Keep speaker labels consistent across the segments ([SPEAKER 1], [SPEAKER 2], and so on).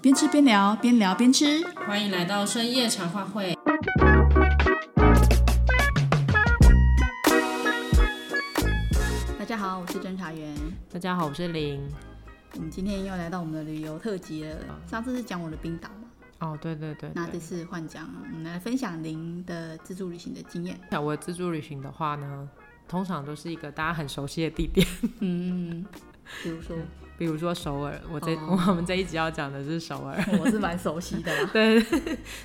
[SPEAKER 1] 边吃边聊，边聊边吃。
[SPEAKER 2] 欢迎来到深夜茶话会。
[SPEAKER 1] 大家好，我是侦查员。
[SPEAKER 2] 大家好，我是林。
[SPEAKER 1] 我们今天又来到我们的旅游特辑了。上次是讲我的冰岛嘛，
[SPEAKER 2] 哦，对对对
[SPEAKER 1] 那
[SPEAKER 2] 对
[SPEAKER 1] 这次换讲，我们来分享您的自助旅行的经验。
[SPEAKER 2] 像我自助旅行的话呢，通常都是一个大家很熟悉的地点，
[SPEAKER 1] 嗯，比如说，
[SPEAKER 2] 比如说首尔。我这、
[SPEAKER 1] 哦
[SPEAKER 2] 我们这一集要讲的是首 尔，
[SPEAKER 1] 我是蛮熟悉的啦。
[SPEAKER 2] 对，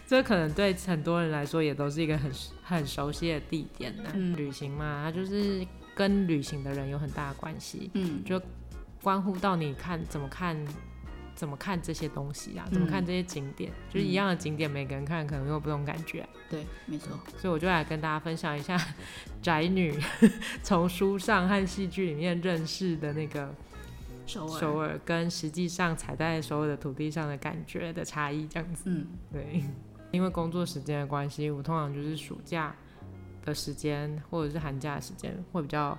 [SPEAKER 2] 这可能对很多人来说也都是一个很很熟悉的地点、啊。
[SPEAKER 1] 嗯
[SPEAKER 2] 旅行嘛，它就是跟旅行的人有很大的关系，
[SPEAKER 1] 嗯，
[SPEAKER 2] 就关乎到你看怎么看。怎么看这些东西啊？怎么
[SPEAKER 1] 嗯
[SPEAKER 2] 看这些景点？就是一样的景点，每个人看可能有不同感觉啊、
[SPEAKER 1] 对，没错。
[SPEAKER 2] 所以我就来跟大家分享一下
[SPEAKER 1] 嗯
[SPEAKER 2] 宅女从书上和戏剧里面认识的那个
[SPEAKER 1] 首尔，
[SPEAKER 2] 首尔，跟实际上踩在首尔的土地上的感觉的差异，这样子。
[SPEAKER 1] 嗯
[SPEAKER 2] 对，因为工作时间的关系，我通常就是暑假的时间或者是寒假的时间会比较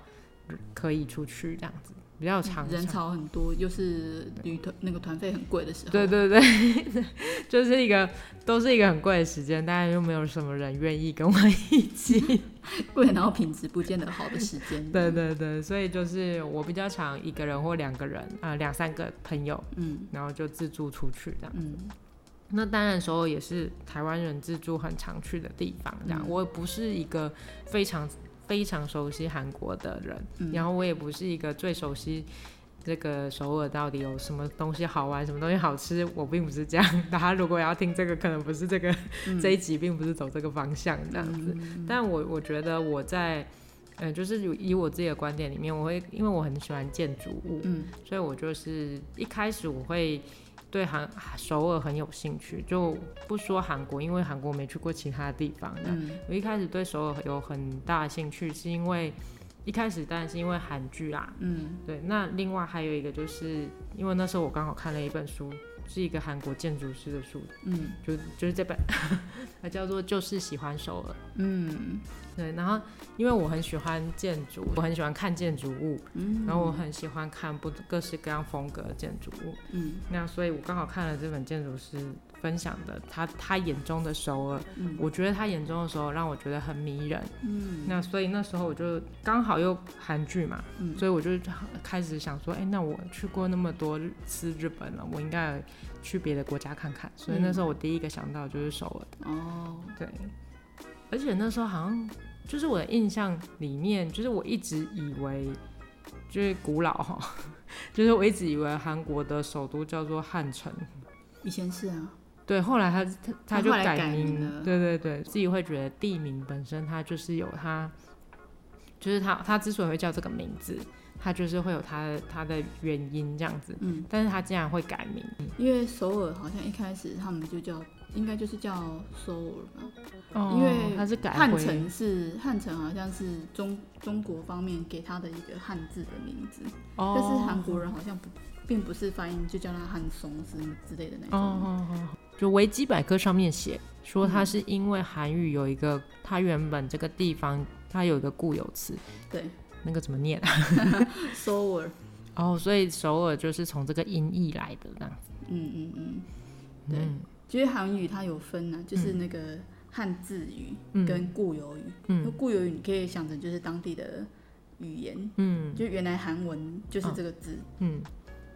[SPEAKER 2] 可以出去这样子，比较长。
[SPEAKER 1] 嗯人潮很多，又是旅团那个团费很贵的时候。
[SPEAKER 2] 对对对， 就是一个都是一个很贵的时间，但又没有什么人愿意跟我一起。
[SPEAKER 1] 贵，然后品质不见得好的时间。
[SPEAKER 2] 对，对对，所以就是我比较常一个人或两个人啊、呃两三个朋友，
[SPEAKER 1] 嗯
[SPEAKER 2] 然后就自助出去这样。
[SPEAKER 1] 嗯
[SPEAKER 2] 那当然，首尔也是台湾人自助很常去的地方。这样，
[SPEAKER 1] 嗯
[SPEAKER 2] 我不是一个非常非常熟悉韩国的人，
[SPEAKER 1] 嗯
[SPEAKER 2] 然后我也不是一个最熟悉。这个首尔到底有什么东西好玩，什么东西好吃？我并不是这样。 大家如果要听这个，可能不是这个、
[SPEAKER 1] 嗯
[SPEAKER 2] 这一集，并不是走这个方向这样子。
[SPEAKER 1] 嗯
[SPEAKER 2] 但我我觉得我在，呃，就是以我自己的观点里面，我会因为我很喜欢建筑物，
[SPEAKER 1] 嗯
[SPEAKER 2] 所以我就是一开始我会对韩首尔很有兴趣，就不说韩国，因为韩国没去过其他地方的。
[SPEAKER 1] 嗯
[SPEAKER 2] 我一开始对首尔有很大的兴趣，是因为一开始当然是因为韩剧啦，
[SPEAKER 1] 嗯
[SPEAKER 2] 对。那另外还有一个就是因为那时候我刚好看了一本书，是一个韩国建筑师的书，
[SPEAKER 1] 嗯
[SPEAKER 2] 就就是这本， 它叫做《就是喜欢首尔》。
[SPEAKER 1] 嗯
[SPEAKER 2] 对，然后因为我很喜欢建筑，我很喜欢看建筑物，
[SPEAKER 1] 嗯，
[SPEAKER 2] 然后我很喜欢看不各式各样风格的建筑物。
[SPEAKER 1] 嗯
[SPEAKER 2] 那所以我刚好看了这本建筑师分享的他他眼中的首尔，
[SPEAKER 1] 嗯
[SPEAKER 2] 我觉得他眼中的首尔让我觉得很迷人。
[SPEAKER 1] 嗯
[SPEAKER 2] 那所以那时候我就刚好又韩剧嘛，
[SPEAKER 1] 嗯
[SPEAKER 2] 所以我就开始想说，哎、那我去过那么多次日本了，我应该去别的国家看看。所以那
[SPEAKER 1] 嗯
[SPEAKER 2] 时候我第一个想到就是首尔。
[SPEAKER 1] 哦
[SPEAKER 2] 对，而且那时候好像就是我的印象里面，就是我一直以为就是古老哈， 就是我一直以为韩国的首都叫做汉城，
[SPEAKER 1] 以前是啊，
[SPEAKER 2] 对，后来他他
[SPEAKER 1] 它
[SPEAKER 2] 他就
[SPEAKER 1] 后来改
[SPEAKER 2] 改
[SPEAKER 1] 名
[SPEAKER 2] 名
[SPEAKER 1] 了
[SPEAKER 2] 对对对，自己会觉得地名本身它就是有它，就是它它之所以会叫这个名字，它就是会有它的它的原因这样子，
[SPEAKER 1] 嗯，
[SPEAKER 2] 但是它竟然会改名，
[SPEAKER 1] 因为首尔好像一开始他们就叫，应该就是叫首尔吧。哦因为
[SPEAKER 2] 哦它是改
[SPEAKER 1] 汉
[SPEAKER 2] 回
[SPEAKER 1] 城是汉城，好像是中中国方面给它的一个汉字的名字，
[SPEAKER 2] 哦，
[SPEAKER 1] 但是韩国人好像不，并不是发音就叫它汉松之之类的那种。
[SPEAKER 2] 哦哦哦，就维基百科上面写说，它是因为韩语有一个，它原本这个地方它有一个固有词，
[SPEAKER 1] 对，
[SPEAKER 2] 那个怎么念啊？
[SPEAKER 1] 首尔，
[SPEAKER 2] 哦，所以首尔就是从这个音译来的这样子。
[SPEAKER 1] 嗯嗯嗯，对
[SPEAKER 2] 嗯
[SPEAKER 1] 其实韩语它有分呢、就是那个汉字语
[SPEAKER 2] 嗯
[SPEAKER 1] 跟固有语。那
[SPEAKER 2] 嗯
[SPEAKER 1] 固有语你可以想成就是当地的语言，
[SPEAKER 2] 嗯
[SPEAKER 1] 就原来韩文就是这个字，
[SPEAKER 2] 嗯，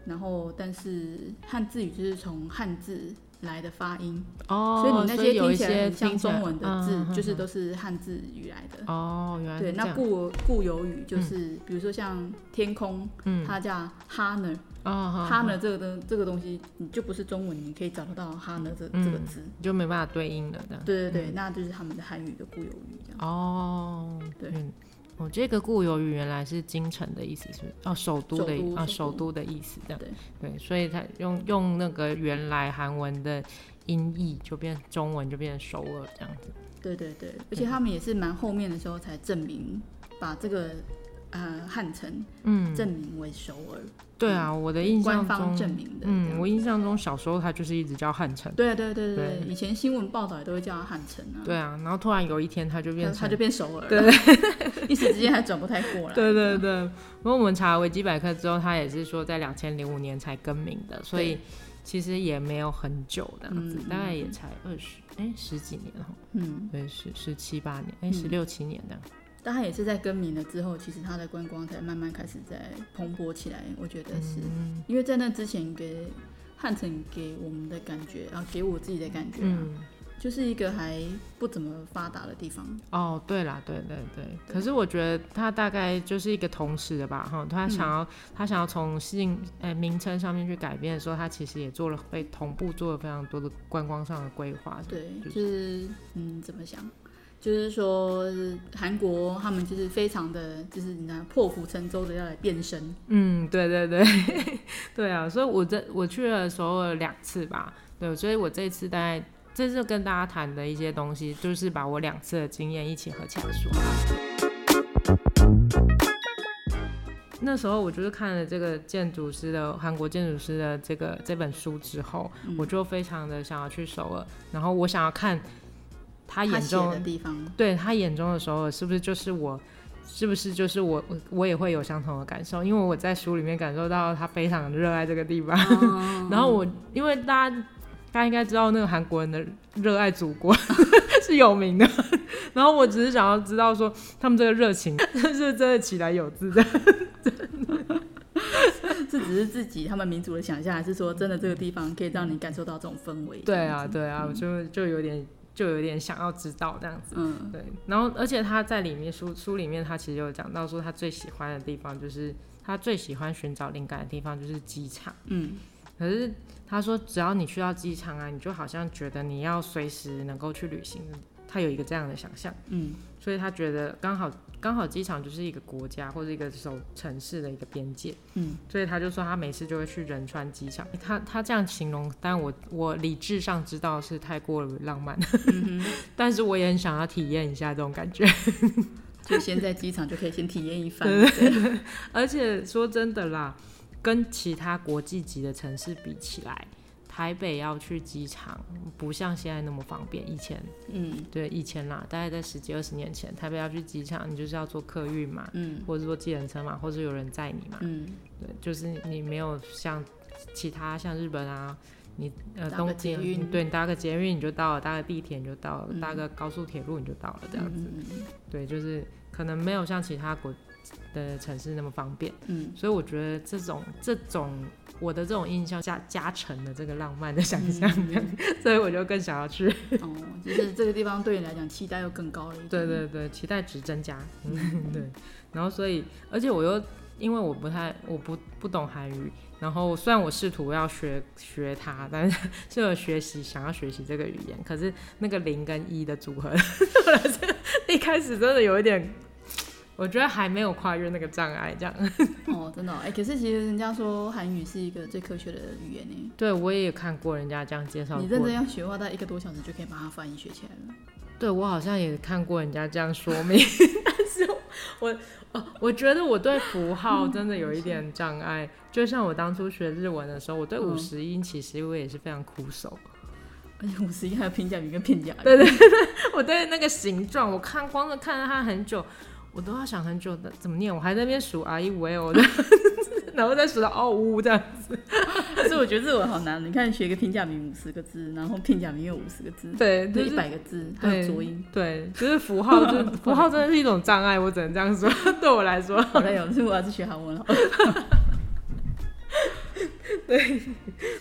[SPEAKER 1] 然后但是汉字语就是从汉字来的发音，
[SPEAKER 2] 哦，
[SPEAKER 1] 所以你那
[SPEAKER 2] 所
[SPEAKER 1] 些
[SPEAKER 2] 以有
[SPEAKER 1] 听
[SPEAKER 2] 一
[SPEAKER 1] 起来
[SPEAKER 2] 些
[SPEAKER 1] 很像
[SPEAKER 2] 听起来
[SPEAKER 1] 中文的字，
[SPEAKER 2] 嗯嗯嗯
[SPEAKER 1] 就是都是汉字语来的。
[SPEAKER 2] 哦，原来
[SPEAKER 1] 对，
[SPEAKER 2] 是这
[SPEAKER 1] 那
[SPEAKER 2] 样
[SPEAKER 1] 固固有语就是，比如说像天空，
[SPEAKER 2] 嗯
[SPEAKER 1] 它叫哈呢，
[SPEAKER 2] 哦
[SPEAKER 1] 哈呢这个东这个东西，你就不是中文，你可以找得到哈呢这这个
[SPEAKER 2] 嗯
[SPEAKER 1] 字。
[SPEAKER 2] 就没办法对应了这样。
[SPEAKER 1] 对对对，那就是他们的汉语的固有语这样。
[SPEAKER 2] 哦，
[SPEAKER 1] 对
[SPEAKER 2] 嗯。哦，这个固有语原来是京城的意思，是不是？哦，首都的
[SPEAKER 1] 首
[SPEAKER 2] 意
[SPEAKER 1] 都
[SPEAKER 2] 啊，
[SPEAKER 1] 首
[SPEAKER 2] 首
[SPEAKER 1] 都
[SPEAKER 2] 都的意思这样。
[SPEAKER 1] 对
[SPEAKER 2] 对，所以它用用那个原来韩文的音译，就变中文就变成首尔这样子。
[SPEAKER 1] 对对对，而且他们也是蛮后面的时候才证明，把这个呃汉城
[SPEAKER 2] 嗯，
[SPEAKER 1] 证明为首尔，
[SPEAKER 2] 对啊，我的印
[SPEAKER 1] 嗯官
[SPEAKER 2] 象
[SPEAKER 1] 方证
[SPEAKER 2] 中，
[SPEAKER 1] 明的。这
[SPEAKER 2] 嗯，
[SPEAKER 1] 样
[SPEAKER 2] 我印象中小时候它就是一直叫汉城。
[SPEAKER 1] 对对对对，
[SPEAKER 2] 对
[SPEAKER 1] 以前新闻报道也都会叫它汉城啊。
[SPEAKER 2] 对啊，然后突然有一天它就变
[SPEAKER 1] 它
[SPEAKER 2] 成，
[SPEAKER 1] 它就变首尔了， 一时之间还转不太过来。
[SPEAKER 2] 对对对。因为我们查维基百科之后，它也是说在两千零五年才更名的，所以。其实也没有很久这样子，
[SPEAKER 1] 嗯嗯
[SPEAKER 2] 大概也才二十哎十几年哈，
[SPEAKER 1] 嗯，
[SPEAKER 2] 对十十七八年哎十六七年这样。
[SPEAKER 1] 但它也是在更名了之后，其实它的观光才慢慢开始在蓬勃起来。我觉得是、
[SPEAKER 2] 嗯
[SPEAKER 1] 因为在那之前给汉城给我们的感觉，然、后给我自己的感觉、啊，
[SPEAKER 2] 嗯，
[SPEAKER 1] 就是一个还不怎么发达的地方。
[SPEAKER 2] 哦，对啦，对对对，可是我觉得他大概就是一个同时的吧，哈，他想要、他想要从姓呃名称上面去改变的时候，他其实也做了被同步做了非常多的观光上的规划，
[SPEAKER 1] 对，就是嗯，怎么想？就是说，韩国他们就是非常的，就是你知道破釜沉舟的要来变身，
[SPEAKER 2] 嗯，对对 对，对啊，所以我这我去了首尔两次吧，对，所以我这次大概这次跟大家谈的一些东西，就是把我两次的经验一起合起来说。那时候我就是看了这个建筑师的韩国建筑师的这个这本书之后，
[SPEAKER 1] 嗯
[SPEAKER 2] 我就非常的想要去首尔，然后我想要看他眼
[SPEAKER 1] 写
[SPEAKER 2] 中
[SPEAKER 1] 的地方，
[SPEAKER 2] 对他眼中的首尔，是不是就是我？是不是就是我？我我也会有相同的感受，因为我在书里面感受到他非常热爱这个地方。 然后我，因为大家大家应该知道那个韩国人的热爱祖 国是有名的，然后我只是想要知道说他们这个热情是真的起来有自在。
[SPEAKER 1] 这只是自己他们民族的想象，还是说真的这个地方可以让你感受到这种氛围？
[SPEAKER 2] 对啊，对啊，我就就有点就有点想要知道这样子。
[SPEAKER 1] 嗯，
[SPEAKER 2] 对，然后而且他在里面书书里面，他其实有讲到说，他最喜欢的地方就是他最喜欢寻找灵感的地方就是机场。
[SPEAKER 1] 嗯，
[SPEAKER 2] 可是他说，只要你去到机场啊，你就好像觉得你要随时能够去旅行。他有一个这样的想象，
[SPEAKER 1] 嗯，
[SPEAKER 2] 所以他觉得刚好刚好机场就是一个国家或者一个首城市的一个边界，
[SPEAKER 1] 嗯，
[SPEAKER 2] 所以他就说他每次就会去仁川机场。诶他他这样形容，但我我理智上知道是太过于浪漫， 但是我也很想要体验一下这种感觉。
[SPEAKER 1] 就先在机场就可以先体验一番。
[SPEAKER 2] 而且说真的啦，跟其他国际级的城市比起来，台北要去机场不像现在那么方便。以前
[SPEAKER 1] 嗯
[SPEAKER 2] 对以前啦，大概在十几二十年前，台北要去机场，你就是要坐客运嘛，
[SPEAKER 1] 嗯
[SPEAKER 2] 或者坐计程车嘛，或者有人载你嘛。
[SPEAKER 1] 嗯，
[SPEAKER 2] 对，就是你没有像其他像日本啊。你呃，
[SPEAKER 1] 搭个
[SPEAKER 2] 东京
[SPEAKER 1] 捷运
[SPEAKER 2] 对，你搭个捷运你就到了，搭个地铁你就到了，
[SPEAKER 1] 嗯
[SPEAKER 2] 搭个高速铁路你就到了，这样子。
[SPEAKER 1] 嗯嗯
[SPEAKER 2] 对，就是可能没有像其他国的城市那么方便。
[SPEAKER 1] 嗯，
[SPEAKER 2] 所以我觉得这种这种我的这种印象加加成的这个浪漫的想象， 所以我就更想要去。
[SPEAKER 1] 嗯哦，就是这个地方对你来讲期待又更高了一点。
[SPEAKER 2] 对对对，期待值增加。嗯， 对。然后所以，而且我又因为我不太我不不懂韩语，然后虽然我试图要学学它，但是是有学习想要学习这个语言，可是那个零跟一的组合， 对我来说一开始真的有一点。我觉得还没有跨越那个障碍，这样。
[SPEAKER 1] 哦，真的哦，哎、可是其实人家说韩语是一个最科学的语言呢。
[SPEAKER 2] 对我也看过人家这样介绍过。
[SPEAKER 1] 你认真要学的话，大概一个多小时就可以把它翻译学起来了。
[SPEAKER 2] 对我好像也看过人家这样说明， 但是我我哦，我觉得我对符
[SPEAKER 1] 嗯
[SPEAKER 2] 号真的有一点障碍。就像我当初学日文的时候，我对
[SPEAKER 1] 嗯
[SPEAKER 2] 五十音其实我也是非常苦手。
[SPEAKER 1] 而且五十一还有平假名跟片假名。
[SPEAKER 2] 对 我对那个形状，我看光是看了它很久，我都要想很久的怎么念，我还在那边数啊一喂哦， 然后再数到哦呜这样。
[SPEAKER 1] 可是我觉得日文好难，你看学一个平假名五十个字，然后片假名有五十个字，
[SPEAKER 2] 对，就
[SPEAKER 1] 对，一
[SPEAKER 2] 是
[SPEAKER 1] 百个字，还有浊音。
[SPEAKER 2] 对，就是符号，就是符号真的是一种障碍，我只能这样说。 对我来说，
[SPEAKER 1] 好累哦，所以我要去学韩文了。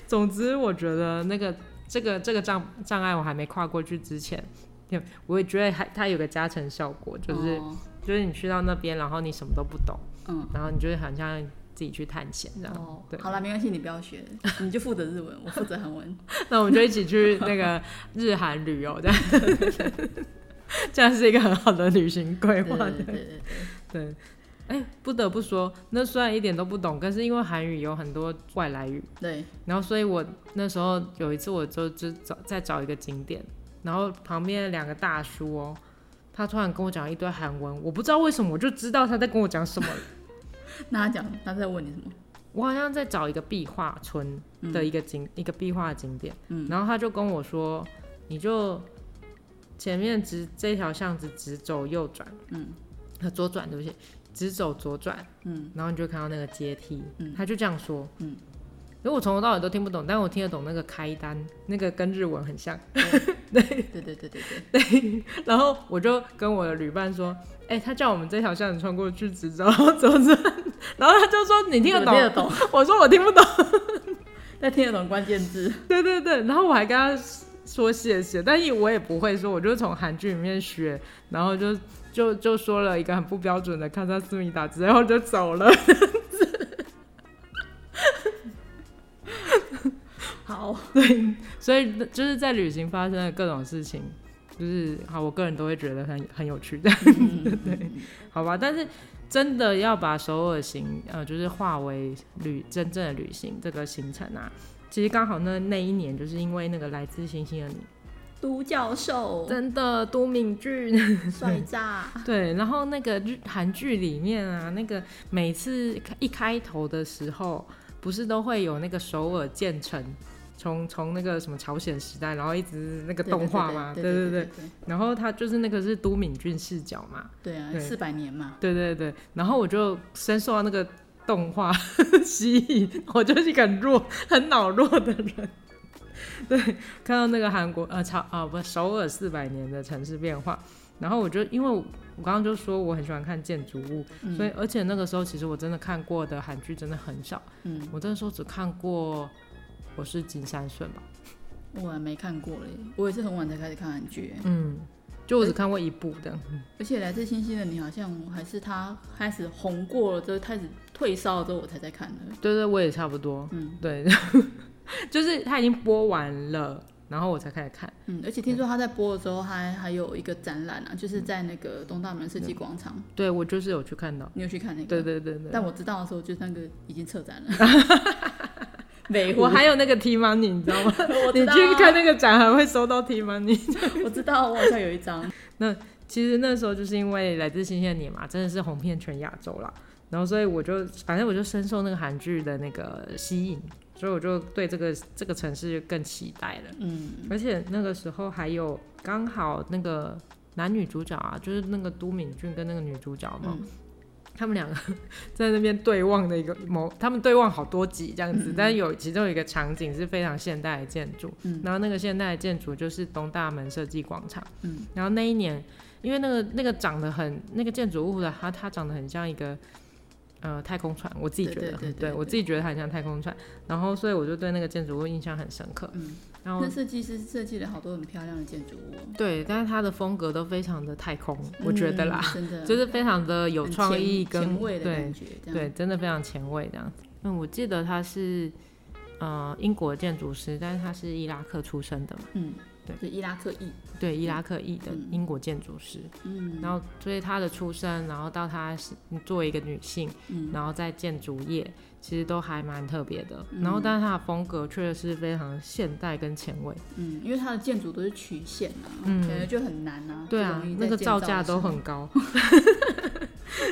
[SPEAKER 2] 总之，我觉得那个这个这个障障碍我还没跨过去之前，对我也觉得还它有个加成效果， 就是、
[SPEAKER 1] 哦
[SPEAKER 2] 就是你去到那边，然后你什么都不懂，
[SPEAKER 1] 嗯，
[SPEAKER 2] 然后你就会好像自己去探险这样。
[SPEAKER 1] 哦
[SPEAKER 2] 对，
[SPEAKER 1] 好啦，没关系，你不要学，你就负责日文，我负责韩 文。
[SPEAKER 2] 那我们就一起去那 个日韩旅游，这样 这样是一个很好的旅行规
[SPEAKER 1] 对
[SPEAKER 2] 划。
[SPEAKER 1] 对对对
[SPEAKER 2] 对，哎，不得不说，那虽然一点都不懂，但是因为韩语有很多外来语，
[SPEAKER 1] 对，
[SPEAKER 2] 然后所以我那时候有一次我就就找在找一个景点，然后旁边两个大叔哦，他突然跟我讲一堆韩文，我不知道为什么，我就知道他在跟我讲什么了。
[SPEAKER 1] 那他讲，他在问你什么？
[SPEAKER 2] 我好像在找一个壁画村的一个景、一个壁画景点，
[SPEAKER 1] 嗯
[SPEAKER 2] 然后他就跟我说，你就前面直这条巷子直走右转，
[SPEAKER 1] 嗯
[SPEAKER 2] 呃左转对不起，直走左转，
[SPEAKER 1] 嗯
[SPEAKER 2] 然后你就看到那个阶梯，
[SPEAKER 1] 嗯
[SPEAKER 2] 他就这样说，
[SPEAKER 1] 嗯，
[SPEAKER 2] 可我从头到尾都听不懂，但我听得懂那个开单，那个跟日文很像。
[SPEAKER 1] 对对对对对，
[SPEAKER 2] 对，然后我就跟我的旅伴说，哎、他叫我们这条巷子穿过去，只知道怎么转， 然后他就说你听得
[SPEAKER 1] 我
[SPEAKER 2] 懂？
[SPEAKER 1] 听得懂，
[SPEAKER 2] 我说我听不懂。
[SPEAKER 1] 但听得懂关键字。
[SPEAKER 2] 对对对，然后我还跟他说谢谢，但是我也不会说，我就从韩剧里面学，然后就就就说了一个很不标准的“看萨斯米达”，之后就走了。
[SPEAKER 1] 好，
[SPEAKER 2] 所以就是在旅行发生的各种事情，就是好，我个人都会觉得很很有趣的，
[SPEAKER 1] 嗯
[SPEAKER 2] 对，好吧。但是真的要把首尔行，呃，就是化为旅呃真正的旅行这个行程啊，其实刚好那那一年就是因为那个来自星星的你，
[SPEAKER 1] 都教授
[SPEAKER 2] 真的都敏俊，
[SPEAKER 1] 帅炸，
[SPEAKER 2] 对，然后那个日韩剧里面啊，那个每次一开头的时候，不是都会有那个首尔建成。从从那个什么朝鲜时代，然后 一直那个
[SPEAKER 1] 对
[SPEAKER 2] 动画嘛，
[SPEAKER 1] 对
[SPEAKER 2] 对
[SPEAKER 1] 对
[SPEAKER 2] 然后他就是那个是都敏俊视角嘛，
[SPEAKER 1] 对对啊，
[SPEAKER 2] 对
[SPEAKER 1] 四百年嘛，
[SPEAKER 2] 对对对。然后我就深受到那个动画 吸引，我就是一个很弱、很脑弱的人。 对，看到那个韩国呃朝啊不首尔四百年的城市变化，然后我就因为我我刚刚就说我很喜欢看建筑物，
[SPEAKER 1] 嗯
[SPEAKER 2] 所以而且那个时候其实我真的看过的韩剧真的很少，
[SPEAKER 1] 嗯，
[SPEAKER 2] 我那时候只看过我是金三顺吧，
[SPEAKER 1] 我还没看过嘞，我也是很晚才开始看韩剧欸，
[SPEAKER 2] 嗯，就我只看过一部的，
[SPEAKER 1] 而且来自星星的你好像还是他开始红过了之后开始退烧了之后我才在看的，
[SPEAKER 2] 对对，我也差不多。
[SPEAKER 1] 嗯
[SPEAKER 2] 对， 就是他已经播完了，然后我才开始看。
[SPEAKER 1] 嗯，而且听说他在播的时候还还有一个展览
[SPEAKER 2] 嗯
[SPEAKER 1] 啊，就是在那个东大门设计广场，
[SPEAKER 2] 对我就是有去看到。
[SPEAKER 1] 你有去看那个？
[SPEAKER 2] 对对对对，
[SPEAKER 1] 但我知道的时候，就是那个已经撤展 了。美
[SPEAKER 2] 我
[SPEAKER 1] 国，
[SPEAKER 2] 还有那个 T money，你知道吗？
[SPEAKER 1] 我
[SPEAKER 2] 你
[SPEAKER 1] 知道啊
[SPEAKER 2] 去看那个展还会收到 T money。
[SPEAKER 1] 我知道，我好像有一张。
[SPEAKER 2] 其实那时候就是因为来自新鲜的你嘛，真的是红遍全亚洲啦。然后所以我就反正我就深受那个韩剧的那个吸引，所以我就对这个这个城市更期待了。
[SPEAKER 1] 嗯，
[SPEAKER 2] 而且那个时候还有刚好那个男女主角啊，就是那个都敏俊跟那个女主角嘛，
[SPEAKER 1] 嗯
[SPEAKER 2] 他们两个 在那边对望的一个某，他们对望好多集这样子，但是有其中有一个场景是非常现代的建筑，
[SPEAKER 1] 嗯
[SPEAKER 2] 然后那个现代的建筑就是东大门设计广场，
[SPEAKER 1] 嗯，
[SPEAKER 2] 然后那一年因为那个那个长得很那个建筑物的它它长得很像一个。呃，太空船，我自己觉
[SPEAKER 1] 对
[SPEAKER 2] 得，
[SPEAKER 1] 对对对对
[SPEAKER 2] 我自己觉得它很像太空船，然后所以我就对那个建筑物印象很深刻。
[SPEAKER 1] 嗯，
[SPEAKER 2] 然后
[SPEAKER 1] 那设计师设计了好多很漂亮的建筑物哦，
[SPEAKER 2] 对，但是他的风格都非常的太空，我觉得啦，
[SPEAKER 1] 嗯，真的
[SPEAKER 2] 就是非常的有
[SPEAKER 1] 很
[SPEAKER 2] 创
[SPEAKER 1] 前
[SPEAKER 2] 意跟
[SPEAKER 1] 前卫的
[SPEAKER 2] 对
[SPEAKER 1] 感觉，这样
[SPEAKER 2] 对，真的非常前卫这样子。嗯，我记得他是呃英国建筑师，但是他是伊拉克出生的嘛，
[SPEAKER 1] 嗯，
[SPEAKER 2] 对
[SPEAKER 1] 就伊拉克裔，
[SPEAKER 2] 对，伊拉克裔的
[SPEAKER 1] 嗯
[SPEAKER 2] 英国建筑师。
[SPEAKER 1] 嗯，
[SPEAKER 2] 然后所以他的出生，然后到他是作为一个女性，
[SPEAKER 1] 嗯
[SPEAKER 2] 然后在建筑业，其实都还蛮特别的。
[SPEAKER 1] 嗯
[SPEAKER 2] 然后，但是他的风格确实是非常现代跟前卫。
[SPEAKER 1] 嗯，因为它的建筑都是曲线啊，
[SPEAKER 2] 嗯
[SPEAKER 1] 感觉就很难啊，
[SPEAKER 2] 对
[SPEAKER 1] 不
[SPEAKER 2] 啊
[SPEAKER 1] 容易，在
[SPEAKER 2] 那个
[SPEAKER 1] 建
[SPEAKER 2] 造
[SPEAKER 1] 造
[SPEAKER 2] 价
[SPEAKER 1] 的时
[SPEAKER 2] 都
[SPEAKER 1] 候
[SPEAKER 2] 很高。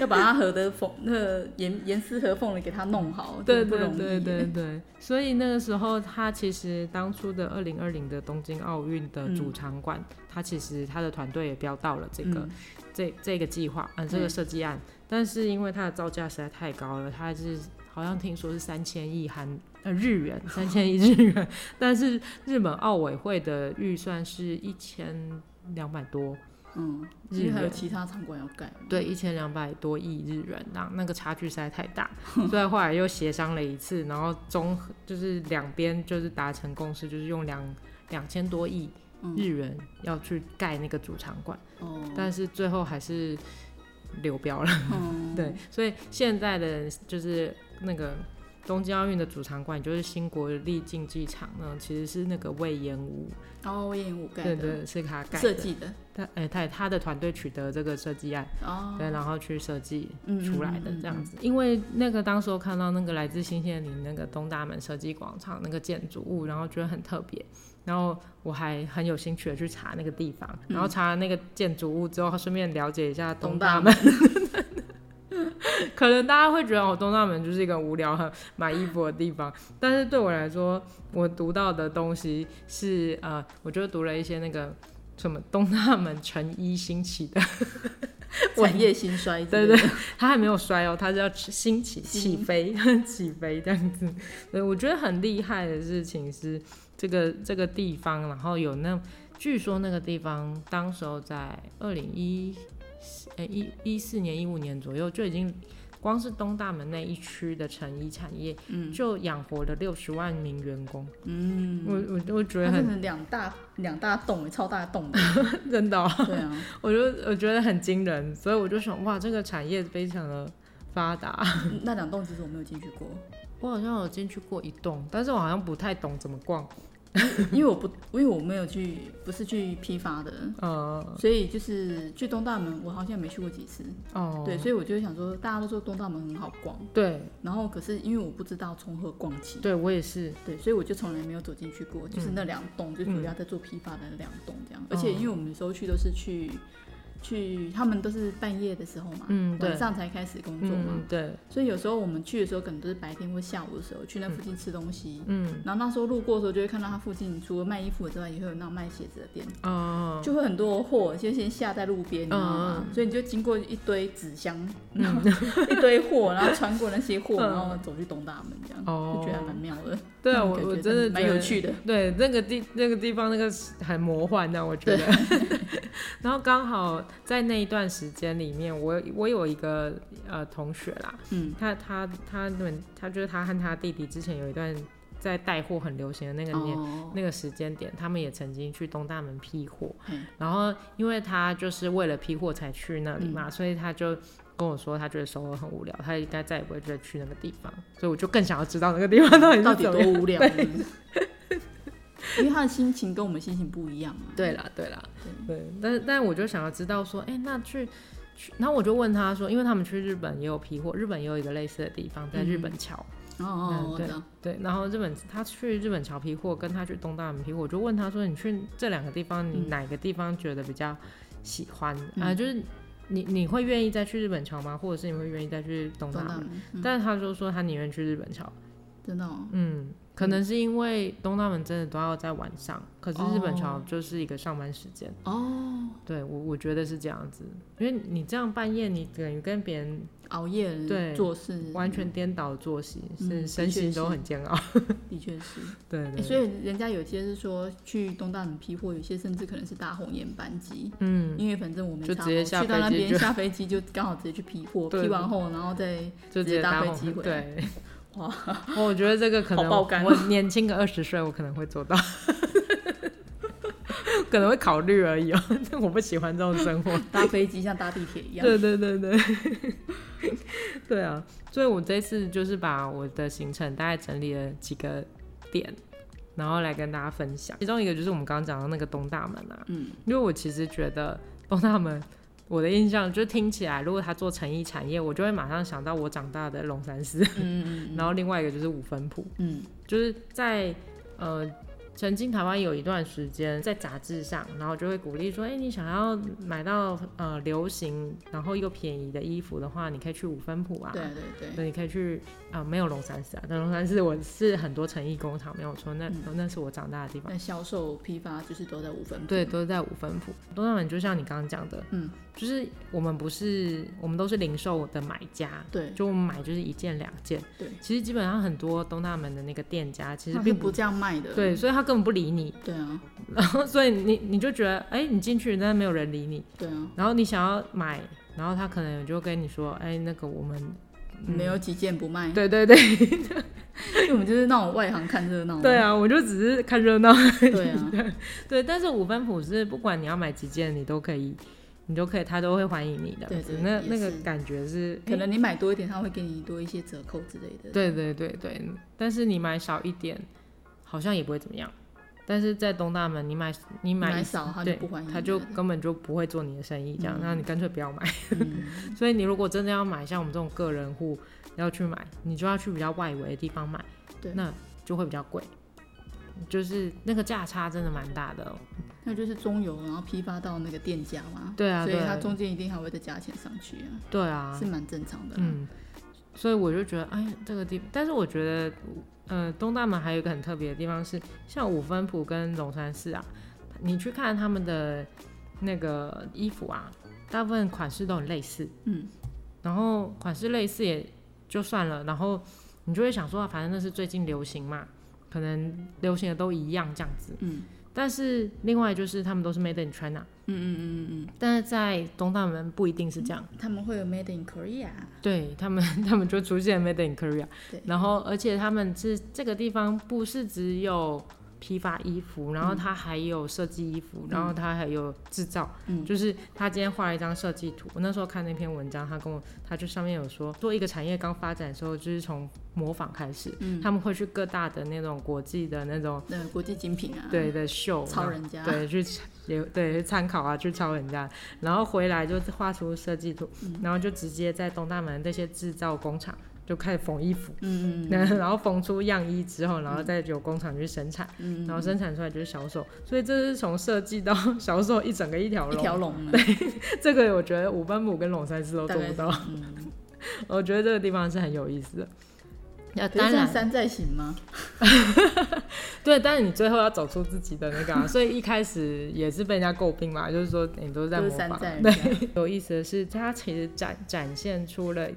[SPEAKER 1] 要把它合的缝，那个严严丝合缝的给它弄好，
[SPEAKER 2] 对
[SPEAKER 1] 真的
[SPEAKER 2] 对
[SPEAKER 1] 不容易
[SPEAKER 2] 对对
[SPEAKER 1] 耶，
[SPEAKER 2] 对，所以那个时候，他其实当初的二零二零的东京奥运的主场馆，他其实他的团队也标到了这个、
[SPEAKER 1] 嗯
[SPEAKER 2] 这这个计划，嗯、这个
[SPEAKER 1] 嗯
[SPEAKER 2] 设计案，但是因为它的造价实在太高了，它是好像听说是三千亿韩呃日元，三千亿日元， 但是日本奥委会的预算是一千两百多，
[SPEAKER 1] 嗯，因为还有
[SPEAKER 2] 日元
[SPEAKER 1] 其他场馆要盖，
[SPEAKER 2] 对，一千两百多亿日元，那那个差距实在太大，所以后来又协商了一次，然后综合就是两边就是达成共识，就是用两两千多亿日元要去盖那个主场馆，
[SPEAKER 1] 嗯哦，
[SPEAKER 2] 但是最后还是流标了。
[SPEAKER 1] 嗯，
[SPEAKER 2] 对，所以现在的就是那个东京奥运的主场馆，就是新国立竞技场呢，其实是那个魏延武，
[SPEAKER 1] 然后魏延武盖
[SPEAKER 2] 对
[SPEAKER 1] 的
[SPEAKER 2] 对，是他盖
[SPEAKER 1] 设
[SPEAKER 2] 的，
[SPEAKER 1] 计的
[SPEAKER 2] 他哎、他他的团队取得这个设计案。
[SPEAKER 1] 哦，
[SPEAKER 2] 对，然后去设计
[SPEAKER 1] 嗯
[SPEAKER 2] 出来的这样子。因为那个当时我看到那个来自新鲜林那个东大门设计广场那个建筑物，然后觉得很特别，然后我还很有兴趣的去查那个地方，
[SPEAKER 1] 嗯
[SPEAKER 2] 然后查了那个建筑物之后，顺便了解一下东
[SPEAKER 1] 东
[SPEAKER 2] 大
[SPEAKER 1] 大
[SPEAKER 2] 门。 可能大家会觉得哦，东大门就是一个无聊、很买衣服的地方，但是对我来说，我读到的东西是 呃，我就读了一些那个什么东大门成衣兴起的
[SPEAKER 1] 嗯产业兴衰之
[SPEAKER 2] 对
[SPEAKER 1] 类的，
[SPEAKER 2] 对，它还没有衰哦，它是要起兴起、起飞、 起飞这样子。对，我觉得很厉害的事情是这个这个地方，然后有那据说那个地方当时候在二零一呃一一四年一五年左右就已经。光是东大门那一区的成衣产业，
[SPEAKER 1] 嗯
[SPEAKER 2] 就养活了六十万名员工。
[SPEAKER 1] 嗯，
[SPEAKER 2] 我我我觉得
[SPEAKER 1] 它真
[SPEAKER 2] 很
[SPEAKER 1] 的两大两大洞，超大洞的，
[SPEAKER 2] 真的哦、
[SPEAKER 1] 对啊，
[SPEAKER 2] 我就我觉得很惊人，所以我就想，哇，这个产业非常的发达。
[SPEAKER 1] 那两栋其实我没有进去过，
[SPEAKER 2] 我好像有进去过一栋，但是我好像不太懂怎么逛。
[SPEAKER 1] 因为我不，因为我没有去，不是去批发的，
[SPEAKER 2] 呃，
[SPEAKER 1] 所以就是去东大门，我好像也没去过几次。
[SPEAKER 2] 哦，
[SPEAKER 1] 对，所以我就想说，大家都说东大门很好逛，
[SPEAKER 2] 对
[SPEAKER 1] 然后可是因为我不知道从何逛起，
[SPEAKER 2] 对，我也是。
[SPEAKER 1] 对，所以我就从来没有走进去过，
[SPEAKER 2] 嗯
[SPEAKER 1] 就是那两栋，就主要在做批发的那两栋这样。
[SPEAKER 2] 哦
[SPEAKER 1] 而且因为我们有时候去都是去去，他们都是半夜的时候嘛，
[SPEAKER 2] 嗯对
[SPEAKER 1] 晚上才开始工作嘛，
[SPEAKER 2] 嗯，对，
[SPEAKER 1] 所以有时候我们去的时候可能都是白天或下午的时候去那附近吃东西。
[SPEAKER 2] 嗯，
[SPEAKER 1] 然后那时候路过的时候，就会看到它附近除了卖衣服之外，也会有那种卖鞋子的店，
[SPEAKER 2] 哦，
[SPEAKER 1] 就会很多货，就先下在路边，你
[SPEAKER 2] 嗯
[SPEAKER 1] 知道吗？所以你就经过一堆纸箱，然后一堆货，然后穿过那些货，然后走去东大门这样，
[SPEAKER 2] 嗯哦
[SPEAKER 1] 就觉得还蛮妙的。
[SPEAKER 2] 对啊，
[SPEAKER 1] 嗯
[SPEAKER 2] 我
[SPEAKER 1] 感
[SPEAKER 2] 我
[SPEAKER 1] 觉
[SPEAKER 2] 真的
[SPEAKER 1] 蛮
[SPEAKER 2] 觉得
[SPEAKER 1] 有 趣的。
[SPEAKER 2] 对，那个地那个地方那个是很魔幻呢、我觉得。然后刚好在那一段时间里面，我我有一个呃同学啦，
[SPEAKER 1] 嗯，
[SPEAKER 2] 他他他们他就是他和他弟弟之前有一段在带货很流行的那个年、
[SPEAKER 1] 哦，
[SPEAKER 2] 那个时间点，他们也曾经去东大门批货，
[SPEAKER 1] 嗯
[SPEAKER 2] 然后因为他就是为了批货才去那里
[SPEAKER 1] 嗯
[SPEAKER 2] 嘛，所以他就跟我说，他觉得首尔很无聊，他应该再也不会再去那个地方，所以我就更想要知道那个地方到底
[SPEAKER 1] 到
[SPEAKER 2] 是
[SPEAKER 1] 底
[SPEAKER 2] 怎么
[SPEAKER 1] 多
[SPEAKER 2] 样。
[SPEAKER 1] 无 聊呢？因为他的心情跟我们心情不一样啊。
[SPEAKER 2] 对啦，对啦，对，但是但我就想要知道说，哎、那去去，然后我就问他说，因为他们去日本也有批货，日本也有一个类似的地方，在日本桥。
[SPEAKER 1] 哦哦，我
[SPEAKER 2] 嗯对
[SPEAKER 1] 知道。
[SPEAKER 2] 对，然后日本他去日本桥批货，跟他去东大门批货，我就问他说：“你去这两个地方，
[SPEAKER 1] 嗯
[SPEAKER 2] 你哪个地方觉得比较喜欢啊、就是你你会愿意再去日本桥吗？或者是你会愿意再去东大
[SPEAKER 1] 东大
[SPEAKER 2] 门？”
[SPEAKER 1] 门，嗯
[SPEAKER 2] 但是他就说他宁愿去日本桥，
[SPEAKER 1] 真的哦。
[SPEAKER 2] 嗯，可能是因为东大门真的都要在晚上，可是日本桥
[SPEAKER 1] 哦
[SPEAKER 2] 就是一个上班时间，
[SPEAKER 1] 哦，
[SPEAKER 2] 对我我觉得是这样子，因为你这样半夜你等于跟别人
[SPEAKER 1] 熬夜
[SPEAKER 2] 对
[SPEAKER 1] 做事，
[SPEAKER 2] 完全颠倒的作息，
[SPEAKER 1] 嗯
[SPEAKER 2] 是
[SPEAKER 1] 的
[SPEAKER 2] 身
[SPEAKER 1] 确
[SPEAKER 2] 心都
[SPEAKER 1] 是
[SPEAKER 2] 很煎熬，
[SPEAKER 1] 的确是。
[SPEAKER 2] 对对
[SPEAKER 1] 欸所以人家有些是说去东大门批货，有些甚至可能是搭红眼班机，嗯，因为反正我们
[SPEAKER 2] 就
[SPEAKER 1] 差
[SPEAKER 2] 直接
[SPEAKER 1] 不多
[SPEAKER 2] 下
[SPEAKER 1] 去到那
[SPEAKER 2] 飞机
[SPEAKER 1] 边
[SPEAKER 2] 就
[SPEAKER 1] 下飞机就刚好直接去批货，
[SPEAKER 2] 对
[SPEAKER 1] 批完后然后再
[SPEAKER 2] 就
[SPEAKER 1] 直接搭
[SPEAKER 2] 搭
[SPEAKER 1] 飞
[SPEAKER 2] 红
[SPEAKER 1] 机回来
[SPEAKER 2] 对，哇， 我觉得这个可能
[SPEAKER 1] 好爆肝
[SPEAKER 2] 我年轻个二十岁，我可能会做到， 可能会考虑而已哦。但我不喜欢这种生活。
[SPEAKER 1] 搭飞机像搭地铁 一样，
[SPEAKER 2] 对对对 对，对啊，所以我这次就是把我的行程大概整理了几个点，然后来跟大家分享。其中一个就是我们刚刚讲到那个东大门啊，
[SPEAKER 1] 嗯，
[SPEAKER 2] 因为我其实觉得东大门，我的印象就是听起来，如果他做成衣产业，我就会马上想到我长大的龙山寺。
[SPEAKER 1] 嗯嗯
[SPEAKER 2] 然后另外一个就是五分埔，
[SPEAKER 1] 嗯
[SPEAKER 2] 就是在呃。曾经台湾有一段时间在杂志上，然后就会鼓励说，哎、你想要买到呃流行然后又便宜的衣服的话，你可以去五分埔啊
[SPEAKER 1] 嗯，，对对对，
[SPEAKER 2] 对，你可以去啊、没有龙山寺啊，但龙山寺我是很多成衣工厂没有错，
[SPEAKER 1] 嗯
[SPEAKER 2] 那、那是我长大的地方，
[SPEAKER 1] 那销售批发就是都在五分，
[SPEAKER 2] 对，，都是在五分埔。东大门就像你刚刚讲的，
[SPEAKER 1] 嗯，
[SPEAKER 2] 就是我们不是我们都是零售的买家，
[SPEAKER 1] 对
[SPEAKER 2] 就我们买就是一件两件，
[SPEAKER 1] 对
[SPEAKER 2] 其实基本上很多东大门的那个店家其实
[SPEAKER 1] 他是
[SPEAKER 2] 并
[SPEAKER 1] 不这样卖的，
[SPEAKER 2] 对，所以他根本不理你，
[SPEAKER 1] 对啊，
[SPEAKER 2] 然后所以你你就觉得，哎、你进去但是没有人理你，
[SPEAKER 1] 对啊，
[SPEAKER 2] 然后你想要买，然后他可能就跟你说，哎、那个我们，
[SPEAKER 1] 没有几件不卖，
[SPEAKER 2] 对对嗯对
[SPEAKER 1] 因为我们就是那种外行看热闹，
[SPEAKER 2] 对，啊，我就只是看热闹，
[SPEAKER 1] 对啊，
[SPEAKER 2] 对，但是五分埔是不管你要买几件，你都可以，你都可以，他都会欢迎你的，
[SPEAKER 1] 对对
[SPEAKER 2] 那
[SPEAKER 1] 也
[SPEAKER 2] 那个
[SPEAKER 1] 是
[SPEAKER 2] 感觉是，
[SPEAKER 1] 可能你买多一点，他会给你多一些折扣之类的，
[SPEAKER 2] 对对对对，但是你买少一点，好像也不会怎么样。但是在东大门，你买你
[SPEAKER 1] 你买
[SPEAKER 2] 买
[SPEAKER 1] 少他就
[SPEAKER 2] 对
[SPEAKER 1] 不欢迎你了，
[SPEAKER 2] 他 就根本就不会做你的生意，这样，那你干脆不要买。
[SPEAKER 1] 嗯
[SPEAKER 2] 所以你如果真的要买，像我们这种个人户要去买，你就要去比较外围的地方买，
[SPEAKER 1] 对
[SPEAKER 2] 那就会比较贵，就是那个价差真的蛮大的哦、
[SPEAKER 1] 那就是中游，然后批发到那个店家嘛。
[SPEAKER 2] 对啊，
[SPEAKER 1] 所以
[SPEAKER 2] 对
[SPEAKER 1] 它
[SPEAKER 2] 啊，
[SPEAKER 1] 中间一定还会再加钱上去啊，
[SPEAKER 2] 对啊
[SPEAKER 1] 是，蛮正常的啦。
[SPEAKER 2] 嗯，所以我就觉得，哎，这个地，但是我觉得，呃，东大门还有一个很特别的地方是，像五分埔跟龙山寺啊，你去看他们的那个衣服啊，大部分款式都很类似，
[SPEAKER 1] 嗯，
[SPEAKER 2] 然后款式类似也就算了，然后你就会想说，啊反正那是最近流行嘛，可能流行的都一样这样子，
[SPEAKER 1] 嗯，
[SPEAKER 2] 但是另外就是他们都是 Made in China，
[SPEAKER 1] 嗯嗯嗯嗯
[SPEAKER 2] 但是在东大门不一定是这样，
[SPEAKER 1] 嗯，他们会有 Made in Korea，
[SPEAKER 2] 对他们 他们就出现 Made in Korea，
[SPEAKER 1] 对，
[SPEAKER 2] 然后而且他们是这个地方不是只有批发衣服，然后它还有设计衣服，然后它还有制造，
[SPEAKER 1] 嗯
[SPEAKER 2] 就是他今天画了一张设计图，我那时候看那篇文章，他跟我他就上面有说，做一个产业刚发展的时候，就是从模仿开始，
[SPEAKER 1] 嗯
[SPEAKER 2] 他们会去各大的那种国际的那种
[SPEAKER 1] 对，国际精品啊，
[SPEAKER 2] 对，的秀，
[SPEAKER 1] 抄人家，
[SPEAKER 2] 对，去也对去参考啊，去抄人家，然后回来就画出设计图，
[SPEAKER 1] 嗯
[SPEAKER 2] 然后就直接在东大门这些制造工厂就开始缝衣服，
[SPEAKER 1] 嗯，嗯嗯
[SPEAKER 2] 然后缝出样衣之后，然后再由工厂去生产，
[SPEAKER 1] 嗯，
[SPEAKER 2] 然后生产出来就是销售，所以这是从设计到 销售一整个一条
[SPEAKER 1] 一
[SPEAKER 2] 龙。
[SPEAKER 1] 条 龙啊，
[SPEAKER 2] 这个我觉得五班姆跟龙山寺都
[SPEAKER 1] 大
[SPEAKER 2] 做
[SPEAKER 1] 概
[SPEAKER 2] 不
[SPEAKER 1] 是，
[SPEAKER 2] 到，
[SPEAKER 1] 嗯，
[SPEAKER 2] 我觉得这个地方是很有意思的。那
[SPEAKER 1] 可是
[SPEAKER 2] 当
[SPEAKER 1] 这样
[SPEAKER 2] 然，
[SPEAKER 1] 山寨行吗？
[SPEAKER 2] 对，但是你最后要走出自己的那个、啊，所以一开始也是被人家诟病嘛，就是说你都是在
[SPEAKER 1] 就
[SPEAKER 2] 模
[SPEAKER 1] 是山
[SPEAKER 2] 仿。啊
[SPEAKER 1] 寨人
[SPEAKER 2] 对，
[SPEAKER 1] 家，
[SPEAKER 2] 有意思的是，它其实展展现出了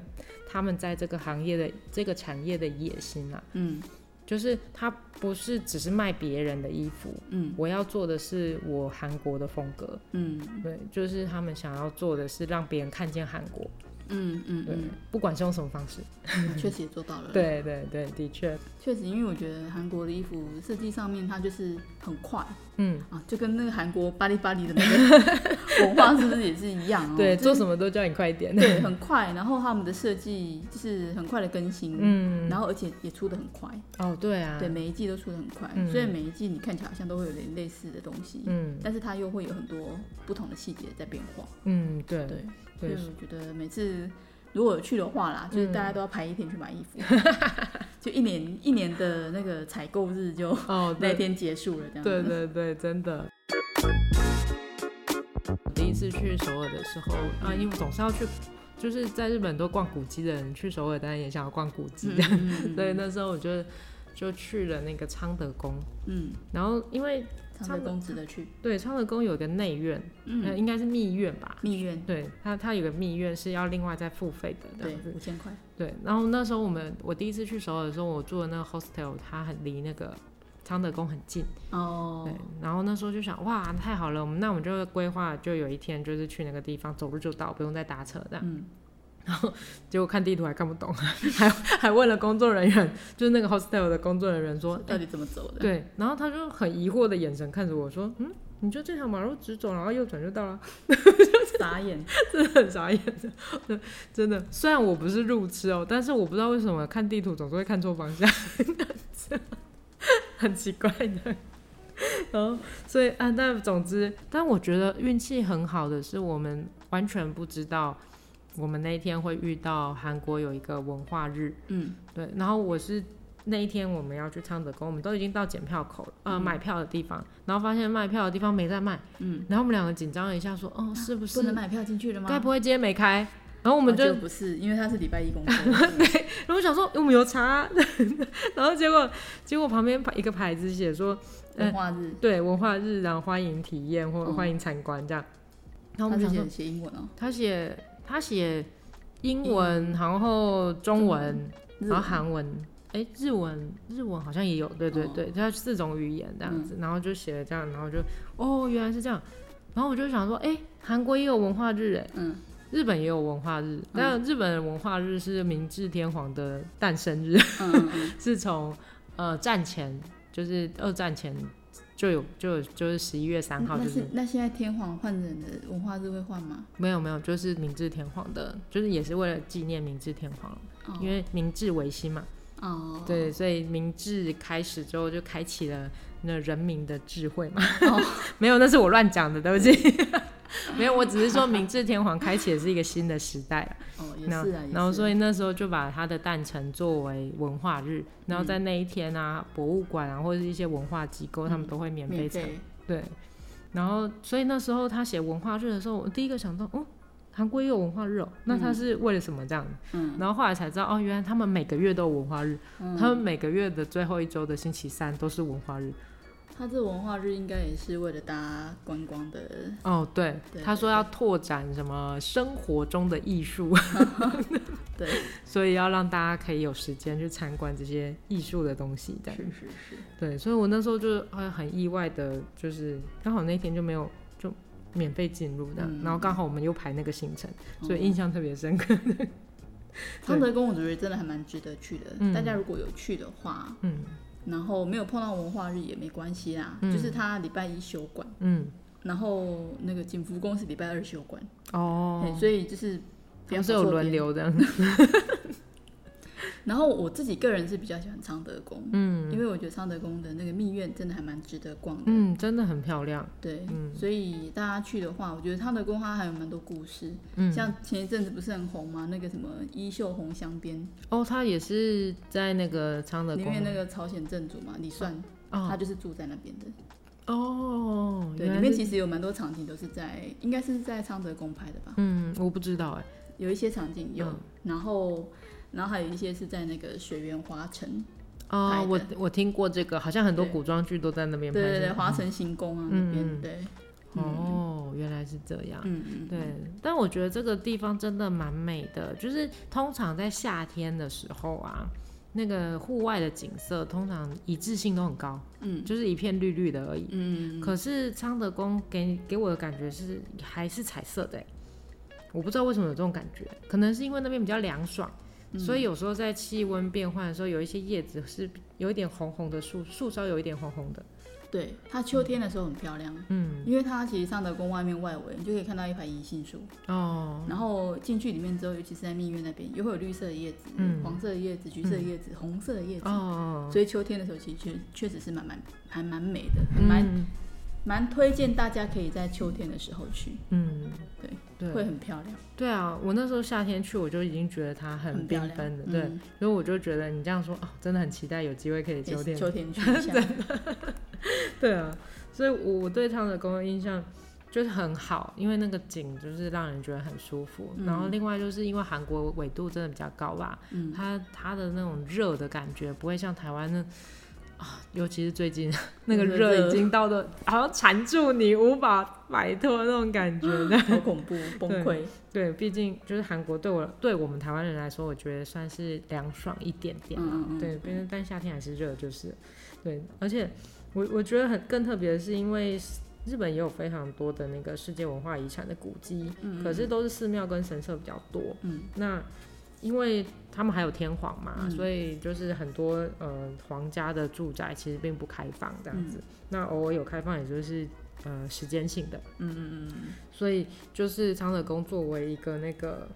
[SPEAKER 2] 他们在这个行业的这个产业的野心啊，
[SPEAKER 1] 嗯
[SPEAKER 2] 就是它不是只是卖别人的衣服，
[SPEAKER 1] 嗯
[SPEAKER 2] 我要做的是我韩国的风格，
[SPEAKER 1] 嗯
[SPEAKER 2] 对，就是他们想要做的是让别人看见韩国，
[SPEAKER 1] 嗯嗯
[SPEAKER 2] 对，
[SPEAKER 1] 嗯
[SPEAKER 2] 不管是用什么方式，
[SPEAKER 1] 嗯，确实也做到了，。
[SPEAKER 2] 对对对，的确，
[SPEAKER 1] 确实，因为我觉得韩国的衣服设计上面，它就是很快
[SPEAKER 2] 嗯，
[SPEAKER 1] 啊，就跟那个韩国巴黎巴黎的那个文化是不是也是一样哦？
[SPEAKER 2] 对，
[SPEAKER 1] 就
[SPEAKER 2] 做
[SPEAKER 1] 是
[SPEAKER 2] 什么都叫你快一点，
[SPEAKER 1] 对很快，然后他们的设计就是很快的更新，
[SPEAKER 2] 嗯，
[SPEAKER 1] 然后而且也出的很快，
[SPEAKER 2] 哦，对啊，
[SPEAKER 1] 对，每一季都出的很快，
[SPEAKER 2] 嗯
[SPEAKER 1] 所以每一季你看起来好像都会有点类似的东西，
[SPEAKER 2] 嗯
[SPEAKER 1] 但是它又会有很多不同的细节在变化，
[SPEAKER 2] 嗯，对
[SPEAKER 1] 对，所以
[SPEAKER 2] 对，
[SPEAKER 1] 我觉得每次。如果有去的话啦，就是大家都要排一天去买衣服，就一年一年的那个采购日就
[SPEAKER 2] 哦，
[SPEAKER 1] 那
[SPEAKER 2] 对
[SPEAKER 1] 一天结束了，这样子
[SPEAKER 2] 对对对，真的。 第一次去首尔的时候，啊，因为总是要去，就是在日本都逛古迹的人，去首尔当然也想要逛古迹。
[SPEAKER 1] 嗯
[SPEAKER 2] 所以那时候我就就去了那个昌德宫，
[SPEAKER 1] 嗯，
[SPEAKER 2] 然后因为
[SPEAKER 1] 长乐宫值得去，
[SPEAKER 2] 对昌德宫有一个内院，呃，
[SPEAKER 1] 嗯，
[SPEAKER 2] 应该是密院吧。
[SPEAKER 1] 蜜苑，
[SPEAKER 2] 对，它它有个密院是要另外再付费的这
[SPEAKER 1] 对
[SPEAKER 2] 样，子。
[SPEAKER 1] 五千块，
[SPEAKER 2] 对，然后那时候我们我第一次去首尔的时候，我住的那个 hostel，它很离那个昌德宫很近。
[SPEAKER 1] 哦
[SPEAKER 2] 对，，然后那时候就想，哇，太好了，我们那我们就规划，就有一天就是去那个地方，走路就到，不用再搭车这样。
[SPEAKER 1] 嗯，
[SPEAKER 2] 结果看地图还看不懂， 还还问了工作人员，就是那个 hostel 的工作人员说，
[SPEAKER 1] 到底怎么走的？
[SPEAKER 2] 对，然后他就很疑惑的眼神看着我说，嗯，你就这条马路直走，然后右转就到了，
[SPEAKER 1] 傻眼，
[SPEAKER 2] 真的很傻眼的，对真的。虽然我不是路痴哦，但是我不知道为什么看地图总是会看错方向，很奇怪的。然后，所以啊，但总之，但我觉得运气很好的是，我们完全不知道我们那一天会遇到韩国有一个文化日，
[SPEAKER 1] 嗯
[SPEAKER 2] 对，然后我是那一天我们要去昌德宫，我们都已经到检票口了，呃，
[SPEAKER 1] 嗯
[SPEAKER 2] 买票的地方，然后发现卖票的地方没在卖，
[SPEAKER 1] 嗯，
[SPEAKER 2] 然后我们两个紧张了一下，说，哦，是不
[SPEAKER 1] 不
[SPEAKER 2] 是
[SPEAKER 1] 能？买票进去了吗？
[SPEAKER 2] 该不会今天没开？然后我
[SPEAKER 1] 我
[SPEAKER 2] 们就，
[SPEAKER 1] 不是，因为他是礼拜一 工作，
[SPEAKER 2] 然后我想说，我们有查啊， 然后结果结果旁边一个牌子写说，
[SPEAKER 1] 文化日，
[SPEAKER 2] 对，文化日，然后欢迎体验或
[SPEAKER 1] 嗯
[SPEAKER 2] 欢迎参观这样。然后
[SPEAKER 1] 他
[SPEAKER 2] 我们
[SPEAKER 1] 是
[SPEAKER 2] 就想说
[SPEAKER 1] 写写英文哦，
[SPEAKER 2] 他写他写英文，然后中文，
[SPEAKER 1] 日
[SPEAKER 2] 然后
[SPEAKER 1] 文
[SPEAKER 2] 韩文，哎，日文日文好像也有，对对
[SPEAKER 1] 哦嗯
[SPEAKER 2] 对，他四种语言这样子，然后就写了这样，然后就哦原来是这样，然后我就想说，哎，韩国也有文化日，哎，
[SPEAKER 1] 嗯，
[SPEAKER 2] 日本也有文化日，但日本的文化日是明治天皇的诞生日，
[SPEAKER 1] 嗯嗯嗯，
[SPEAKER 2] 是从呃战前，就是二战前就有就有就是十一月三号，
[SPEAKER 1] 那
[SPEAKER 2] 就是
[SPEAKER 1] 是那现在天皇换人的文化日会换吗？
[SPEAKER 2] 没有没有，就是明治天皇的，就是也是为了纪念明治天皇，
[SPEAKER 1] 哦
[SPEAKER 2] 因为明治维新嘛，
[SPEAKER 1] 哦，
[SPEAKER 2] 对，所以明治开始之后就开启了那人民的智慧嘛。
[SPEAKER 1] 哦
[SPEAKER 2] 没有，那是我乱讲的，对不起。 没有，我只是说明治天皇开启的是一个新的时代啊，
[SPEAKER 1] 哦也
[SPEAKER 2] 那
[SPEAKER 1] 是啊，也
[SPEAKER 2] 然后
[SPEAKER 1] 是
[SPEAKER 2] 所以那时候就把他的诞辰作为文化日，然后
[SPEAKER 1] 嗯
[SPEAKER 2] 在那一天啊，博物馆啊或者是一些文化机构，他们都会免费
[SPEAKER 1] 嗯免
[SPEAKER 2] 参
[SPEAKER 1] 费，
[SPEAKER 2] 对，然后所以那时候他写文化日的时候，我第一个想到，哦，韩国也有文化日哦，那他是为了什么这样？
[SPEAKER 1] 嗯，
[SPEAKER 2] 然后后来才知道，哦，原来他们每个月都有文化日，
[SPEAKER 1] 嗯
[SPEAKER 2] 他们每个月的最后一周的星期三都是文化日，
[SPEAKER 1] 它这文化日应该也是为了大家观光的，
[SPEAKER 2] 哦，对，
[SPEAKER 1] 对
[SPEAKER 2] 他说要拓展什么生活中的艺术，
[SPEAKER 1] 对，
[SPEAKER 2] 所以要让大家可以有时间去参观这些艺术的东西，这样
[SPEAKER 1] 是是是，
[SPEAKER 2] 对，所以我那时候就是呃很意外的，就是刚好那天就没有就免费进入的，
[SPEAKER 1] 嗯
[SPEAKER 2] 然后刚好我们又排那个行程，所以
[SPEAKER 1] 嗯
[SPEAKER 2] 印象特别深刻。
[SPEAKER 1] 昌德宫我觉得真的还蛮值得去的，
[SPEAKER 2] 嗯
[SPEAKER 1] 大家如果有去的话，
[SPEAKER 2] 嗯
[SPEAKER 1] 然后没有碰到文化日也没关系啦，
[SPEAKER 2] 嗯
[SPEAKER 1] 就是它礼拜一休馆，
[SPEAKER 2] 嗯，
[SPEAKER 1] 然后那个景福宫是礼拜二休馆，
[SPEAKER 2] 哦
[SPEAKER 1] 哎，，所以就是不要
[SPEAKER 2] 是
[SPEAKER 1] 搞
[SPEAKER 2] 有
[SPEAKER 1] 错
[SPEAKER 2] 轮
[SPEAKER 1] 边。
[SPEAKER 2] 流的，
[SPEAKER 1] 然后我自己个人是比较喜欢昌德宫，
[SPEAKER 2] 嗯
[SPEAKER 1] 因为我觉得昌德宫的那个密院真的还蛮值得逛的，
[SPEAKER 2] 嗯，真的很漂亮，
[SPEAKER 1] 对，
[SPEAKER 2] 嗯
[SPEAKER 1] 所以大家去的话，我觉得昌德宫它还有蛮多故事，
[SPEAKER 2] 嗯，
[SPEAKER 1] 像前一阵子不是很红吗？那个什么衣袖红镶边，
[SPEAKER 2] 哦，他也是在那个昌德
[SPEAKER 1] 里
[SPEAKER 2] 宫
[SPEAKER 1] 面那个朝鲜正主嘛，李算，
[SPEAKER 2] 哦
[SPEAKER 1] 他就是住在那边的。
[SPEAKER 2] 哦，
[SPEAKER 1] 对，
[SPEAKER 2] 原
[SPEAKER 1] 里
[SPEAKER 2] 来
[SPEAKER 1] 面
[SPEAKER 2] 是
[SPEAKER 1] 其实有蛮多场景都是在，应该是在昌德宫拍的吧，
[SPEAKER 2] 嗯，我不知道哎，
[SPEAKER 1] 有一些场景有，
[SPEAKER 2] 嗯
[SPEAKER 1] 然后然后还有一些是在那个水源华城，
[SPEAKER 2] 啊，
[SPEAKER 1] 拍
[SPEAKER 2] 我
[SPEAKER 1] 的
[SPEAKER 2] 我听过这个，好像很多
[SPEAKER 1] 对
[SPEAKER 2] 古装剧都在那边
[SPEAKER 1] 对
[SPEAKER 2] 拍
[SPEAKER 1] 对对，
[SPEAKER 2] 摄。
[SPEAKER 1] 华城行宫啊
[SPEAKER 2] 嗯
[SPEAKER 1] 那边，
[SPEAKER 2] 嗯
[SPEAKER 1] 对，
[SPEAKER 2] 哦，原来是这样。
[SPEAKER 1] 嗯嗯，
[SPEAKER 2] 对，但我觉得这个地方真的蛮美的，就是通常在夏天的时候啊，那个户外的景色通常一致性都很高，
[SPEAKER 1] 嗯
[SPEAKER 2] 就是一片绿绿的而已。
[SPEAKER 1] 嗯，
[SPEAKER 2] 可是昌德宫给给我的感觉是还是彩色的欸，我不知道为什么有这种感觉，可能是因为那边比较凉爽，
[SPEAKER 1] 嗯
[SPEAKER 2] 所以有时候在气温变换的时候，有一些叶子是有一点红红的树，树梢有一点红红的，
[SPEAKER 1] 对，它秋天的时候很漂亮，
[SPEAKER 2] 嗯，
[SPEAKER 1] 因为它其实昌德宫外面外围，你就可以看到一排银杏树，
[SPEAKER 2] 哦，
[SPEAKER 1] 然后进去里面之后，尤其是在蜜月那边，又会有绿色的叶子、
[SPEAKER 2] 嗯
[SPEAKER 1] 黄色的叶子、橘色的叶子、红色的叶子，
[SPEAKER 2] 哦，
[SPEAKER 1] 所以秋天的时候其实确确实是蛮蛮还蛮美的，蛮
[SPEAKER 2] 嗯
[SPEAKER 1] 蛮推荐大家可以在秋天的时候去，
[SPEAKER 2] 嗯，
[SPEAKER 1] 对
[SPEAKER 2] 对
[SPEAKER 1] 会很漂亮，
[SPEAKER 2] 对啊，我那时候夏天去，我就已经觉得它很
[SPEAKER 1] 漂
[SPEAKER 2] 缤
[SPEAKER 1] 亮。
[SPEAKER 2] 纷的，对，
[SPEAKER 1] 嗯
[SPEAKER 2] 所以我就觉得你这样说，哦，真的很期待有机会可以
[SPEAKER 1] 也
[SPEAKER 2] 秋
[SPEAKER 1] 是
[SPEAKER 2] 天，
[SPEAKER 1] 秋天去一 下，
[SPEAKER 2] 对啊，所以我我对昌德宫的印象就是很好，因为那个景就是让人觉得很舒服。
[SPEAKER 1] 嗯
[SPEAKER 2] 然后另外就是因为韩国纬度真的比较高吧，
[SPEAKER 1] 嗯，
[SPEAKER 2] 它它的那种热的感觉不会像台湾那。啊，尤其是最近 那个热已经到的，好像缠住你无法摆脱那种感 觉。
[SPEAKER 1] 好恐怖，崩溃。
[SPEAKER 2] 对，毕竟就是韩国对我对我们台湾人来说，我觉得算是凉爽一点点啦。
[SPEAKER 1] 嗯嗯嗯
[SPEAKER 2] 对，但但夏天还是热，就是对。而且我我觉得很更特别的是，因为日本也有非常多的那个世界文化遗产的古迹，
[SPEAKER 1] 嗯
[SPEAKER 2] 可是都是寺庙跟神社比较多。
[SPEAKER 1] 嗯，
[SPEAKER 2] 那因为他们还有天皇嘛，
[SPEAKER 1] 嗯
[SPEAKER 2] 所以就是很多呃皇家的住宅其实并不开放这
[SPEAKER 1] 嗯
[SPEAKER 2] 样子。那偶尔有开放，也就是呃时间性的。
[SPEAKER 1] 嗯嗯嗯
[SPEAKER 2] 所以就是昌德宫作为一个那个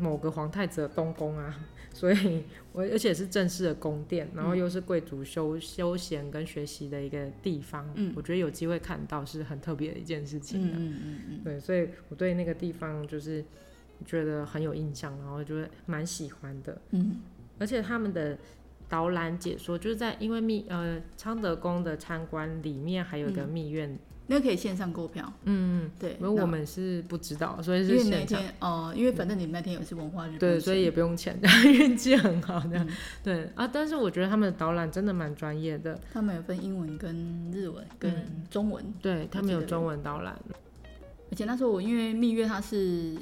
[SPEAKER 2] 某个皇太子的东宫啊， 所以我而且是正式的宫殿，然后
[SPEAKER 1] 嗯
[SPEAKER 2] 又是贵族休休闲跟学习的一个地方，
[SPEAKER 1] 嗯
[SPEAKER 2] 我觉得有机会看到是很特别的一件事情、
[SPEAKER 1] 嗯
[SPEAKER 2] 啊。
[SPEAKER 1] 嗯嗯嗯，
[SPEAKER 2] 对，所以我对那个地方就是觉得很有印象，然后就是蛮喜欢的。
[SPEAKER 1] 嗯，
[SPEAKER 2] 而且他们的导览解说就是在因为密呃昌德宫的参观里面还有一个密院，
[SPEAKER 1] 那可以线上购票，
[SPEAKER 2] 嗯
[SPEAKER 1] 对，
[SPEAKER 2] 因为我
[SPEAKER 1] 那
[SPEAKER 2] 们是不知道，所以
[SPEAKER 1] 因
[SPEAKER 2] 是
[SPEAKER 1] 为那
[SPEAKER 2] 现场。
[SPEAKER 1] 天哦，因为反正你们那天也是文化日，
[SPEAKER 2] 对，所以也不用钱， 运气很好的。
[SPEAKER 1] 嗯
[SPEAKER 2] 对啊，但是我觉得他们的导览真的蛮专业的，
[SPEAKER 1] 他们有分英文跟日文
[SPEAKER 2] 嗯
[SPEAKER 1] 跟中文，
[SPEAKER 2] 对他们有中文导览。
[SPEAKER 1] 而且那时候我因为蜜月它是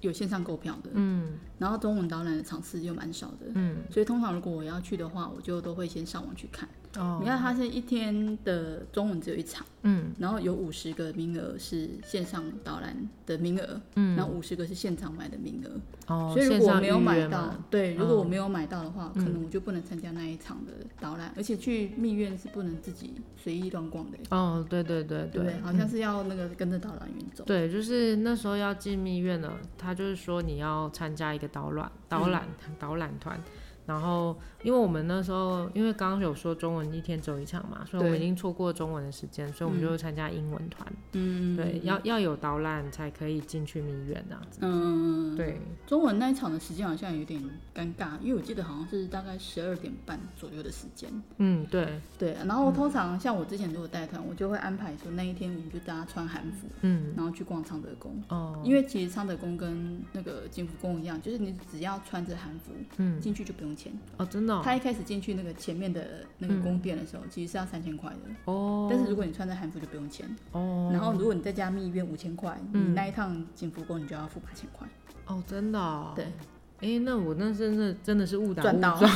[SPEAKER 1] 有线上购票的，
[SPEAKER 2] 嗯
[SPEAKER 1] 然后中文导览的场次又蛮少的，
[SPEAKER 2] 嗯
[SPEAKER 1] 所以通常如果我要去的话，我就都会先上网去看。
[SPEAKER 2] 哦
[SPEAKER 1] 你看它是一天的中文只有一场，
[SPEAKER 2] 嗯
[SPEAKER 1] 然后有五十个名额是线上导览的名额，然后
[SPEAKER 2] 嗯
[SPEAKER 1] 五十个是现场买的名额。
[SPEAKER 2] 哦，
[SPEAKER 1] 所以如
[SPEAKER 2] 线
[SPEAKER 1] 果我
[SPEAKER 2] 上
[SPEAKER 1] 没有
[SPEAKER 2] 预
[SPEAKER 1] 买
[SPEAKER 2] 约
[SPEAKER 1] 到
[SPEAKER 2] 嘛，
[SPEAKER 1] 对，如果我
[SPEAKER 2] 嗯
[SPEAKER 1] 没有买到的话，可能我就不能参加那一场的导览，而且去蜜院是不能自己随意乱逛的，
[SPEAKER 2] 哦，对对对嗯
[SPEAKER 1] 对不对？好像是要那个跟着导览员走。
[SPEAKER 2] 对，就是那时候要进密院了，他就是说你要参加一个导览导
[SPEAKER 1] 嗯
[SPEAKER 2] 览导览团。然后，因为我们那时候，因为刚刚有说中文一天只有一场嘛，所以我们已
[SPEAKER 1] 对
[SPEAKER 2] 经错过中文的时间，所以我们
[SPEAKER 1] 嗯
[SPEAKER 2] 就参加英文团。
[SPEAKER 1] 嗯，
[SPEAKER 2] 对，要要有导览才可以进去密院啊。
[SPEAKER 1] 嗯，
[SPEAKER 2] 对，
[SPEAKER 1] 中文那一场的时间好像有点尴尬，因为我记得好像是大概十二点半左右的时间。
[SPEAKER 2] 嗯，对，
[SPEAKER 1] 对，然
[SPEAKER 2] 嗯
[SPEAKER 1] 后通常像我之前如果带团，我就会安排说那一天我们就大家穿韩服，
[SPEAKER 2] 嗯，
[SPEAKER 1] 然后去逛昌德宫。
[SPEAKER 2] 哦，
[SPEAKER 1] 因为其实昌德宫跟那个景福宫一样，就是你只要穿着韩服，
[SPEAKER 2] 嗯
[SPEAKER 1] 进去就不用钱。
[SPEAKER 2] 哦，真的哦、
[SPEAKER 1] 他一开始进去那个前面的那个宫殿的时候，其实是要三千块的，
[SPEAKER 2] 哦，
[SPEAKER 1] 但是如果你穿着韩服就不用钱。
[SPEAKER 2] 哦，
[SPEAKER 1] 然后如果你再加蜜月五千块，
[SPEAKER 2] 嗯
[SPEAKER 1] 你那一趟景福宫你就要付八千块。
[SPEAKER 2] 哦，真的、哦，
[SPEAKER 1] 对，
[SPEAKER 2] 哎，那我那真的真的是误打
[SPEAKER 1] 赚
[SPEAKER 2] 误
[SPEAKER 1] 到
[SPEAKER 2] 撞，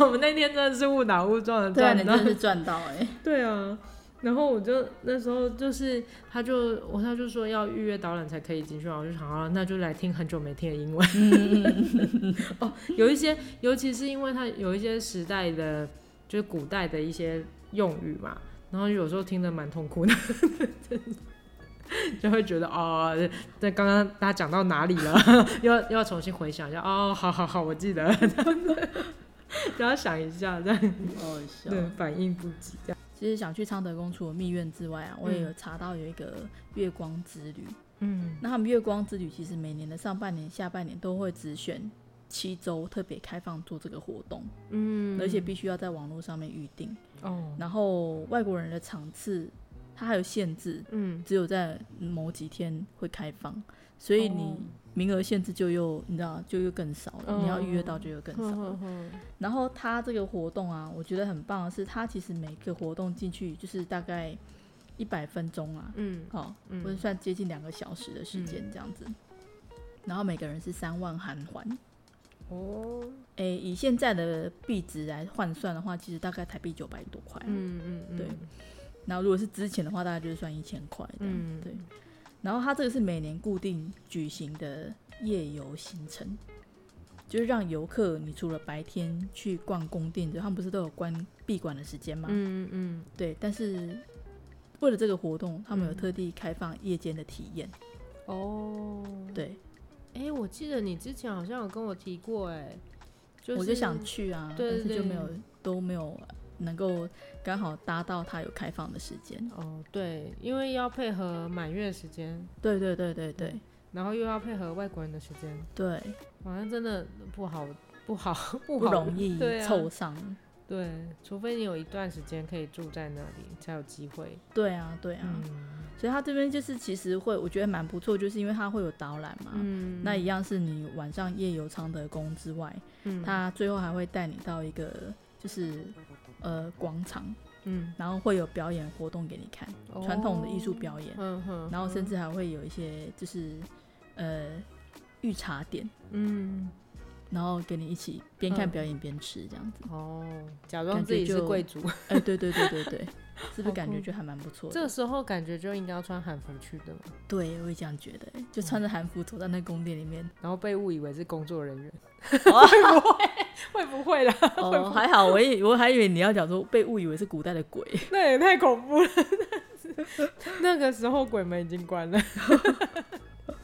[SPEAKER 2] 我们那天真的是误打误撞的
[SPEAKER 1] 对啊，
[SPEAKER 2] 撞
[SPEAKER 1] 你
[SPEAKER 2] 到，
[SPEAKER 1] 真的是赚到哎、
[SPEAKER 2] 对啊。然后我就那时候就是，他就我他就说要预约导览才可以进去嘛，我就想好、啊，那就来听很久没听的英文。 哦，有一些，尤其是因为它有一些时代的，就是古代的一些用语嘛，然后有时候听得蛮痛苦的， 就会觉得哦，在刚刚他讲到哪里了， 要要重新回想一下。哦，好好好，我记得了， 这样子，然后想一下，这样
[SPEAKER 1] 好笑
[SPEAKER 2] 对反应不及。
[SPEAKER 1] 其实想去昌德公除了蜜月之外啊，我也有查到有一个月光之旅。
[SPEAKER 2] 嗯，
[SPEAKER 1] 那他们月光之旅其实每年的上半年、下半年都会只选七周特别开放做这个活动，
[SPEAKER 2] 嗯
[SPEAKER 1] 而且必须要在网络上面预定。
[SPEAKER 2] 哦，
[SPEAKER 1] 然后外国人的场次它还有限制，
[SPEAKER 2] 嗯，
[SPEAKER 1] 只有在某几天会开放，所以你
[SPEAKER 2] 哦
[SPEAKER 1] 名额限制就又你知道就又更少了，
[SPEAKER 2] 嗯
[SPEAKER 1] 你要预约到就又更少了。
[SPEAKER 2] 嗯
[SPEAKER 1] 然后它这个活动啊，我觉得很棒的是，它其实每个活动进去就是大概一百分钟啊，
[SPEAKER 2] 嗯
[SPEAKER 1] 哦，
[SPEAKER 2] 嗯
[SPEAKER 1] 或者算接近两个小时的时间这样子。然后每个人是三万韩环，
[SPEAKER 2] 哦，
[SPEAKER 1] 诶，以现在的币值来换算的话，其实大概台币九百多块。
[SPEAKER 2] 嗯嗯嗯，
[SPEAKER 1] 对然后如果是之前的话，大概就是算一千块这样。
[SPEAKER 2] 嗯
[SPEAKER 1] 对。然后它这个是每年固定举行的夜游行程，就是让游客你除了白天去逛宫殿之外，他们不是都有关闭馆的时间吗？
[SPEAKER 2] 嗯嗯
[SPEAKER 1] 对，但是为了这个活动，他们有特地开放夜间的体验。
[SPEAKER 2] 哦，
[SPEAKER 1] 对，
[SPEAKER 2] 哎、我记得你之前好像有跟我提过、哎，就是
[SPEAKER 1] 我就想去啊，
[SPEAKER 2] 对对
[SPEAKER 1] 但是就
[SPEAKER 2] 对
[SPEAKER 1] 没有都没有能够刚好搭到它有开放的时间。
[SPEAKER 2] 哦，对，因为要配合满月时间，
[SPEAKER 1] 对对对对对
[SPEAKER 2] 然后又要配合外国人的时间，
[SPEAKER 1] 对，
[SPEAKER 2] 好像真的不好，不好，不
[SPEAKER 1] 不
[SPEAKER 2] 好
[SPEAKER 1] 容易
[SPEAKER 2] 对啊
[SPEAKER 1] 凑上。
[SPEAKER 2] 对，除非你有一段时间可以住在那里，才有机会。
[SPEAKER 1] 对啊，对啊，
[SPEAKER 2] 嗯
[SPEAKER 1] 所以它这边就是其实会，我觉得蛮不错，就是因为它会有导览嘛。
[SPEAKER 2] 嗯
[SPEAKER 1] 那一样是你晚上夜游昌德宫之外，
[SPEAKER 2] 嗯
[SPEAKER 1] 它最后还会带你到一个就是呃广场，
[SPEAKER 2] 嗯
[SPEAKER 1] 然后会有表演活动给你看，传统的艺术表演，
[SPEAKER 2] 哦嗯哼，
[SPEAKER 1] 然后甚至还会有一些就是呃御茶点，
[SPEAKER 2] 嗯
[SPEAKER 1] 然后给你一起边看
[SPEAKER 2] 嗯
[SPEAKER 1] 表演边吃这样子。
[SPEAKER 2] 哦，假
[SPEAKER 1] 感
[SPEAKER 2] 装自
[SPEAKER 1] 觉
[SPEAKER 2] 己是
[SPEAKER 1] 就
[SPEAKER 2] 贵族，
[SPEAKER 1] 哎、对对对对 对，是不是
[SPEAKER 2] 好
[SPEAKER 1] 感
[SPEAKER 2] 酷
[SPEAKER 1] 觉就还蛮不错
[SPEAKER 2] 这
[SPEAKER 1] 的？
[SPEAKER 2] 个时候感觉就应该要穿韩服去的嘛，
[SPEAKER 1] 对，我也这样觉得、欸就穿着
[SPEAKER 2] 嗯
[SPEAKER 1] 韩服走到那宫殿里面，
[SPEAKER 2] 然后被误以为是工作人员，
[SPEAKER 1] 哦
[SPEAKER 2] 会不会啦？
[SPEAKER 1] 哦，还好，我以我还以为你要讲说被误以为是古代的 鬼，
[SPEAKER 2] 那也太恐怖了。 那个时候鬼门已经关了，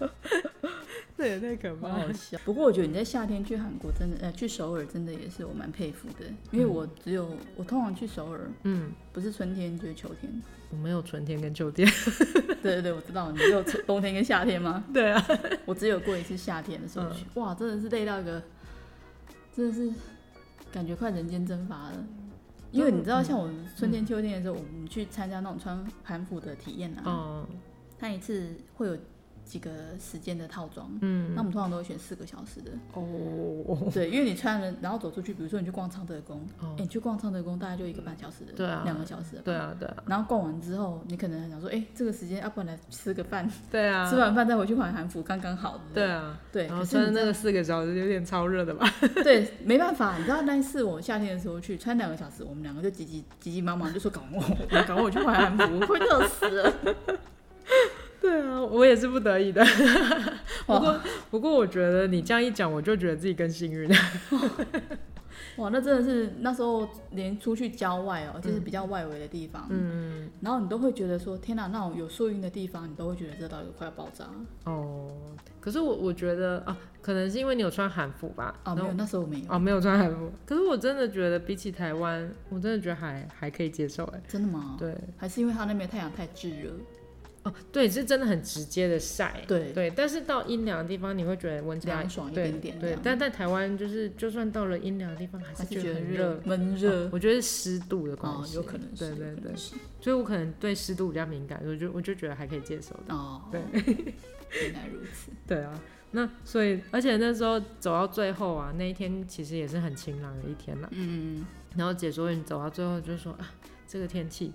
[SPEAKER 2] 那也太可怕
[SPEAKER 1] 蛮
[SPEAKER 2] 了
[SPEAKER 1] 好。笑。不过我觉得你在夏天去韩国真的，呃，去首尔真的也是我蛮佩服的，因为我只有我通常去首尔，
[SPEAKER 2] 嗯，
[SPEAKER 1] 不是春天就是秋天。
[SPEAKER 2] 我没有春天跟秋天。
[SPEAKER 1] 对对对，我知道你只有春冬天跟夏天吗？
[SPEAKER 2] 对啊，
[SPEAKER 1] 我只有过一次夏天的时候去，
[SPEAKER 2] 嗯
[SPEAKER 1] 哇，真的是累到一个，真的是感觉快人间蒸发了。因为你
[SPEAKER 2] 嗯
[SPEAKER 1] 知道，像我春天、秋天的时候，我们去参加那种穿韩服的体验啊，
[SPEAKER 2] 哦，
[SPEAKER 1] 它一次会有几个时间的套装，
[SPEAKER 2] 嗯，
[SPEAKER 1] 那我们通常都会选四个小时的，
[SPEAKER 2] 哦，
[SPEAKER 1] 对，因为你穿了，然后走出去，比如说你去逛昌德宫，哎、
[SPEAKER 2] 哦
[SPEAKER 1] 你去逛昌德宫大概就一个半小时的，
[SPEAKER 2] 对啊
[SPEAKER 1] 两个小时的，
[SPEAKER 2] 对。啊，对啊，
[SPEAKER 1] 然后逛完之后，你可能很想说，哎、这个时间要、不然来吃个饭，
[SPEAKER 2] 对啊，
[SPEAKER 1] 吃完饭再回去换韩服，刚刚好。
[SPEAKER 2] 对啊。
[SPEAKER 1] 对，
[SPEAKER 2] 然后
[SPEAKER 1] 可
[SPEAKER 2] 穿
[SPEAKER 1] 是
[SPEAKER 2] 那个四个小时有点超热的吧？
[SPEAKER 1] 你 对，没办法，你知道那一次我夏天的时候去，穿两个小时，我们两个就急急急急忙忙就说赶我， 赶我去换韩服，快热死了。
[SPEAKER 2] 对啊，我也是不得已的。 不
[SPEAKER 1] 哇
[SPEAKER 2] 过，不过我觉得你这样一讲，我就觉得自己更幸运。
[SPEAKER 1] 哇，那真的是那时候连出去郊外哦、就是比较外围的地方，
[SPEAKER 2] 嗯，
[SPEAKER 1] 然后你都会觉得说，天哪，那种有树荫的地方，你都会觉得热到一个快要爆炸
[SPEAKER 2] 哦，可是我我觉得啊，可能是因为你有穿韩服吧？
[SPEAKER 1] 啊！没有，那时候没有，
[SPEAKER 2] 哦哦，没有穿韩服。可是我真的觉得比起台湾，我真的觉得还还可以接受哎。
[SPEAKER 1] 真的吗？
[SPEAKER 2] 对，
[SPEAKER 1] 还是因为它那边太阳太炙热，
[SPEAKER 2] 哦，对，是真的很直接的晒。
[SPEAKER 1] 对
[SPEAKER 2] 对，但是到阴凉的地方，你会觉得温差
[SPEAKER 1] 凉爽一
[SPEAKER 2] 对
[SPEAKER 1] 点点这
[SPEAKER 2] 对
[SPEAKER 1] 样，
[SPEAKER 2] 但在台湾就是，就算到了阴凉的地方，还
[SPEAKER 1] 还
[SPEAKER 2] 是
[SPEAKER 1] 是
[SPEAKER 2] 觉
[SPEAKER 1] 觉得
[SPEAKER 2] 很热。
[SPEAKER 1] 闷热
[SPEAKER 2] 哦。我觉得是湿度的关
[SPEAKER 1] 哦，
[SPEAKER 2] 系，
[SPEAKER 1] 有可能是，
[SPEAKER 2] 对对
[SPEAKER 1] 有可
[SPEAKER 2] 对
[SPEAKER 1] 能，是
[SPEAKER 2] 所以我可能对湿度比较敏感，我就我就觉得还可以接受的。
[SPEAKER 1] 哦，
[SPEAKER 2] 对
[SPEAKER 1] 原来如此。
[SPEAKER 2] 对啊，那所以，而且那时候走到最后啊，那一天其实也是很晴朗的一天啦。
[SPEAKER 1] 嗯，
[SPEAKER 2] 然后解说员走到最后就说啊，这个天气，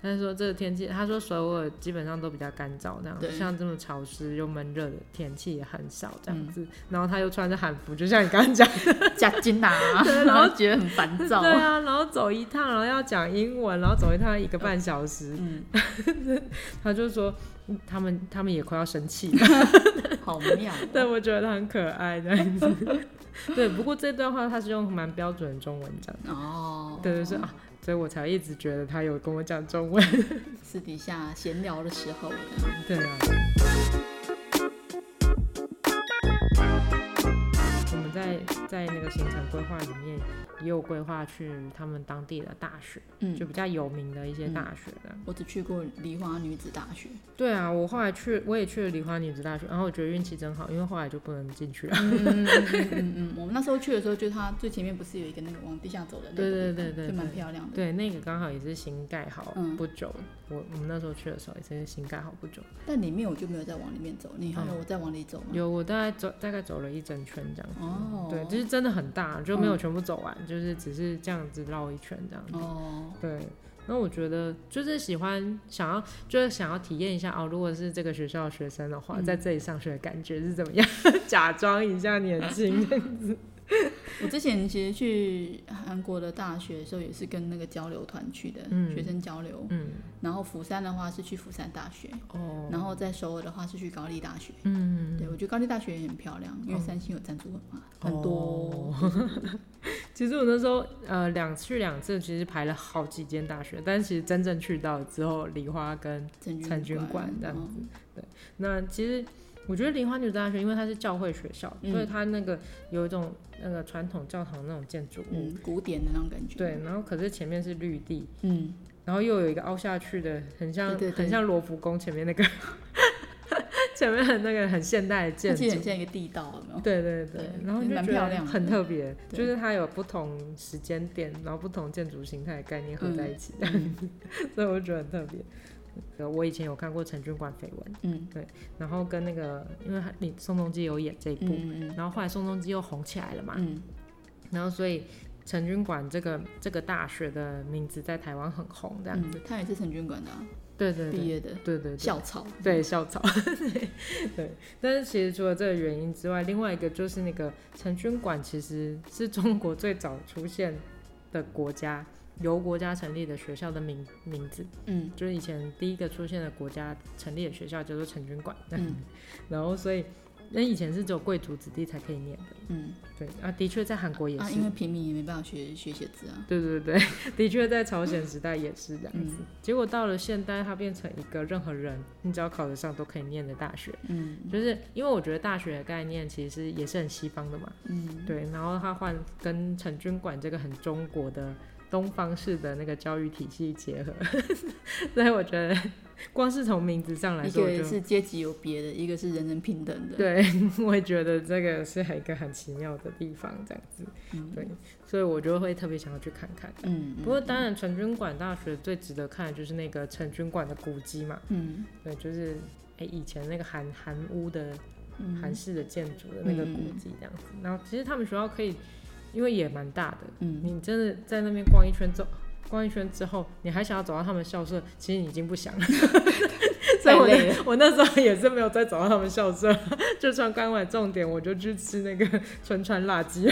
[SPEAKER 2] 他说这个天气，他说首尔基本上都比较干燥，这
[SPEAKER 1] 对
[SPEAKER 2] 样像这么潮湿又闷热的天气也很少这样
[SPEAKER 1] 嗯
[SPEAKER 2] 子。然后他又穿着韩服，就像你刚刚讲，
[SPEAKER 1] 加金呐，
[SPEAKER 2] 对
[SPEAKER 1] 然
[SPEAKER 2] 然
[SPEAKER 1] 后
[SPEAKER 2] 后
[SPEAKER 1] 觉得很烦躁
[SPEAKER 2] 对。啊，然后走一趟，然后要讲英文，然后走一趟一个半小时，
[SPEAKER 1] 嗯，
[SPEAKER 2] 他就说嗯他们他们也快要生气了。
[SPEAKER 1] 好妙 哦。
[SPEAKER 2] 对，我觉得他很可爱这样子。 对，不过这段话他是用蛮标准的中文讲的，
[SPEAKER 1] 哦，
[SPEAKER 2] 对对是啊，所以我才一直觉得他有跟我讲中文。
[SPEAKER 1] 私底下闲聊的时候，
[SPEAKER 2] 对啊。我们在在那个行程规划里面，也有规划去他们当地的大学，就
[SPEAKER 1] 嗯，
[SPEAKER 2] 比较有名的一些大学的。
[SPEAKER 1] 我只去过梨花女子大学，
[SPEAKER 2] 对啊，我后来去，我也去了梨花女子大学，然后我觉得运气真好，因为后来就不能进去了。
[SPEAKER 1] 嗯嗯嗯嗯嗯，我们那时候去的时候，就它最前面不是有一个那个往地下走的那个地方，
[SPEAKER 2] 对对对对对
[SPEAKER 1] 就蛮漂亮的。
[SPEAKER 2] 对，那个刚好也是新盖好
[SPEAKER 1] 嗯
[SPEAKER 2] 不久，我我们那时候去的时候也是新盖好不久。
[SPEAKER 1] 但里面我就没有再往里面走，你还有我再往里走吗？
[SPEAKER 2] 嗯有我大概走大概走了一整圈这样子。
[SPEAKER 1] 哦，嗯
[SPEAKER 2] 对，就是真的很大，就没有全部走完，就是只是这样子绕一圈这样子。
[SPEAKER 1] 哦，
[SPEAKER 2] 对，那我觉得就是喜欢想要就是想要体验一下哦，如果是这个学校的学生的话，
[SPEAKER 1] 嗯
[SPEAKER 2] 在这里上学的感觉是怎么样？ 假装一下年 轻。
[SPEAKER 1] 我之前其实去韩国的大学的时候，也是跟那个交流团去的，
[SPEAKER 2] 嗯
[SPEAKER 1] 学生交流。
[SPEAKER 2] 嗯，
[SPEAKER 1] 然后釜山的话是去釜山大学，
[SPEAKER 2] 哦，
[SPEAKER 1] 然后在首尔的话是去高丽大学。
[SPEAKER 2] 嗯，
[SPEAKER 1] 对，我觉得高丽大学也很漂亮，因为三星有赞助文化，很多
[SPEAKER 2] 哦。其实我那时候呃两去两次，其实排了好几间大学，但其实真正去到之后，梨花跟
[SPEAKER 1] 参
[SPEAKER 2] 参军馆这样
[SPEAKER 1] 子。
[SPEAKER 2] 子。对，那其实我觉得梨花女子大学，因为它是教会学校，
[SPEAKER 1] 嗯
[SPEAKER 2] 所以它那个有一种那个传统教堂那种建筑物。
[SPEAKER 1] 嗯，古典的那种感觉。
[SPEAKER 2] 对，，然后可是前面是绿地，
[SPEAKER 1] 嗯，
[SPEAKER 2] 然后又有一个凹下去的，很像
[SPEAKER 1] 对对对
[SPEAKER 2] 很像罗浮宫前面那个， 前面很那个很现代的
[SPEAKER 1] 它
[SPEAKER 2] 建
[SPEAKER 1] 其实很
[SPEAKER 2] 筑。嗯
[SPEAKER 1] 像一个地道，有没有？
[SPEAKER 2] 对对
[SPEAKER 1] 对
[SPEAKER 2] 对，然后就
[SPEAKER 1] 蛮
[SPEAKER 2] 觉
[SPEAKER 1] 漂
[SPEAKER 2] 得
[SPEAKER 1] 亮的
[SPEAKER 2] 很特别，
[SPEAKER 1] 对
[SPEAKER 2] 就是它有不同时间点，然后不同建筑形态的概念合
[SPEAKER 1] 嗯
[SPEAKER 2] 在一起， 所以我觉得很特别。呃我以前有看过陈军馆绯闻，
[SPEAKER 1] 嗯
[SPEAKER 2] 然后跟那个，因为他你宋仲基有演这一部，
[SPEAKER 1] 嗯嗯
[SPEAKER 2] 然后后来宋仲基又红起来了嘛，
[SPEAKER 1] 嗯
[SPEAKER 2] 然后所以陈军馆这个这个大学的名字在台湾很红，这样，
[SPEAKER 1] 嗯，他也是陈军馆的啊
[SPEAKER 2] 对对
[SPEAKER 1] 毕
[SPEAKER 2] 对
[SPEAKER 1] 业的
[SPEAKER 2] 对对对。
[SPEAKER 1] 校草。啊
[SPEAKER 2] 对校草， 对对，但是其实除了这个原因之外，另外一个就是那个陈军馆其实是中国最早出现的国家由国家成立的学校的名名字，
[SPEAKER 1] 嗯
[SPEAKER 2] 就是以前第一个出现的国家成立的学校叫做陈军馆，
[SPEAKER 1] 嗯
[SPEAKER 2] 然后所以那以前是只有贵族子弟才可以念的，
[SPEAKER 1] 嗯，
[SPEAKER 2] 对啊，的确在韩国也
[SPEAKER 1] 啊，
[SPEAKER 2] 是，
[SPEAKER 1] 因为平民也没办法学学写字啊。
[SPEAKER 2] 对对 对，的确在朝鲜时代也是这样子。
[SPEAKER 1] 嗯
[SPEAKER 2] 结果到了现代，它变成一个任何人你只要考得上都可以念的大学，
[SPEAKER 1] 嗯
[SPEAKER 2] 就是因为我觉得大学的概念其实也是很西方的嘛，
[SPEAKER 1] 嗯，
[SPEAKER 2] 对，然后它换跟陈军馆这个很中国的。东方式的那个教育体系结合， 所以我觉得光是从名字上来
[SPEAKER 1] 一
[SPEAKER 2] 说，我就。
[SPEAKER 1] 个是阶级有别的，一个是人人平等的。，
[SPEAKER 2] 对， 我也觉得这个是一个很奇妙的地方，这样子，
[SPEAKER 1] 嗯
[SPEAKER 2] 对，所以我就会特别想要去看看。
[SPEAKER 1] 嗯，
[SPEAKER 2] 不过，当然，陈军馆大学最值得看的就是那个陈军馆的古迹嘛，
[SPEAKER 1] 嗯
[SPEAKER 2] 对，就是哎、以前那个韩韩屋的
[SPEAKER 1] 嗯
[SPEAKER 2] 韩式的建筑的那个古迹这样子。然后，其实他们学校可以，因为也蛮大的，
[SPEAKER 1] 嗯，
[SPEAKER 2] 你真的在那边逛一圈走，逛一圈之后，你还想要走到他们校舍，其实你已经不想 了。所以我
[SPEAKER 1] 太累
[SPEAKER 2] 那我那时候也是没有再走到他们校舍， 就算刚完重点，我就去吃那个 春川辣鸡。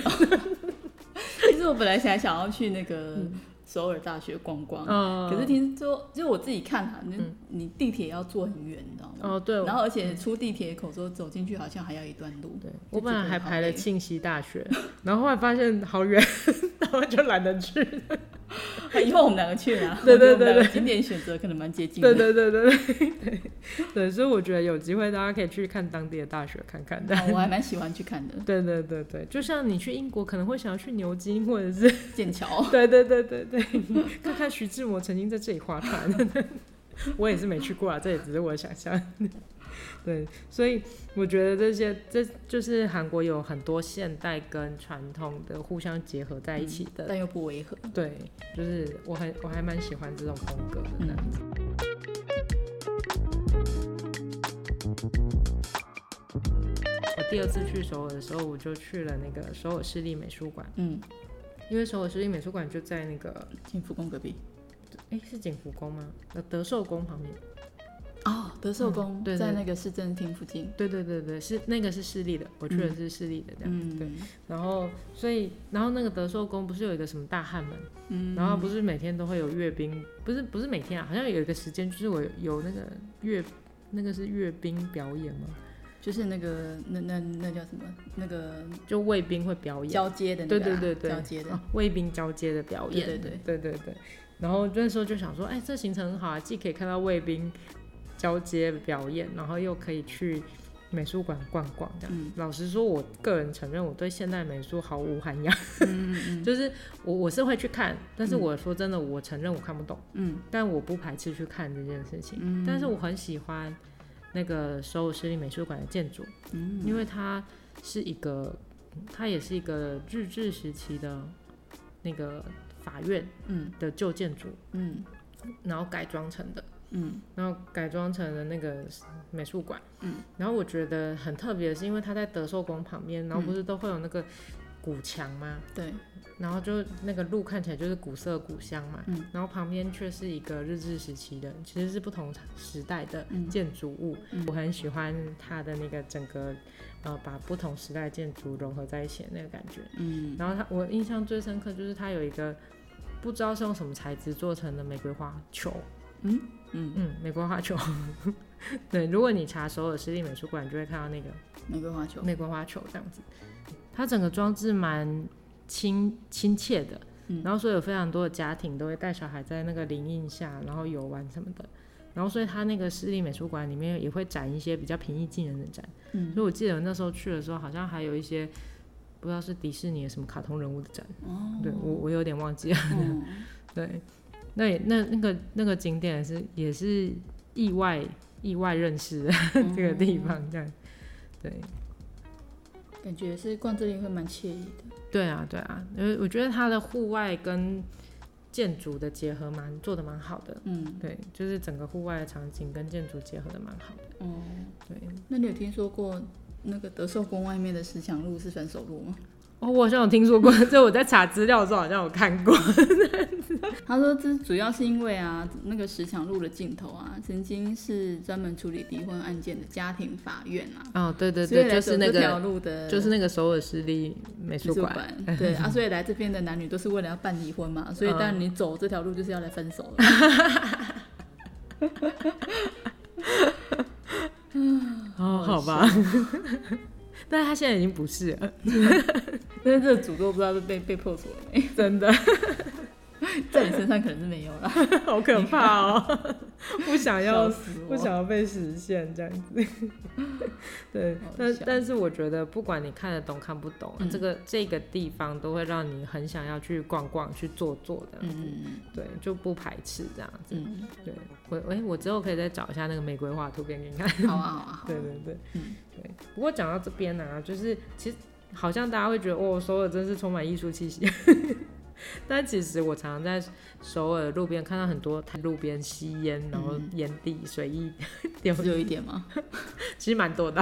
[SPEAKER 1] 其实我本来想想要去那个首尔大学逛逛，
[SPEAKER 2] 嗯
[SPEAKER 1] 哦可是听说，就我自己看啊，那
[SPEAKER 2] 嗯
[SPEAKER 1] 你地铁要坐很远，你知道吗？
[SPEAKER 2] 哦，对，
[SPEAKER 1] 然后而且出地铁口之后走进去，好像还要一段路。
[SPEAKER 2] 对
[SPEAKER 1] 就
[SPEAKER 2] 我本来
[SPEAKER 1] 觉得
[SPEAKER 2] 还
[SPEAKER 1] 好
[SPEAKER 2] 排了
[SPEAKER 1] 累
[SPEAKER 2] 庆熙大学，然后后来发现好远， 然后就懒得去。
[SPEAKER 1] 以后我们两个去啊，
[SPEAKER 2] 嗯 对对
[SPEAKER 1] 我觉得我们
[SPEAKER 2] 对
[SPEAKER 1] 两个景点选择可能蛮接近的。
[SPEAKER 2] 对对对对对对对，所以我觉得有机会大家可以去看当地的大学看看的。
[SPEAKER 1] 啊我还蛮喜欢去看的，
[SPEAKER 2] 对对对对，就像你去英国可能会想要去牛津或者是
[SPEAKER 1] 剑桥。
[SPEAKER 2] 对对对对对，看看徐志摩曾经在这里划船， 我也是没去过啊，这也只是我的想象。 对，所以我觉得这些，这就是韩国有很多现代跟传统的互相结合在一起的。
[SPEAKER 1] 但又不违和。
[SPEAKER 2] 对，就是我很我还蛮喜欢这种风格的
[SPEAKER 1] 嗯
[SPEAKER 2] 那样子。我第二次去首尔的时候，我就去了那个首尔市立美术馆，
[SPEAKER 1] 嗯，
[SPEAKER 2] 因为首尔市立美术馆就在那个
[SPEAKER 1] 进福宫隔壁。
[SPEAKER 2] 哎是景福宫吗？呃德寿宫旁边。
[SPEAKER 1] 哦，德寿宫、
[SPEAKER 2] 对对
[SPEAKER 1] 在那个市政厅附近。
[SPEAKER 2] 对对对对，是那个是市立的，我去的是市立的这样。
[SPEAKER 1] 嗯，
[SPEAKER 2] 对，然后所以然后那个德寿宫不是有一个什么大汉门，
[SPEAKER 1] 嗯，
[SPEAKER 2] 然后不是每天都会有阅兵，不是不是每天啊，好像有一个时间就是我有有那个阅那个是阅兵表演吗？
[SPEAKER 1] 就是那个那那那叫什么？那个
[SPEAKER 2] 就卫兵会表演，
[SPEAKER 1] 交接的那个、
[SPEAKER 2] 对
[SPEAKER 1] 啊，
[SPEAKER 2] 对对对，
[SPEAKER 1] 交接的
[SPEAKER 2] 啊，卫兵交接的表演，
[SPEAKER 1] 对对
[SPEAKER 2] 对对对然后那时候就想说，哎，这行程很好啊，既可以看到卫兵交接表演，然后又可以去美术馆逛逛这样。
[SPEAKER 1] 嗯
[SPEAKER 2] 老实说，我个人承认我对现代美术毫无涵养，
[SPEAKER 1] 嗯嗯
[SPEAKER 2] 就是我我是会去看，但是
[SPEAKER 1] 嗯
[SPEAKER 2] 我说真的，我承认我看不懂，
[SPEAKER 1] 嗯
[SPEAKER 2] 但我不排斥去看这件事情。
[SPEAKER 1] 嗯
[SPEAKER 2] 但是我很喜欢那个首尔市立美术馆的建筑，
[SPEAKER 1] 嗯
[SPEAKER 2] 因为它是一个，它也是一个日治时期的那个法院
[SPEAKER 1] 嗯
[SPEAKER 2] 的旧建筑，
[SPEAKER 1] 嗯
[SPEAKER 2] 然后改装成的，
[SPEAKER 1] 嗯
[SPEAKER 2] 然后改装成了那个美术馆。
[SPEAKER 1] 嗯，
[SPEAKER 2] 然后我觉得很特别的是，因为它在德寿宫旁边，然后不是都会有那个古墙吗？
[SPEAKER 1] 对，
[SPEAKER 2] 然后就那个路看起来就是古色古香嘛，
[SPEAKER 1] 嗯
[SPEAKER 2] 然后旁边却是一个日治时期的，其实是不同时代的
[SPEAKER 1] 嗯
[SPEAKER 2] 建筑物。
[SPEAKER 1] 嗯
[SPEAKER 2] 我很喜欢它的那个整个，呃，把不同时代建筑融合在一起的那个感觉。
[SPEAKER 1] 嗯
[SPEAKER 2] 然后它，我印象最深刻就是它有一个不知道是用什么材质做成的玫瑰花球，
[SPEAKER 1] 嗯，
[SPEAKER 2] 嗯，玫瑰花球。 对，如果你查首尔市立美术馆，你就会看到那个
[SPEAKER 1] 玫瑰花球，
[SPEAKER 2] 玫瑰花球这样子。它整个装置蛮亲亲切的，
[SPEAKER 1] 嗯
[SPEAKER 2] 然后所以有非常多的家庭都会带小孩在那个林荫下，然后游玩什么的。然后所以它那个市立美术馆里面也会展一些比较平易近人的展。
[SPEAKER 1] 嗯
[SPEAKER 2] 所以我记得我那时候去的时候，好像还有一些不知道是迪士尼的什么卡通人物的展，
[SPEAKER 1] 哦，
[SPEAKER 2] 对我我有点忘记了。
[SPEAKER 1] 嗯
[SPEAKER 2] 对，那也那那个那个景点是也是意外意外认识的
[SPEAKER 1] 哦
[SPEAKER 2] 这个地方，这样。对，
[SPEAKER 1] 感觉是逛这里会蛮惬意的。
[SPEAKER 2] 对啊，对啊，因为我觉得它的户外跟建筑的结合蛮做的蛮好的，
[SPEAKER 1] 嗯
[SPEAKER 2] 对，就是整个户外的场景跟建筑结合的蛮好的，
[SPEAKER 1] 哦，
[SPEAKER 2] 对。
[SPEAKER 1] 那你有听说过那个德寿宫外面的石墙路是分手路吗？
[SPEAKER 2] 哦，我好像有听说过， 这我在查资料的时候好像有看过。
[SPEAKER 1] 他说，这主要是因为啊，那个石墙路的尽头啊，曾经是专门处理离婚案件的家庭法院啊，
[SPEAKER 2] 哦，对对
[SPEAKER 1] 所以
[SPEAKER 2] 对，
[SPEAKER 1] 来
[SPEAKER 2] 就
[SPEAKER 1] 走
[SPEAKER 2] 是那
[SPEAKER 1] 这条
[SPEAKER 2] 个
[SPEAKER 1] 路的，
[SPEAKER 2] 就是那个首尔市立美术
[SPEAKER 1] 美术
[SPEAKER 2] 馆，
[SPEAKER 1] 馆，对 啊，所以来这边的男女都是为了要办离婚嘛，所以当
[SPEAKER 2] 嗯
[SPEAKER 1] 然你走这条路就是要来分手了。
[SPEAKER 2] 哦，好吧。但是他 现在已经不是 了，
[SPEAKER 1] 但是这个诅咒不知道是被被破除了没，
[SPEAKER 2] 真的。
[SPEAKER 1] 在你身上可能是没有了，
[SPEAKER 2] 好可怕哦！ 不想
[SPEAKER 1] 笑，
[SPEAKER 2] 要
[SPEAKER 1] 死
[SPEAKER 2] 不
[SPEAKER 1] 我。
[SPEAKER 2] 想要被实现这样子。 对
[SPEAKER 1] 好，
[SPEAKER 2] 但
[SPEAKER 1] 笑
[SPEAKER 2] 但是我觉得，不管你看得懂看不懂啊，
[SPEAKER 1] 嗯
[SPEAKER 2] 这个这个地方都会让你很想要去逛逛、去坐坐的。
[SPEAKER 1] 嗯
[SPEAKER 2] 对，就不排斥这样子。
[SPEAKER 1] 嗯
[SPEAKER 2] 对我，哎、我之后可以再找一下那个玫瑰画图片给你看。
[SPEAKER 1] 嗯，好啊好啊好
[SPEAKER 2] 对
[SPEAKER 1] 啊，
[SPEAKER 2] 对对，
[SPEAKER 1] 嗯
[SPEAKER 2] 对。不过讲到这边呢、啊，就是其实好像大家会觉得，哦，首尔真是充满艺术气息。 但其实我常常在首尔路边看到很多摊路边吸烟，然后
[SPEAKER 1] 嗯
[SPEAKER 2] 烟蒂随意丢，
[SPEAKER 1] 只有一点 吗？
[SPEAKER 2] 其实蛮多的。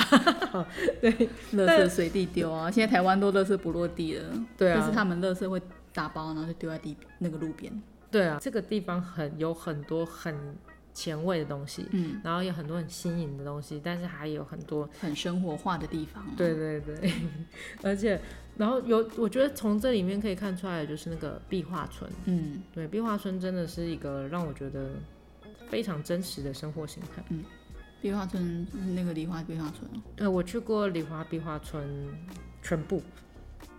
[SPEAKER 1] 垃圾随地丢啊！ 现在台湾都垃圾不落地了，
[SPEAKER 2] 对啊
[SPEAKER 1] 但是他们垃圾会打包，然后就丢在地那个路边。
[SPEAKER 2] 对啊，这个地方很有很多很前卫的东西，
[SPEAKER 1] 嗯，
[SPEAKER 2] 然后有很多很新颖的东西，但是还有很多
[SPEAKER 1] 很生活化的地方。啊
[SPEAKER 2] 对对对， 而且然后有我觉得从这里面可以看出来，的就是那个壁画村。
[SPEAKER 1] 嗯，
[SPEAKER 2] 对，壁画村真的是一个让我觉得非常真实的生活形态。
[SPEAKER 1] 壁画村就是那个梨花壁画村哦。
[SPEAKER 2] 呃，我去过梨花壁画村全部，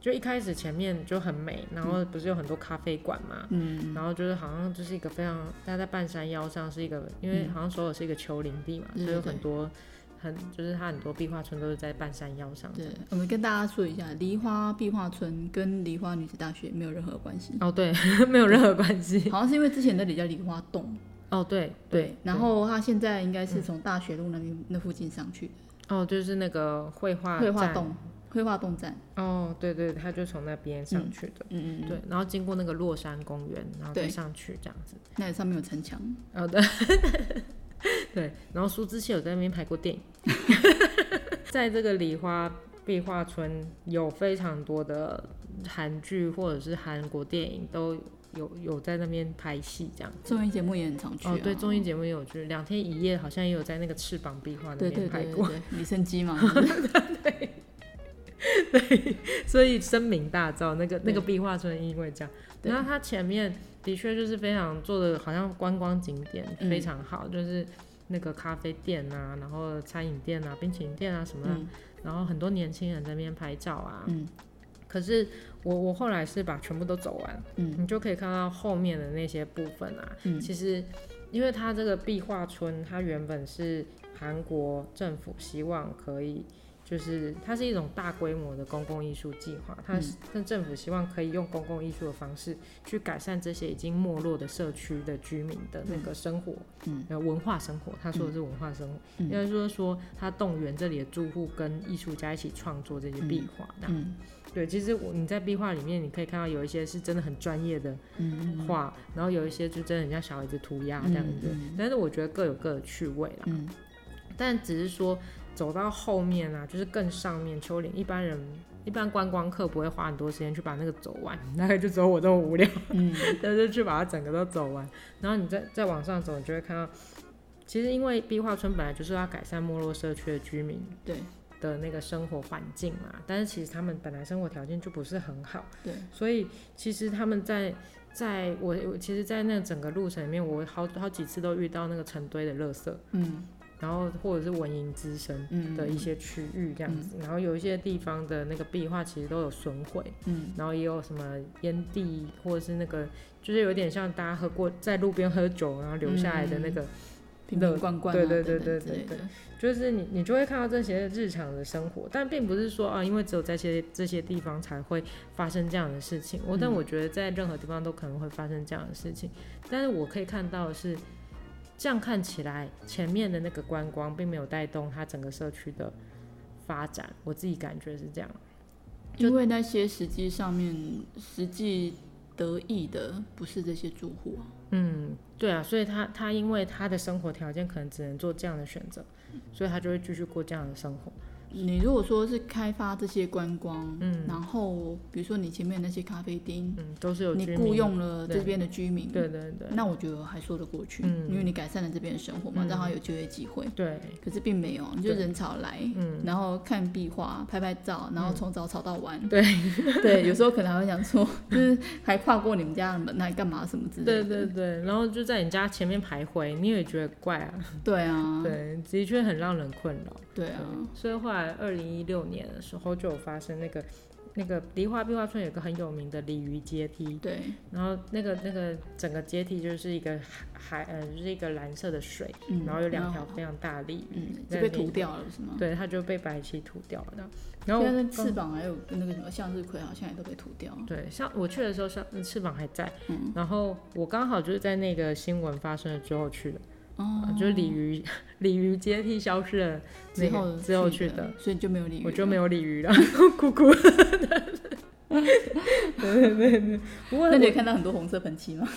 [SPEAKER 2] 就一开始前面就很美，然后不是有很多咖啡馆嘛，
[SPEAKER 1] 嗯，
[SPEAKER 2] 然后就是好像就是一个非常，它在半山腰上是一个，因为好像首尔是一个丘陵地嘛，
[SPEAKER 1] 嗯对
[SPEAKER 2] 所以有
[SPEAKER 1] 对
[SPEAKER 2] 很多很就是它很多壁画村都是在半山腰上。
[SPEAKER 1] 对，我们跟大家说一下，梨花壁画村跟梨花女子大学没有任何关 系，
[SPEAKER 2] 哦，对， 没有任何关系。
[SPEAKER 1] 好像是因为之前那里叫梨花洞。
[SPEAKER 2] 哦，对对，
[SPEAKER 1] 然后它现在应该是从大学路那边那附近上去，
[SPEAKER 2] 哦，就是那个绘画
[SPEAKER 1] 绘画
[SPEAKER 2] 站。
[SPEAKER 1] 洞，绘画洞站。
[SPEAKER 2] 哦，对对，他就从那边上去的。
[SPEAKER 1] 嗯嗯，嗯，
[SPEAKER 2] 对，然后经过那个洛山公园，然后再
[SPEAKER 1] 对
[SPEAKER 2] 上去这样子。
[SPEAKER 1] 那里上面有城墙。
[SPEAKER 2] 哦， 对， 对，然后苏志燮有在那边拍过电影，在这个梨花壁画村有非常多的韩剧或者是韩国电影都有有在那边拍戏这样。
[SPEAKER 1] 综艺节目也很常去、啊。
[SPEAKER 2] 哦，对，综艺节目也有去，两天一夜好像也有在那个翅膀壁画哦那
[SPEAKER 1] 对对
[SPEAKER 2] 边
[SPEAKER 1] 对
[SPEAKER 2] 拍
[SPEAKER 1] 对
[SPEAKER 2] 过。
[SPEAKER 1] 对，李胜基 嘛，是不是
[SPEAKER 2] 所以声名大噪，那个那个
[SPEAKER 1] 对
[SPEAKER 2] 壁画村因为这样，
[SPEAKER 1] 对
[SPEAKER 2] 然后它前面的确就是非常做的好像观光景点、
[SPEAKER 1] 嗯
[SPEAKER 2] 非常好，就是那个咖啡店啊，然后餐饮店啊、冰淇淋店啊什么的，
[SPEAKER 1] 嗯
[SPEAKER 2] 然后很多年轻人在那边拍照啊。
[SPEAKER 1] 嗯
[SPEAKER 2] 可是我我后来是把全部都走完，
[SPEAKER 1] 嗯
[SPEAKER 2] 你就可以看到后面的那些部分啊，
[SPEAKER 1] 嗯
[SPEAKER 2] 其实，因为它这个壁画村，它原本是韩国政府希望可以，就是它是一种大规模的公共艺术计划，它是
[SPEAKER 1] 嗯
[SPEAKER 2] 那政府希望可以用公共艺术的方式去改善这些已经没落的社区的居民的那个生活，
[SPEAKER 1] 嗯
[SPEAKER 2] 呃，文化生活。他说的是文化生活，
[SPEAKER 1] 嗯
[SPEAKER 2] 应该说说他动员这里的住户跟艺术家一起创作这些壁画。这样
[SPEAKER 1] 嗯
[SPEAKER 2] 对，其实我你在壁画里面，你可以看到有一些是真的很专业的
[SPEAKER 1] 嗯嗯
[SPEAKER 2] 画，然后有一些就真的很像小孩子涂鸦这样子，
[SPEAKER 1] 嗯
[SPEAKER 2] 但是我觉得各有各的趣味啦。
[SPEAKER 1] 嗯
[SPEAKER 2] 但只是说走到后面啊，就是更上面丘陵，一般人一般观光客不会花很多时间去把那个走完， 大概就只有我这么无聊，
[SPEAKER 1] 嗯
[SPEAKER 2] 但是去把它整个都走完。然后你再再往上走，你就会看到，其实因为壁画村本来就是要改善没落社区的居民
[SPEAKER 1] 对
[SPEAKER 2] 的那个生活环境嘛，但是其实他们本来生活条件就不是很好。
[SPEAKER 1] 对，
[SPEAKER 2] 所以其实他们在在我我其实，在那整个路程里面，我好好几次都遇到那个成堆的垃圾，
[SPEAKER 1] 嗯
[SPEAKER 2] 然后或者是蚊蝇滋生
[SPEAKER 1] 嗯
[SPEAKER 2] 的一些区域这样子，然后有一些地方的那个壁画其实都有损毁，
[SPEAKER 1] 嗯
[SPEAKER 2] 然后也有什么烟蒂或者是那个，就是有点像大家喝过在路边喝酒然后留下来的那个，
[SPEAKER 1] 瓶瓶罐罐啊
[SPEAKER 2] 对对对
[SPEAKER 1] 等等
[SPEAKER 2] 对
[SPEAKER 1] 之类
[SPEAKER 2] 对
[SPEAKER 1] 的
[SPEAKER 2] 就是你你就会看到这些日常的生活，但并不是说啊，因为只有在些这些地方才会发生这样的事情。我但
[SPEAKER 1] 嗯
[SPEAKER 2] 我觉得在任何地方都可能会发生这样的事情，但是我可以看到的是，这样看起来前面的那个观光并没有带动它整个社区的发展，我自己感觉是这样。
[SPEAKER 1] 因为那些实际上面实际得益的不是这些住户啊，
[SPEAKER 2] 嗯，对啊，所以他他因为他的生活条件可能只能做这样的选择，所以他就会继续过这样的生活。
[SPEAKER 1] 你如果说是开发这些观光，嗯，然后比如说你前面那些咖啡厅，
[SPEAKER 2] 嗯，都是有
[SPEAKER 1] 你
[SPEAKER 2] 居
[SPEAKER 1] 雇
[SPEAKER 2] 民，
[SPEAKER 1] 佣了
[SPEAKER 2] 对
[SPEAKER 1] 这边的居民，
[SPEAKER 2] 对对对
[SPEAKER 1] 那我觉得还说得过去，
[SPEAKER 2] 嗯
[SPEAKER 1] 因为你改善了这边的生活嘛，让他有就业机会。
[SPEAKER 2] 对，
[SPEAKER 1] 可是并没有，你就
[SPEAKER 2] 对嗯
[SPEAKER 1] 人潮来，然后看壁画、拍拍照，然后从早吵到晚。
[SPEAKER 2] 对
[SPEAKER 1] 对，有时候可能还会想说，就是还跨过你们家的门来干嘛什么之类
[SPEAKER 2] 对
[SPEAKER 1] 的。
[SPEAKER 2] 对对，然后就在你家前面徘徊，你也觉得怪啊，
[SPEAKER 1] 对啊，
[SPEAKER 2] 对，的确很让人困扰。
[SPEAKER 1] 对啊，
[SPEAKER 2] 所以后来二零一六年的时候就有发生那个那个梨花壁画村有个很有名的鲤鱼阶梯，
[SPEAKER 1] 对，
[SPEAKER 2] 然后那个那个整个阶梯就是一个海呃就是一个蓝色的水，
[SPEAKER 1] 嗯，
[SPEAKER 2] 然后有两条，非常大的鲤鱼，
[SPEAKER 1] 嗯，
[SPEAKER 2] 在
[SPEAKER 1] 就被
[SPEAKER 2] 那里
[SPEAKER 1] 涂掉了是吗？
[SPEAKER 2] 对，它就被白漆涂掉了的。然后
[SPEAKER 1] 现在
[SPEAKER 2] 嗯我
[SPEAKER 1] 嗯那翅膀还有那个什么向日葵，好像也都被涂掉了。
[SPEAKER 2] 对，像我去的时候，像翅膀还在，
[SPEAKER 1] 嗯
[SPEAKER 2] 然后我刚好就是在那个新闻发生了之后去的。
[SPEAKER 1] 哦
[SPEAKER 2] 啊，就是鲤鱼 鲤鱼阶梯消失了、那
[SPEAKER 1] 之
[SPEAKER 2] 个
[SPEAKER 1] 后
[SPEAKER 2] 之后去的
[SPEAKER 1] 的，，所以你就没有鲤鱼了，
[SPEAKER 2] 我就没有鲤鱼了， 哭哭。对对对对，不过
[SPEAKER 1] 那你
[SPEAKER 2] 我
[SPEAKER 1] 有看到很多红色喷漆吗？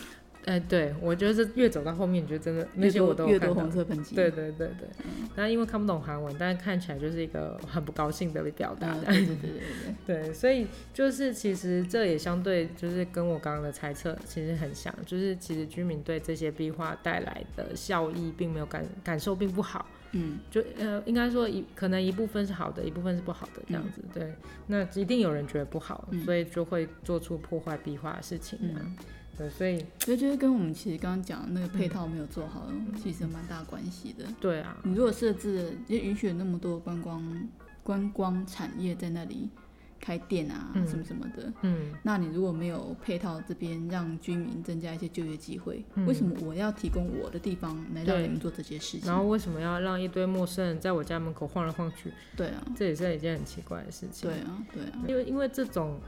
[SPEAKER 2] 哎，对我觉得是越走到后面，你就真的那些我都有
[SPEAKER 1] 越
[SPEAKER 2] 看
[SPEAKER 1] 多
[SPEAKER 2] 到
[SPEAKER 1] 红。色喷漆，
[SPEAKER 2] 对对对对，那因为看不懂韩文，但是看起来就是一个很不高兴的表达
[SPEAKER 1] 啊，。对对对对对
[SPEAKER 2] 对，所以就是其实这也相对就是跟我刚刚的猜测其实很像，就是其实居民对这些壁画带来的效益并没有感感受并不好。
[SPEAKER 1] 嗯，
[SPEAKER 2] 就呃，应该说一可能一部分是好的，一部分是不好的这样子。对，那一定有人觉得不好，
[SPEAKER 1] 嗯
[SPEAKER 2] 所以就会做出破坏壁画的事情啊。对，所以
[SPEAKER 1] 所以就是跟我们其实刚刚讲的那个
[SPEAKER 2] 嗯
[SPEAKER 1] 配套没有做好，其实有蛮大关系的。
[SPEAKER 2] 对啊，
[SPEAKER 1] 你如果设置就允许那么多观光观光产业在那里开店啊、
[SPEAKER 2] 嗯
[SPEAKER 1] 什么什么的，
[SPEAKER 2] 嗯
[SPEAKER 1] 那你如果没有配套这边让居民增加一些就业机会，
[SPEAKER 2] 嗯
[SPEAKER 1] 为什么我要提供我的地方来让
[SPEAKER 2] 对
[SPEAKER 1] 你们做这些事情
[SPEAKER 2] 然？后为什么要让一堆陌生人在我家门口晃来晃去？
[SPEAKER 1] 对啊，
[SPEAKER 2] 这也是一件很奇怪的事情。
[SPEAKER 1] 对啊，对啊，
[SPEAKER 2] 因为因为这种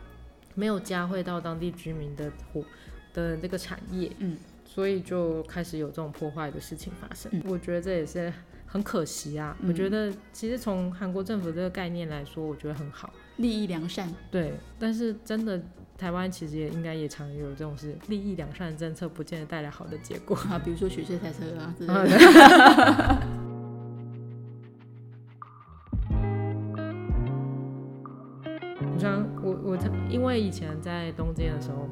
[SPEAKER 2] 没有加惠到当地居民的活的这个产业，
[SPEAKER 1] 嗯，
[SPEAKER 2] 所以就开始有这种破坏的事情发生。
[SPEAKER 1] 嗯
[SPEAKER 2] 我觉得这也是很可惜啊。我
[SPEAKER 1] 嗯
[SPEAKER 2] 觉得其实从韩国政府这个概念来说，我觉得很好。
[SPEAKER 1] 利益良善，
[SPEAKER 2] 对，但是真的台湾其实也应该也常有这种事，利益两善政策不见得带来好的结果。
[SPEAKER 1] 啊，比如说雪隧塞车啊之类
[SPEAKER 2] 啊
[SPEAKER 1] 的。
[SPEAKER 2] 以前在东京的时候，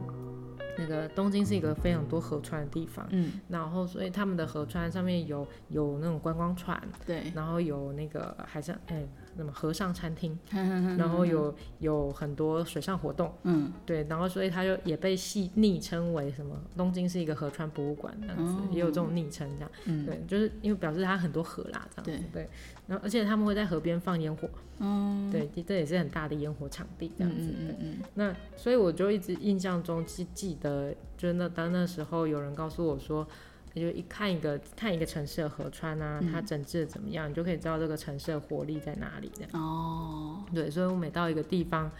[SPEAKER 2] 那个东京是一个非常多河川的地方，
[SPEAKER 1] 嗯，
[SPEAKER 2] 然后所以他们的河川上面有有那种观光船，
[SPEAKER 1] 对，
[SPEAKER 2] 然后有那个海上哎那么河上餐厅，
[SPEAKER 1] 嗯
[SPEAKER 2] 然
[SPEAKER 1] 然
[SPEAKER 2] 后，有有很多水上活动，
[SPEAKER 1] 嗯，
[SPEAKER 2] 对，然后所以它就也被戏昵称为什么东京是一个河川博物馆这样子，
[SPEAKER 1] 哦
[SPEAKER 2] 也有这种昵称这样，
[SPEAKER 1] 嗯
[SPEAKER 2] 对，就是因为表示它很多河啦这样子，对，然后而且他们会在河边放烟火，
[SPEAKER 1] 嗯，
[SPEAKER 2] 对，这也是很大的烟火场地这样
[SPEAKER 1] 嗯
[SPEAKER 2] 子，对
[SPEAKER 1] 嗯嗯
[SPEAKER 2] 那所以我就一直印象中记记得，就是那当那时候有人告诉我说，就一看一个看一个城市的河川啊，
[SPEAKER 1] 嗯
[SPEAKER 2] 它整治的怎么样，你就可以知道这个城市的活力在哪里这样。
[SPEAKER 1] 嗯，哦，
[SPEAKER 2] 对，所以我每到一个地方，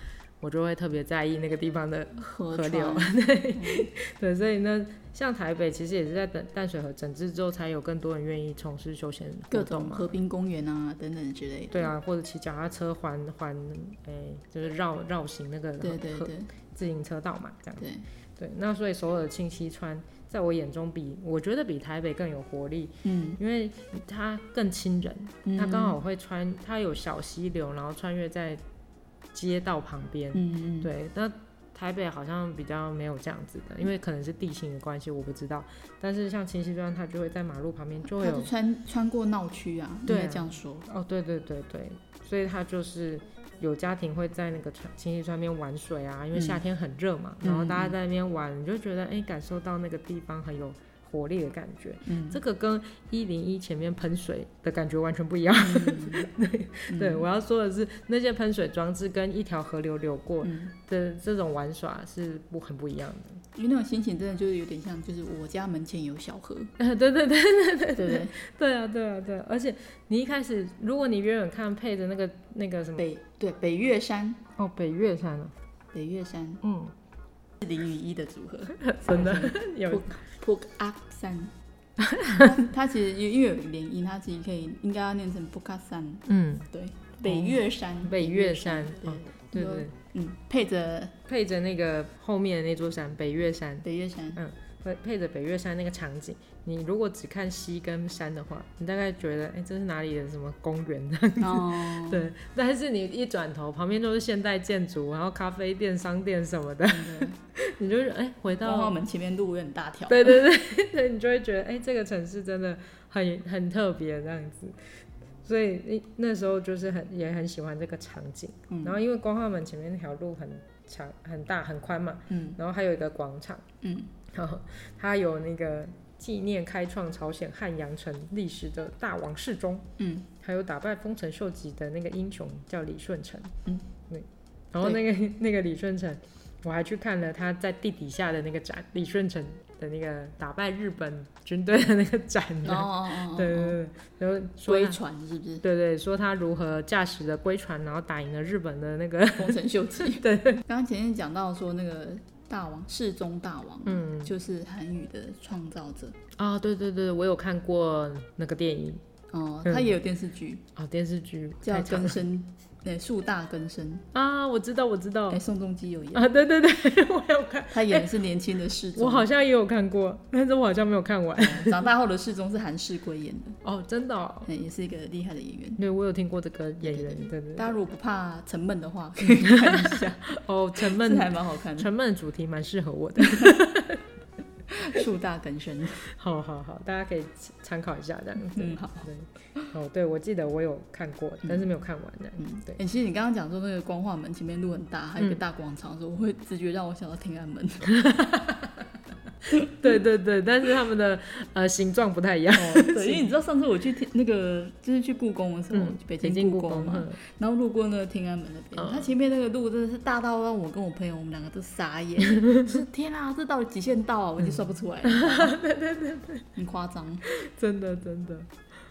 [SPEAKER 2] 我就会特别在意那个地方的
[SPEAKER 1] 河
[SPEAKER 2] 河流
[SPEAKER 1] 川，
[SPEAKER 2] 对，所以呢，像台北其实也是在淡淡水河整治之后，才有更多人愿意从事休闲
[SPEAKER 1] 各
[SPEAKER 2] 活动
[SPEAKER 1] 种
[SPEAKER 2] 嘛。
[SPEAKER 1] 河滨公园啊等等之类的，
[SPEAKER 2] 对，啊，或者骑脚踏车环环，诶、就是绕绕行那个
[SPEAKER 1] 对对
[SPEAKER 2] 河
[SPEAKER 1] 对
[SPEAKER 2] 自行车道嘛，这样。
[SPEAKER 1] 对，
[SPEAKER 2] 对，那所以首尔庆西川在我眼中比我觉得比台北更有活力，
[SPEAKER 1] 嗯，
[SPEAKER 2] 因为它更亲人，
[SPEAKER 1] 嗯
[SPEAKER 2] 它刚，好会穿，它有小溪流，然后穿越在街道旁边。
[SPEAKER 1] 嗯嗯，
[SPEAKER 2] 对，那台北好像比较没有这样子的，因为可能是地形的关系，我不知道。但是像清溪川，它就会在马路旁边就会
[SPEAKER 1] 它
[SPEAKER 2] 有
[SPEAKER 1] 是穿穿过闹区啊，应
[SPEAKER 2] 对啊
[SPEAKER 1] 该这样说，
[SPEAKER 2] 哦，对对对对，所以他就是有家庭会在那个川清溪川边玩水啊，因为夏天很热嘛，然后大家在那边玩，你就觉得哎，感受到那个地方很有活力的感觉。
[SPEAKER 1] 嗯，
[SPEAKER 2] 这个跟一零一前面喷水的感觉完全不一样。嗯 对，对我要说的是，那些喷水装置跟一条河流流过
[SPEAKER 1] 嗯
[SPEAKER 2] 的这种玩耍是不很不一样的。
[SPEAKER 1] 因为那种心情真的就是有点像，就是我家门前有小河，
[SPEAKER 2] 对对 对
[SPEAKER 1] 对不对？
[SPEAKER 2] 对啊，对啊，对啊！而且你一开始，如果你远远看配着那个那个什么
[SPEAKER 1] 北对北岳山，
[SPEAKER 2] 哦，北岳山啊，
[SPEAKER 1] 北岳山
[SPEAKER 2] 嗯，
[SPEAKER 1] 是零与一的组合，
[SPEAKER 2] 真的有
[SPEAKER 1] p o k up 山。它其实因为有连音，它其实可以应该要念成 p o k a 山，
[SPEAKER 2] 嗯，
[SPEAKER 1] 对，北岳山，
[SPEAKER 2] 北岳山，
[SPEAKER 1] 对
[SPEAKER 2] 哦，对
[SPEAKER 1] 你说
[SPEAKER 2] 对，
[SPEAKER 1] 嗯，配着
[SPEAKER 2] 配着那个后面的那座山北岳山，
[SPEAKER 1] 北岳 山，
[SPEAKER 2] 配配着北岳山那个场景，你如果只看溪跟山的话，你大概觉得，哎、这是哪里的什么公园 的？
[SPEAKER 1] 哦，
[SPEAKER 2] 对，但是你一转头，旁边都是现代建筑，然后咖啡店、商店什么的，
[SPEAKER 1] 真的，
[SPEAKER 2] 你就是哎、回
[SPEAKER 1] 刚好我
[SPEAKER 2] 到，
[SPEAKER 1] 们前面路有很大条，
[SPEAKER 2] 对 对对对，你就会觉得，哎、这个城市真的很很特别这样子。所以那那时候就是很也很喜欢这个场景，
[SPEAKER 1] 嗯
[SPEAKER 2] 然后因为光化门前面那条路很长、很大、很宽嘛，
[SPEAKER 1] 嗯
[SPEAKER 2] 然后还有一个广场，
[SPEAKER 1] 嗯，
[SPEAKER 2] 然后它有那个纪念开创朝鲜汉阳城历史的大王世忠，
[SPEAKER 1] 嗯，
[SPEAKER 2] 还有打败丰臣秀吉的那个英雄叫李舜臣，
[SPEAKER 1] 嗯，
[SPEAKER 2] 对，然后那个那个李舜臣，我还去看了他在地底下的那个展，李舜臣的那个打败日本军队的那个展，
[SPEAKER 1] 哦哦哦，哦
[SPEAKER 2] 对对，对，啊然后说
[SPEAKER 1] 龟
[SPEAKER 2] 他
[SPEAKER 1] 船是不 是？
[SPEAKER 2] 对对说他如何驾驶着龟船，然后打赢了日本的那个
[SPEAKER 1] 丰臣秀吉。
[SPEAKER 2] 对，
[SPEAKER 1] 刚刚前面讲到说那个大王世宗大王，
[SPEAKER 2] 嗯
[SPEAKER 1] 就是韩语的创造者。
[SPEAKER 2] 啊、对对对，我有看过那个电影
[SPEAKER 1] 哦，
[SPEAKER 2] 嗯
[SPEAKER 1] 他也有电视剧
[SPEAKER 2] 哦，电视剧
[SPEAKER 1] 叫
[SPEAKER 2] 太
[SPEAKER 1] 《
[SPEAKER 2] 长
[SPEAKER 1] 根
[SPEAKER 2] 了
[SPEAKER 1] 生》， 对，树大根生，
[SPEAKER 2] 啊，我知道，我知道
[SPEAKER 1] 哎，宋仲基有演，
[SPEAKER 2] 啊，对对 对，我有看，
[SPEAKER 1] 他演的是年轻的世宗。
[SPEAKER 2] 我好像也有看过，但是我好像没有看完。
[SPEAKER 1] 哦长大后的世宗是韩世圭演的，
[SPEAKER 2] 哦，真的、哦，
[SPEAKER 1] 哎，也是一个厉害的演员。
[SPEAKER 2] 对我有听过这个演员，对对
[SPEAKER 1] 大
[SPEAKER 2] 对，
[SPEAKER 1] 家如果不怕沉闷的 话，可以看一下，
[SPEAKER 2] 哦，沉
[SPEAKER 1] 这
[SPEAKER 2] 闷，
[SPEAKER 1] 还蛮好看 的。
[SPEAKER 2] 沉闷的主题蛮适合我的，
[SPEAKER 1] 树大根生，
[SPEAKER 2] 好好好，大家可以参考一下这样子。
[SPEAKER 1] 嗯，好。
[SPEAKER 2] 对，哦，对，我记得我有看过，但是没有看完的。
[SPEAKER 1] 嗯，
[SPEAKER 2] 对
[SPEAKER 1] 哎、其实你刚刚讲说那个光化门前面路很大，还有
[SPEAKER 2] 嗯
[SPEAKER 1] 一个大广场的时候，我会直觉让我想到天安门。
[SPEAKER 2] 对对对，但是他们的呃形状不太一样。
[SPEAKER 1] 哦 对，因为你知道上次我去天那个就是去故宫的时候，
[SPEAKER 2] 嗯，
[SPEAKER 1] 北
[SPEAKER 2] 京
[SPEAKER 1] 故
[SPEAKER 2] 宫
[SPEAKER 1] 嘛，
[SPEAKER 2] 嗯
[SPEAKER 1] 然后路过那个天安门那边，
[SPEAKER 2] 嗯
[SPEAKER 1] 它前面那个路真的是大到让我跟我朋友我们两个都傻 眼，就是天啊，这到底几线道啊？我已经算不出来了。对对 对对，很夸张。
[SPEAKER 2] 真的真的，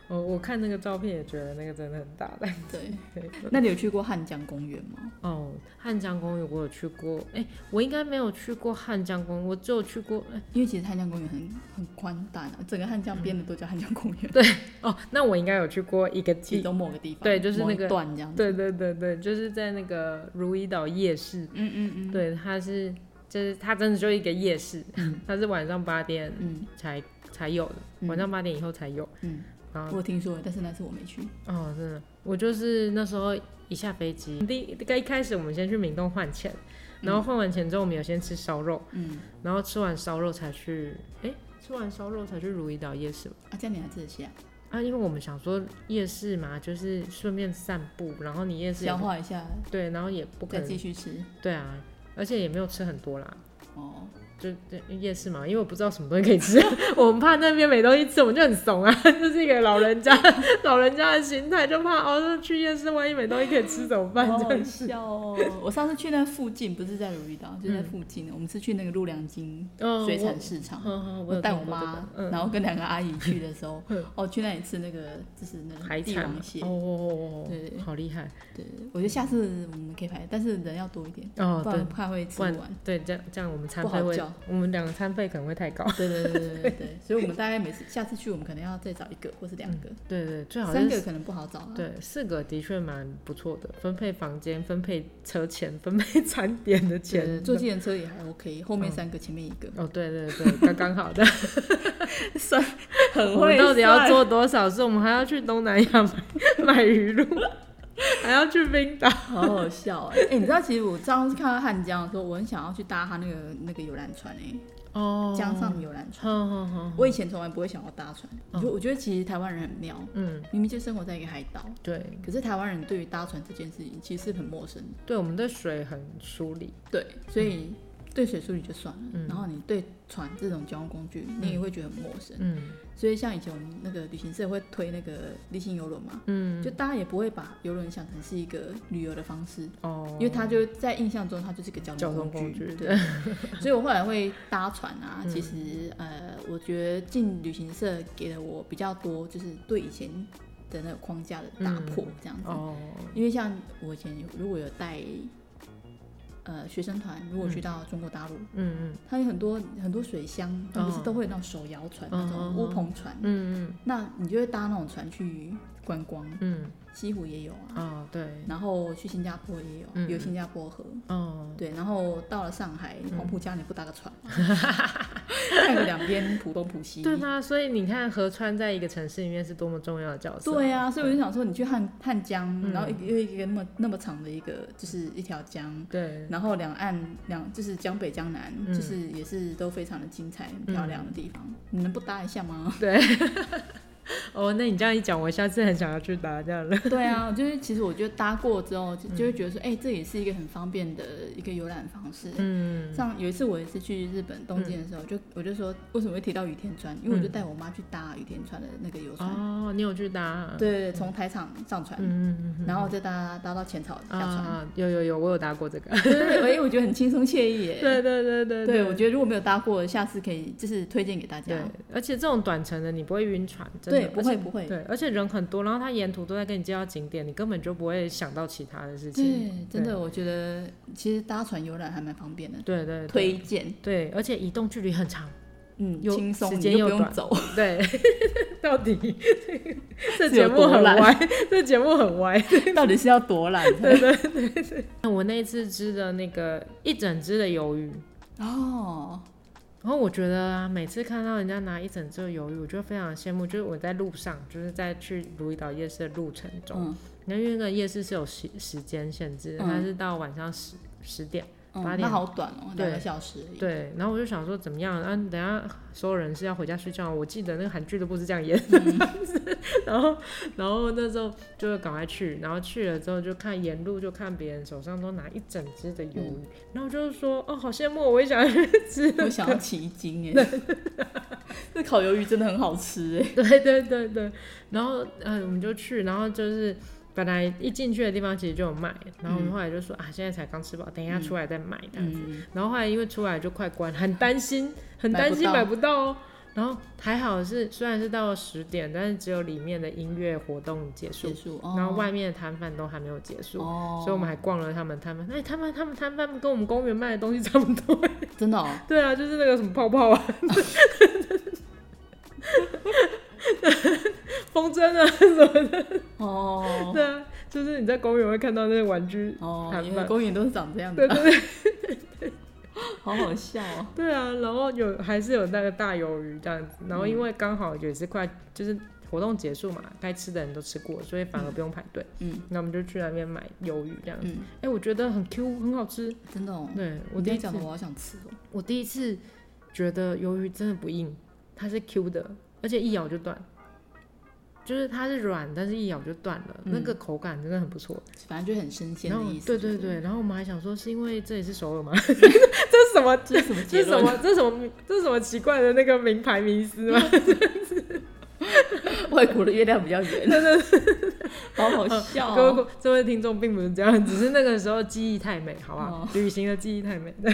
[SPEAKER 2] 哦，我看那个照片也觉得那个真的很大的。
[SPEAKER 1] 对，
[SPEAKER 2] 对
[SPEAKER 1] 那你有去过汉江公园吗？
[SPEAKER 2] 哦，汉江公园我有去过，哎、我应该没有去过汉江公园，我只有去过，哎、
[SPEAKER 1] 因为其实汉江公园很很宽大的，整个汉江边的都叫汉江公园，
[SPEAKER 2] 哦，那我应该有去过一个
[SPEAKER 1] 其
[SPEAKER 2] 地，
[SPEAKER 1] 中某个地方，
[SPEAKER 2] 对就是
[SPEAKER 1] 某一
[SPEAKER 2] 那个
[SPEAKER 1] 段这样子。
[SPEAKER 2] 对对对对，就是在那个如意岛夜市，
[SPEAKER 1] 嗯嗯嗯，
[SPEAKER 2] 对，它是，就是它真的就一个夜市， 它是晚上八点
[SPEAKER 1] 嗯
[SPEAKER 2] 才、才有的，
[SPEAKER 1] 嗯
[SPEAKER 2] 晚上八点以后才有，
[SPEAKER 1] 嗯，
[SPEAKER 2] 然后
[SPEAKER 1] 我有听说，但是那次我没去。
[SPEAKER 2] 哦，真的，我就是那时候一下飞机，第第一开始我们先去明洞换钱，然后换完钱之后，我们有先吃烧肉，
[SPEAKER 1] 嗯，
[SPEAKER 2] 然后吃完烧肉才去，哎、吃完烧肉才去如意岛夜市嘛。
[SPEAKER 1] 啊，这样你还吃得下，
[SPEAKER 2] 啊，因为我们想说夜市嘛，就是顺便散步，然后你夜市也
[SPEAKER 1] 消化一下，
[SPEAKER 2] 对，然后也不可
[SPEAKER 1] 再继
[SPEAKER 2] 能
[SPEAKER 1] 续吃。
[SPEAKER 2] 对啊，而且也没有吃很多啦，
[SPEAKER 1] 哦，
[SPEAKER 2] 就对夜市嘛，因为我不知道什么东西可以吃， 我们怕那边没东西吃，我们就很怂啊， 就是一个老人家 老人家的心态，就怕哦，那去夜市万一没东西可以吃怎么办？
[SPEAKER 1] 好
[SPEAKER 2] 这
[SPEAKER 1] 好
[SPEAKER 2] 样子。
[SPEAKER 1] 笑哦！我上次去那附近，不是在如意岛，就在附近的。我们是去那个陆良金
[SPEAKER 2] 嗯
[SPEAKER 1] 水产市场，
[SPEAKER 2] 我嗯嗯我
[SPEAKER 1] 我
[SPEAKER 2] 有
[SPEAKER 1] 带
[SPEAKER 2] 听
[SPEAKER 1] 我
[SPEAKER 2] 过这
[SPEAKER 1] 妈
[SPEAKER 2] 个，嗯
[SPEAKER 1] 然后跟两个阿姨去的时候
[SPEAKER 2] 嗯，
[SPEAKER 1] 哦，去那里吃那个就是那
[SPEAKER 2] 海
[SPEAKER 1] 个帝
[SPEAKER 2] 产
[SPEAKER 1] 王
[SPEAKER 2] 嘛
[SPEAKER 1] 蟹
[SPEAKER 2] 哦，哦哦哦
[SPEAKER 1] 对对
[SPEAKER 2] 哦，好厉害
[SPEAKER 1] 对，我觉得下次我们可以排，但是人要多一点，
[SPEAKER 2] 哦，
[SPEAKER 1] 不
[SPEAKER 2] 对
[SPEAKER 1] 然怕会吃
[SPEAKER 2] 不然
[SPEAKER 1] 完。
[SPEAKER 2] 对，这样这样我们餐
[SPEAKER 1] 不
[SPEAKER 2] 费
[SPEAKER 1] 好
[SPEAKER 2] 会
[SPEAKER 1] 叫，
[SPEAKER 2] 我们两个餐费可能 会太高。
[SPEAKER 1] 对对对对 对对，所以我们大概每次下次去，我们可能要再找一个或是两个，
[SPEAKER 2] 对对，最嗯好
[SPEAKER 1] 三
[SPEAKER 2] 是
[SPEAKER 1] 个可能不好找啊。
[SPEAKER 2] 对，四个的确蛮不错的，分配房间、分配车钱、分配 餐点的
[SPEAKER 1] 对，
[SPEAKER 2] 钱
[SPEAKER 1] 对，坐计程车也还 OK，后面三个，前面一个，
[SPEAKER 2] 哦，对对对，刚刚好的。
[SPEAKER 1] 算很
[SPEAKER 2] 嗯我们到底要
[SPEAKER 1] 算
[SPEAKER 2] 做多少事？我们还要去东南亚买 买鱼露， 还要去冰岛。
[SPEAKER 1] 好好笑 哎、欸！你知道，其实我上次看到汉江的时候，我很想要去搭他那个那个游览船哎、
[SPEAKER 2] 哦
[SPEAKER 1] 江上，游览船。
[SPEAKER 2] 哼哼哼，
[SPEAKER 1] 我以前从来不会想要搭船，我觉得我觉得其实台湾人很妙，
[SPEAKER 2] 嗯，
[SPEAKER 1] 明明就生活在一个海岛，
[SPEAKER 2] 对
[SPEAKER 1] 可是台湾人对于搭船这件事情其实是很陌生的。
[SPEAKER 2] 对，我们对水很疏离。
[SPEAKER 1] 对，所以对水处理就算了，
[SPEAKER 2] 嗯
[SPEAKER 1] 然后你对船这种交通工具，你也会觉得很陌生。
[SPEAKER 2] 嗯
[SPEAKER 1] 所以像以前我们那个旅行社会推那个立信游轮嘛，
[SPEAKER 2] 嗯，
[SPEAKER 1] 就大家也不会把游轮想成是一个旅游的方式，
[SPEAKER 2] 哦，
[SPEAKER 1] 因为它就在印象中它就是个交
[SPEAKER 2] 交
[SPEAKER 1] 通
[SPEAKER 2] 通
[SPEAKER 1] 工
[SPEAKER 2] 工
[SPEAKER 1] 具，
[SPEAKER 2] 具嗯
[SPEAKER 1] 对。 所以我后来会搭船啊，其实呃，我觉得进旅行社给了我比较多，就是对以前的那个框架的打破这样子。
[SPEAKER 2] 哦，
[SPEAKER 1] 因为像我以前如果有带呃学生团，如果去到中国大陆，
[SPEAKER 2] 嗯嗯
[SPEAKER 1] 它有很多很多水乡，它不是都会有那种手摇船、
[SPEAKER 2] 嗯
[SPEAKER 1] 那种乌篷船，
[SPEAKER 2] 嗯
[SPEAKER 1] 那你就会搭那种船去观光。
[SPEAKER 2] 嗯
[SPEAKER 1] 西湖也有啊，
[SPEAKER 2] 嗯，哦对，
[SPEAKER 1] 然后去新加坡也有，
[SPEAKER 2] 嗯
[SPEAKER 1] 有新加坡河。
[SPEAKER 2] 哦
[SPEAKER 1] 对，然后到了上海，黄浦江你不搭个船吗？看个两边浦东浦西。
[SPEAKER 2] 对吗？所以你看，河川在一个城市里面是多么重要的角色。
[SPEAKER 1] 对嗯啊，所以我就想说，你去汉汉江，然后一又一个那么那么长的一个，就是一条江，
[SPEAKER 2] 对，
[SPEAKER 1] 然后两岸两就是江北江南，
[SPEAKER 2] 嗯
[SPEAKER 1] 就是也是都非常的精彩、很漂亮的地方，你能不搭一下 吗？
[SPEAKER 2] 哦，那你这样一讲，我下次很想要去打这样了。
[SPEAKER 1] 对啊，就是其实我觉得搭过之后，就就会觉得说，哎、这也是一个很方便的一个游览方式。
[SPEAKER 2] 嗯
[SPEAKER 1] 像有一次我也是去日本东京的时候，就我就说为什么会提到雨天川，因为我就带我妈去搭雨天川的那个游船，
[SPEAKER 2] 嗯哦，你有去打？
[SPEAKER 1] 对对对，从台场上船，
[SPEAKER 2] 嗯，嗯嗯
[SPEAKER 1] 然后再搭搭到浅草下
[SPEAKER 2] 嗯
[SPEAKER 1] 船，
[SPEAKER 2] 啊，有有有，我有打过这个。
[SPEAKER 1] 对对对，哎，我觉得很轻松惬意耶。
[SPEAKER 2] 对对对对
[SPEAKER 1] 对我觉得如果没有搭过，下次可以就是推荐给大
[SPEAKER 2] 对
[SPEAKER 1] 家。，
[SPEAKER 2] 而且这种短程的你不会晕船，真的
[SPEAKER 1] 对，不。
[SPEAKER 2] 而
[SPEAKER 1] 会
[SPEAKER 2] 且
[SPEAKER 1] 不会，
[SPEAKER 2] 对，而且人很多，然后他沿途都在跟你介绍景点，你根本就不会想到其他的事情。
[SPEAKER 1] 对，真的，我觉得其实搭船游览还蛮方便的，
[SPEAKER 2] 对对对
[SPEAKER 1] 推荐，
[SPEAKER 2] 对，而且移动距离 很长。
[SPEAKER 1] 嗯，
[SPEAKER 2] 又
[SPEAKER 1] 轻松，
[SPEAKER 2] 时
[SPEAKER 1] 你
[SPEAKER 2] 间
[SPEAKER 1] 就
[SPEAKER 2] 又
[SPEAKER 1] 不用
[SPEAKER 2] 短
[SPEAKER 1] 走，
[SPEAKER 2] 对，到底这
[SPEAKER 1] 是
[SPEAKER 2] 节
[SPEAKER 1] 有
[SPEAKER 2] 目
[SPEAKER 1] 多
[SPEAKER 2] 很
[SPEAKER 1] 懒
[SPEAKER 2] 歪，这节目很歪。
[SPEAKER 1] 到底是要多懒？
[SPEAKER 2] 那我那一次吃的那个一整只的鱿鱼，
[SPEAKER 1] 哦，
[SPEAKER 2] 然后我觉得啊，每次看到人家拿一整只的鱿鱼，我就非常羡慕。就是我在路上，就是在去如意岛夜市的路程中，
[SPEAKER 1] 嗯
[SPEAKER 2] 那因为那个夜市是有时时间限制的，
[SPEAKER 1] 嗯
[SPEAKER 2] 它是到晚上十十点。八
[SPEAKER 1] 嗯，那
[SPEAKER 2] 点
[SPEAKER 1] 好短哦，
[SPEAKER 2] 对
[SPEAKER 1] 两个小时而已。
[SPEAKER 2] 对，然后我就想说怎么样？啊，等下所有人是要回家睡觉。我记得那个韩剧都不是这样演的，这样
[SPEAKER 1] 嗯
[SPEAKER 2] 子。然后，然后那时候就赶快去，然后去了之后就看沿路就看别人手上都拿一整只的鱿鱼，
[SPEAKER 1] 嗯
[SPEAKER 2] 然后我就是说哦，好羡慕，我也想去吃。
[SPEAKER 1] 我想要奇经哎， 这烤鱿鱼真的很好吃哎。
[SPEAKER 2] 对对对对，然后嗯，我们就去，然后就是本来一进去的地方其实就有卖，然后我们后来就说、啊，现在才刚吃饱，等一下出来再买这样子。
[SPEAKER 1] 嗯，
[SPEAKER 2] 然后后来因为出来就快关，很担心，很担心
[SPEAKER 1] 买
[SPEAKER 2] 买不到哦。然后还好是虽然是到了十点，但是只有里面的音乐活动结束
[SPEAKER 1] 结，束哦。
[SPEAKER 2] 然后外面的摊贩都还没有结束。
[SPEAKER 1] 哦，
[SPEAKER 2] 所以我们还逛了他们摊贩，哎、他们他们摊贩跟我们公园卖的东西差不多，
[SPEAKER 1] 真的哦，
[SPEAKER 2] 对啊，就是那个什么泡泡啊， 风筝啊什么的，
[SPEAKER 1] 哦
[SPEAKER 2] 对啊，就是你在公园会看到那些玩具，
[SPEAKER 1] 哦，
[SPEAKER 2] 还
[SPEAKER 1] 因为
[SPEAKER 2] 蛮
[SPEAKER 1] 公园都是长这样
[SPEAKER 2] 对
[SPEAKER 1] 的，
[SPEAKER 2] 对对，
[SPEAKER 1] 好好笑哦。嗯
[SPEAKER 2] 对啊，然后有还是有那个大鱿鱼这样子，然后因为刚好也是快，就是活动结束嘛，该吃的人都吃过，所以反而不用排队。
[SPEAKER 1] 嗯，
[SPEAKER 2] 那我们就去那边买鱿鱼这样子。
[SPEAKER 1] 嗯，
[SPEAKER 2] 哎、我觉得很 Q，很好吃。
[SPEAKER 1] 真的哦。
[SPEAKER 2] 对我
[SPEAKER 1] 你这
[SPEAKER 2] 第一
[SPEAKER 1] 样
[SPEAKER 2] 次
[SPEAKER 1] 讲的，我好想吃哦。
[SPEAKER 2] 我第一次觉得鱿鱼真的不硬，它是 Q 的，而且一咬就断，就是它是软，但是一咬就断了，那
[SPEAKER 1] 嗯
[SPEAKER 2] 个口感真的很不错。
[SPEAKER 1] 反正就很生鲜
[SPEAKER 2] 然
[SPEAKER 1] 的
[SPEAKER 2] 后
[SPEAKER 1] 意思。
[SPEAKER 2] 对对
[SPEAKER 1] 就是，
[SPEAKER 2] 对，然后我们还想说是因为这里是首尔 吗？这是什么？
[SPEAKER 1] 这是什么
[SPEAKER 2] 这
[SPEAKER 1] 结
[SPEAKER 2] 是什
[SPEAKER 1] 论？
[SPEAKER 2] 么？这是什么？这是什么奇怪的那个名牌迷思吗？
[SPEAKER 1] 外国的月亮比较圆。对对 好好笑
[SPEAKER 2] 各
[SPEAKER 1] 哦。
[SPEAKER 2] 位这位听众并不是这样，只是那个时候记忆太美，好不好？
[SPEAKER 1] 哦
[SPEAKER 2] 旅行的记忆太美， 对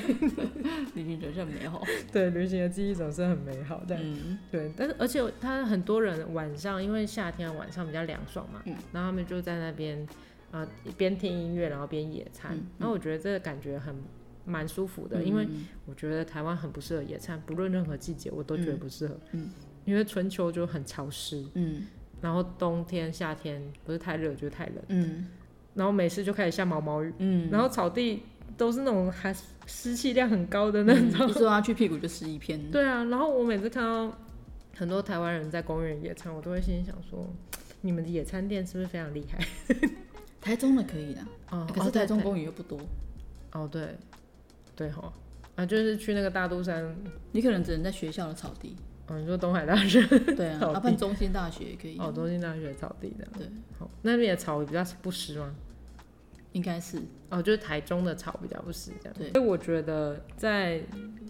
[SPEAKER 1] 旅行者真美好。
[SPEAKER 2] 对，旅行的记忆总是很美好，对、
[SPEAKER 1] 嗯，
[SPEAKER 2] 对。但是而且他很多人晚上，因为夏天晚上比较凉爽嘛，
[SPEAKER 1] 嗯
[SPEAKER 2] 然后他们就在那边啊边听音乐，然后边野餐，
[SPEAKER 1] 嗯嗯
[SPEAKER 2] 然后我觉得这个感觉很蛮舒服的，
[SPEAKER 1] 嗯
[SPEAKER 2] 因为我觉得台湾很不适合野餐，不论任何季节我都觉得不适合，
[SPEAKER 1] 嗯
[SPEAKER 2] 因为春秋就很潮湿，
[SPEAKER 1] 嗯
[SPEAKER 2] 然后冬天夏天不是太热就是太冷，
[SPEAKER 1] 嗯
[SPEAKER 2] 然后每次就开始下毛毛雨。
[SPEAKER 1] 嗯，
[SPEAKER 2] 然后草地都是那种还湿气量很高的那
[SPEAKER 1] 嗯
[SPEAKER 2] 种。
[SPEAKER 1] 一说他去屁股就湿一片。
[SPEAKER 2] 对啊，然后我每次看到很多台湾人在公园野餐，我都会心里想说，你们的野餐店是不是非常厉害？
[SPEAKER 1] 台中的可以的，
[SPEAKER 2] 哦
[SPEAKER 1] 可是台中公园又不多，
[SPEAKER 2] 哦对对哈啊，就是去那个大肚山，
[SPEAKER 1] 你可能只能在学校的草 地。
[SPEAKER 2] 哦你说东海大学
[SPEAKER 1] 对啊，
[SPEAKER 2] 草地
[SPEAKER 1] 要不然中心大学也可以。
[SPEAKER 2] 哦东京大学草地的，
[SPEAKER 1] 对，
[SPEAKER 2] 好那边的草比较不湿吗？
[SPEAKER 1] 应该是
[SPEAKER 2] 哦，就是台中的草比较不湿这样。
[SPEAKER 1] 对
[SPEAKER 2] 所以我觉得在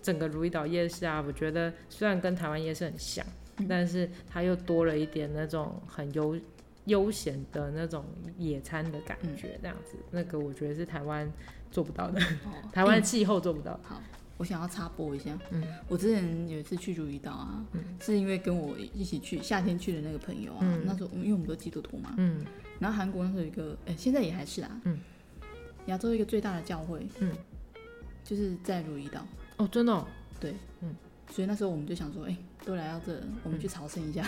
[SPEAKER 2] 整个如意岛夜市啊，我觉得虽然跟台湾夜市很像，
[SPEAKER 1] 嗯
[SPEAKER 2] 但是它又多了一点那种很悠悠闲的那种野餐的感
[SPEAKER 1] 嗯
[SPEAKER 2] 觉，这样子。那个我觉得是台湾做不到的，
[SPEAKER 1] 哦
[SPEAKER 2] 台湾气候做不到。
[SPEAKER 1] 好，我想要插播一下，嗯，我之前有一次去如意岛啊，
[SPEAKER 2] 嗯
[SPEAKER 1] 是因为跟我一起去夏天去的那个朋友啊，那时候因为我们都基督徒嘛，
[SPEAKER 2] 嗯
[SPEAKER 1] 然后韩国那时候有一个，哎、现在也还是啊，
[SPEAKER 2] 嗯，
[SPEAKER 1] 亚洲一个最大的教会，
[SPEAKER 2] 嗯，
[SPEAKER 1] 就是在如意岛，
[SPEAKER 2] 哦，真的、哦，
[SPEAKER 1] 对，
[SPEAKER 2] 嗯，
[SPEAKER 1] 所以那时候我们就想说，哎、都来到这了，我们去朝圣一下，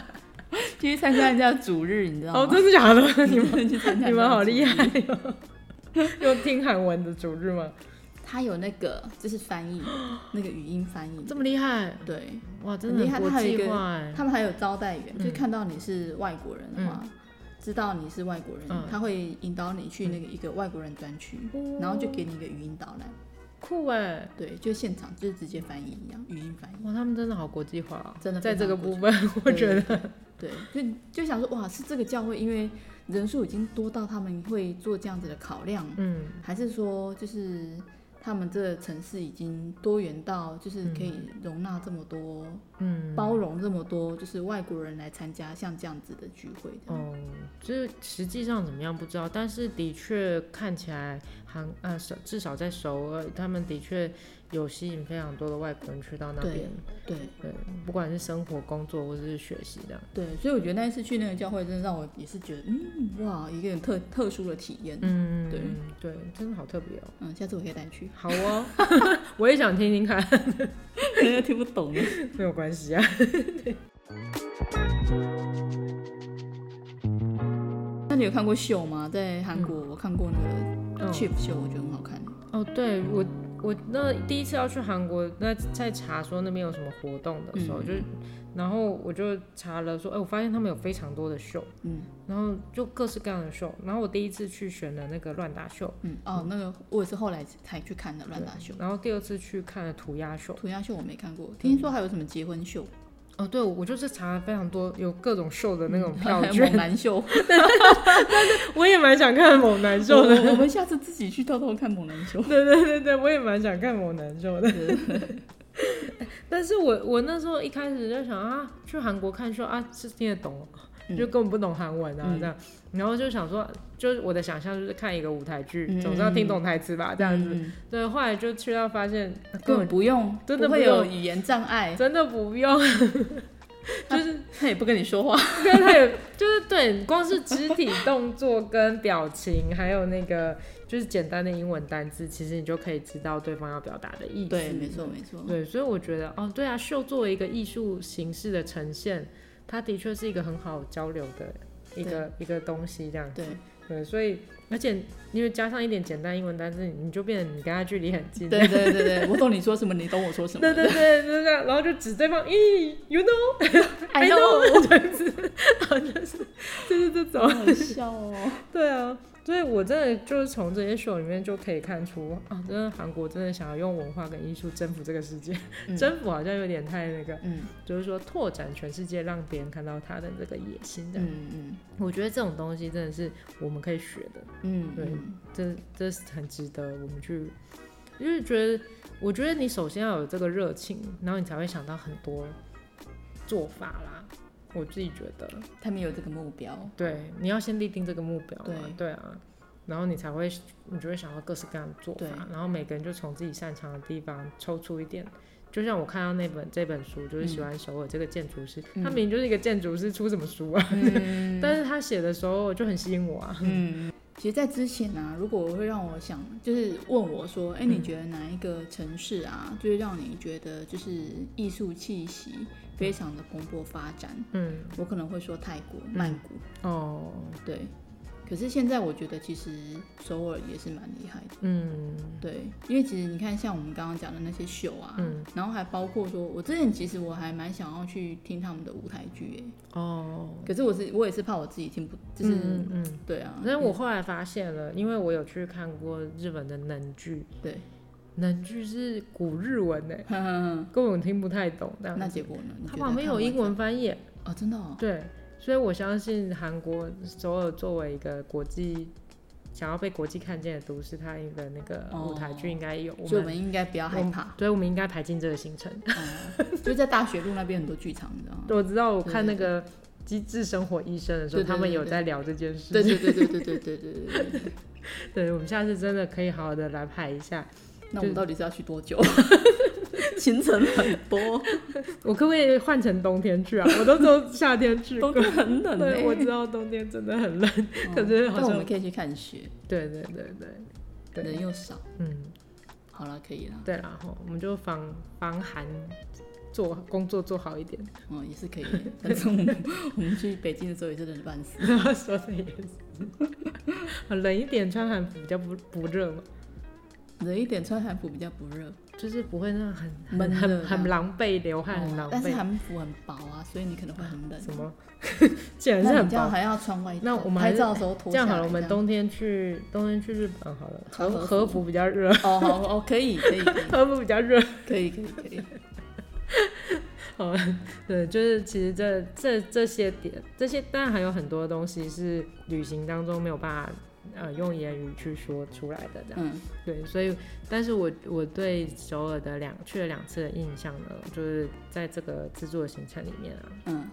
[SPEAKER 1] 去参加人家的主日，你知道
[SPEAKER 2] 哦，
[SPEAKER 1] 吗？
[SPEAKER 2] 真的 假的？ 你
[SPEAKER 1] 你
[SPEAKER 2] 们
[SPEAKER 1] 们去参加，
[SPEAKER 2] 你们好厉！害哦！ 又听韩文的主日吗？
[SPEAKER 1] 他有那个就是翻译，那个语音翻译，
[SPEAKER 2] 这么厉害
[SPEAKER 1] 对，
[SPEAKER 2] 哇，真
[SPEAKER 1] 很
[SPEAKER 2] 的
[SPEAKER 1] 厉害
[SPEAKER 2] 国
[SPEAKER 1] 它还有一
[SPEAKER 2] 际
[SPEAKER 1] 个
[SPEAKER 2] 化哎。
[SPEAKER 1] 他们还有招待员，
[SPEAKER 2] 嗯
[SPEAKER 1] 就看到你是外国人的话，知道你是外国人，
[SPEAKER 2] 嗯
[SPEAKER 1] 他会引导你去那个一个外国人专区，
[SPEAKER 2] 哦
[SPEAKER 1] 然后就给你一个语音导览，
[SPEAKER 2] 酷哎！对
[SPEAKER 1] 对，就现场就是直接翻译一样，语音翻译。
[SPEAKER 2] 哇，他们真的好国际化、哦，
[SPEAKER 1] 真的
[SPEAKER 2] 在
[SPEAKER 1] 非
[SPEAKER 2] 这
[SPEAKER 1] 常
[SPEAKER 2] 个
[SPEAKER 1] 国
[SPEAKER 2] 部分，我觉得
[SPEAKER 1] 得对，对就就想说哇，是这个教会因为人数已经多到他们会做这样子的考量，
[SPEAKER 2] 嗯，
[SPEAKER 1] 还是说就是他们这个城市已经多元到就是可以容纳这么多，
[SPEAKER 2] 嗯，
[SPEAKER 1] 包容这么多，就是外国人来参加像这样子的聚会这样
[SPEAKER 2] 哦，就是实际上怎么样不知道，但是的确看起来韩呃，首至少在首尔，他们的确有吸引非常多的外国人去到那边，
[SPEAKER 1] 对。
[SPEAKER 2] 对，不管是生活、工作或者是学习这样，
[SPEAKER 1] 对，所以我觉得那一次去那个教会，真的让我也是觉得，嗯，哇，一个很特特殊的体验。
[SPEAKER 2] 嗯，
[SPEAKER 1] 对
[SPEAKER 2] 对，真的好特别哦。，
[SPEAKER 1] 嗯，下次我可以带你去
[SPEAKER 2] 好哦，我也想听听看，
[SPEAKER 1] 人家听不懂耶。
[SPEAKER 2] 没有关系啊。
[SPEAKER 1] 那你有看过秀吗？在韩国，我看过那个
[SPEAKER 2] 嗯
[SPEAKER 1] Chip 秀，我觉得很好看。
[SPEAKER 2] 哦，对我我那第一次要去韩国，那在查说那边有什么活动的时候，
[SPEAKER 1] 嗯
[SPEAKER 2] 就然后我就查了说，哎、我发现他们有非常多的秀，
[SPEAKER 1] 嗯
[SPEAKER 2] 然后就各式各样的秀，然后我第一次去选了那个乱打秀，
[SPEAKER 1] 嗯，哦，那个我也是后来才去看的乱打秀，
[SPEAKER 2] 然后第二次去看了涂鸦秀。
[SPEAKER 1] 涂鸦秀我没看过，听说还有什么结婚秀、
[SPEAKER 2] 哦，对，我就是查了非常多有各种秀的那种
[SPEAKER 1] 嗯 还
[SPEAKER 2] 票
[SPEAKER 1] 有
[SPEAKER 2] 券，
[SPEAKER 1] 猛男秀。
[SPEAKER 2] 我也蛮想看猛男秀的。
[SPEAKER 1] 我我们下次自己去偷偷看猛男秀。
[SPEAKER 2] 对对对对，我也蛮想看猛男秀的。 但是我我那时候一开始就想啊，去韩国看秀啊，是听得懂哦，
[SPEAKER 1] 嗯
[SPEAKER 2] 就根本不懂韩文啊、
[SPEAKER 1] 嗯
[SPEAKER 2] 这样，然后就想说，就是我的想象就是看一个舞台剧，
[SPEAKER 1] 嗯
[SPEAKER 2] 总是要听懂台词吧，这样子。
[SPEAKER 1] 嗯，
[SPEAKER 2] 对，后来就去到发现
[SPEAKER 1] 嗯
[SPEAKER 2] 根
[SPEAKER 1] 根
[SPEAKER 2] 本
[SPEAKER 1] 本不用，
[SPEAKER 2] 真的
[SPEAKER 1] 不
[SPEAKER 2] 不
[SPEAKER 1] 会有
[SPEAKER 2] 用
[SPEAKER 1] 语言障碍，
[SPEAKER 2] 真的不用，
[SPEAKER 1] 就是他也不跟你说话。
[SPEAKER 2] 因为他也就是对，光是肢体动作跟表情，还有那个就是简单的英文单字，其实你就可以知道对方要表达的意思。
[SPEAKER 1] 对，没错没错。
[SPEAKER 2] 对，所以我觉得，哦，对啊，秀作为一个艺术形式的呈现，它的确是一个很好交流的一个一个东西，这样。
[SPEAKER 1] 对，
[SPEAKER 2] 对，所以而且因为加上一点简单英文单词，你就变得你跟他距离很近。
[SPEAKER 1] 对对对对，我懂你说什么，你懂我说什么。
[SPEAKER 2] 对对对，就是这样，然后就指对方，咦，you know，
[SPEAKER 1] ，I know，
[SPEAKER 2] know，这样 子，然后就是就是这种，
[SPEAKER 1] 好笑哦。
[SPEAKER 2] 对啊，所以我真的就是从这些秀里面就可以看出啊，真的韩国真的想要用文化跟艺术征服这个世界，
[SPEAKER 1] 嗯
[SPEAKER 2] 征服好像有点太那个，
[SPEAKER 1] 嗯
[SPEAKER 2] 就是说拓展全世界，让别人看到他的这个野心的。
[SPEAKER 1] 嗯嗯
[SPEAKER 2] 我觉得这种东西真的是我们可以学的，
[SPEAKER 1] 嗯，
[SPEAKER 2] 对
[SPEAKER 1] 嗯
[SPEAKER 2] 这这是很值得我们去，因为觉得我觉得你首先要有这个热情，然后你才会想到很多做法啦。我自己觉得，
[SPEAKER 1] 他们有这个目 标。
[SPEAKER 2] 对，你要先立定这个目标嘛，
[SPEAKER 1] 对
[SPEAKER 2] 对啊，然后你才会，你就会想到各式各样的做
[SPEAKER 1] 对
[SPEAKER 2] 法，然后每个人就从自己擅长的地方抽出一点。就像我看到那本这本书，就是喜欢首尔这个建筑师，
[SPEAKER 1] 嗯
[SPEAKER 2] 他明明就是一个建筑师，出什么书啊？
[SPEAKER 1] 嗯
[SPEAKER 2] 但是他写的时候就很吸引我啊。
[SPEAKER 1] 嗯，其实，在之前啊，如果我会让我想，就是问我说，哎、你觉得哪一个城市啊，就是让你觉得就是艺术气息非常的蓬勃发展？
[SPEAKER 2] 嗯，
[SPEAKER 1] 我可能会说泰国曼谷，
[SPEAKER 2] 哦，
[SPEAKER 1] 对。可是现在我觉得其实首尔也是蛮厉害的，
[SPEAKER 2] 嗯
[SPEAKER 1] 对，因为其实你看像我们刚刚讲的那些秀啊，
[SPEAKER 2] 嗯，
[SPEAKER 1] 然后还包括说，我之前其实我还蛮想要去听他们的舞台剧，哎，
[SPEAKER 2] 哦，
[SPEAKER 1] 可是我是我也是怕我自己听不，就是、
[SPEAKER 2] 嗯嗯。
[SPEAKER 1] 对啊，
[SPEAKER 2] 但是我后来发现了，因为我有去看过日本的能剧，
[SPEAKER 1] 对，
[SPEAKER 2] 能剧是古日文呢，
[SPEAKER 1] 哼哼哼
[SPEAKER 2] 根本听不太懂。这样
[SPEAKER 1] 那
[SPEAKER 2] 子
[SPEAKER 1] 结果呢？你
[SPEAKER 2] 它
[SPEAKER 1] 觉得
[SPEAKER 2] 旁边有
[SPEAKER 1] 完
[SPEAKER 2] 英文翻译，
[SPEAKER 1] 哦，真的哦，
[SPEAKER 2] 对，所以我相信韩国首尔作为一个国际想要被国际看见的都市，它的那个舞台剧应该有、
[SPEAKER 1] 哦所以
[SPEAKER 2] 我
[SPEAKER 1] 我
[SPEAKER 2] 们。
[SPEAKER 1] 们应该不要害
[SPEAKER 2] 我
[SPEAKER 1] 怕。
[SPEAKER 2] 对，我们应该排进这个行程。
[SPEAKER 1] 嗯，就在大学路那边很多剧场，你知道吗？
[SPEAKER 2] 我知道，我看那
[SPEAKER 1] 对
[SPEAKER 2] 个《机智生活医生》的时候，
[SPEAKER 1] 对对
[SPEAKER 2] 他们有
[SPEAKER 1] 对对
[SPEAKER 2] 在聊这件事。
[SPEAKER 1] 对对对对对对对对对 对对。
[SPEAKER 2] 对，我们下次真的可以好好的来排一下。
[SPEAKER 1] 那我们到底是要去多久？ 行程很多，
[SPEAKER 2] 我可不可以换成冬天去啊？我都走夏天去过
[SPEAKER 1] 冬。天很冷欸哦
[SPEAKER 2] 对，我知道冬天真的很冷，可是好
[SPEAKER 1] 但我
[SPEAKER 2] 像
[SPEAKER 1] 们可以去看雪，
[SPEAKER 2] 对对对对
[SPEAKER 1] 人
[SPEAKER 2] 对，
[SPEAKER 1] 又少。
[SPEAKER 2] 嗯，
[SPEAKER 1] 好了，可以了，
[SPEAKER 2] 对啦，吼我们就防防寒，做工作做好一点。
[SPEAKER 1] 嗯，也是可以的。反正我们我们去北京的时候也是冷得半死。
[SPEAKER 2] 说的也是，冷一点穿韩服比较不不热嘛，
[SPEAKER 1] 冷一点穿韩服比较不热，
[SPEAKER 2] 就是不会那样很
[SPEAKER 1] 闷
[SPEAKER 2] 很
[SPEAKER 1] 热
[SPEAKER 2] 很嗯
[SPEAKER 1] 这样
[SPEAKER 2] 很狼狈，流汗很
[SPEAKER 1] 哦
[SPEAKER 2] 狼
[SPEAKER 1] 但是
[SPEAKER 2] 狈。
[SPEAKER 1] 韩服很薄啊，所以你可能会很冷。
[SPEAKER 2] 什 么？ 既然是
[SPEAKER 1] 那
[SPEAKER 2] 很
[SPEAKER 1] 你这样
[SPEAKER 2] 薄，
[SPEAKER 1] 还要穿外套？
[SPEAKER 2] 那我们还
[SPEAKER 1] 拍
[SPEAKER 2] 是
[SPEAKER 1] 照的时候脱
[SPEAKER 2] 这样
[SPEAKER 1] 下
[SPEAKER 2] 好了，
[SPEAKER 1] 来
[SPEAKER 2] 我们
[SPEAKER 1] 这样
[SPEAKER 2] 冬天去冬天去日本嗯好了，
[SPEAKER 1] 穿
[SPEAKER 2] 和
[SPEAKER 1] 和服
[SPEAKER 2] 和服比较 热，
[SPEAKER 1] 哦，好哦，可以，可以，
[SPEAKER 2] 和服比较热。
[SPEAKER 1] 可以，可以，可以，可
[SPEAKER 2] 哦， 对，就是其实这这这些点，这些当然还有很多东西是旅行当中没有办法呃用言语去说出来的， 这
[SPEAKER 1] 以，
[SPEAKER 2] 样、
[SPEAKER 1] 嗯
[SPEAKER 2] 对，所以但是我我对首尔的两去了两次的印象呢，就是在这个自助的行程里面啊，
[SPEAKER 1] 嗯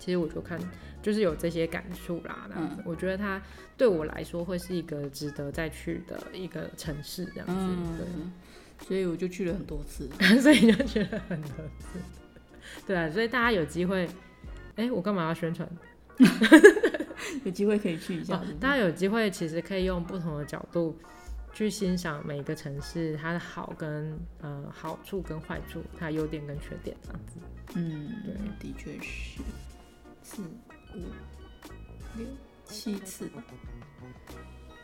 [SPEAKER 2] 其实我就看就是有这些感触啦，这样子，我觉得它对我来说会是一个值得再去的一个城市，这样子，对。
[SPEAKER 1] 嗯，所以我就去了很多次，
[SPEAKER 2] 所以就觉得很合适。 对啊，所以大家有机会，哎、我干嘛要宣传？
[SPEAKER 1] 有机会可以去一下
[SPEAKER 2] 哦。大家有机会其实可以用不同的角度去欣赏每个城市它的好跟呃好处跟坏处，它的优点跟缺点这啊样子。
[SPEAKER 1] 嗯，
[SPEAKER 2] 对
[SPEAKER 1] 的确是四五六七次吧。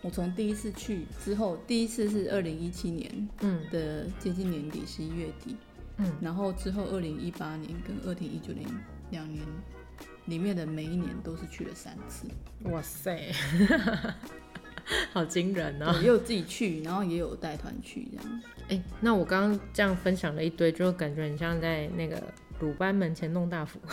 [SPEAKER 1] 我从第一次去之后，第一次是二零一七年
[SPEAKER 2] 嗯
[SPEAKER 1] 的接近年底，十一月底，
[SPEAKER 2] 嗯，
[SPEAKER 1] 然后之后二零一八年跟二零一九年两年里面的每一年都是去了三次，
[SPEAKER 2] 哇塞， 好惊人哦！
[SPEAKER 1] 对也有自己去，然后也有带团去这样。
[SPEAKER 2] 哎、那我刚刚这样分享了一堆，就感觉很像在那个鲁班门前弄大斧。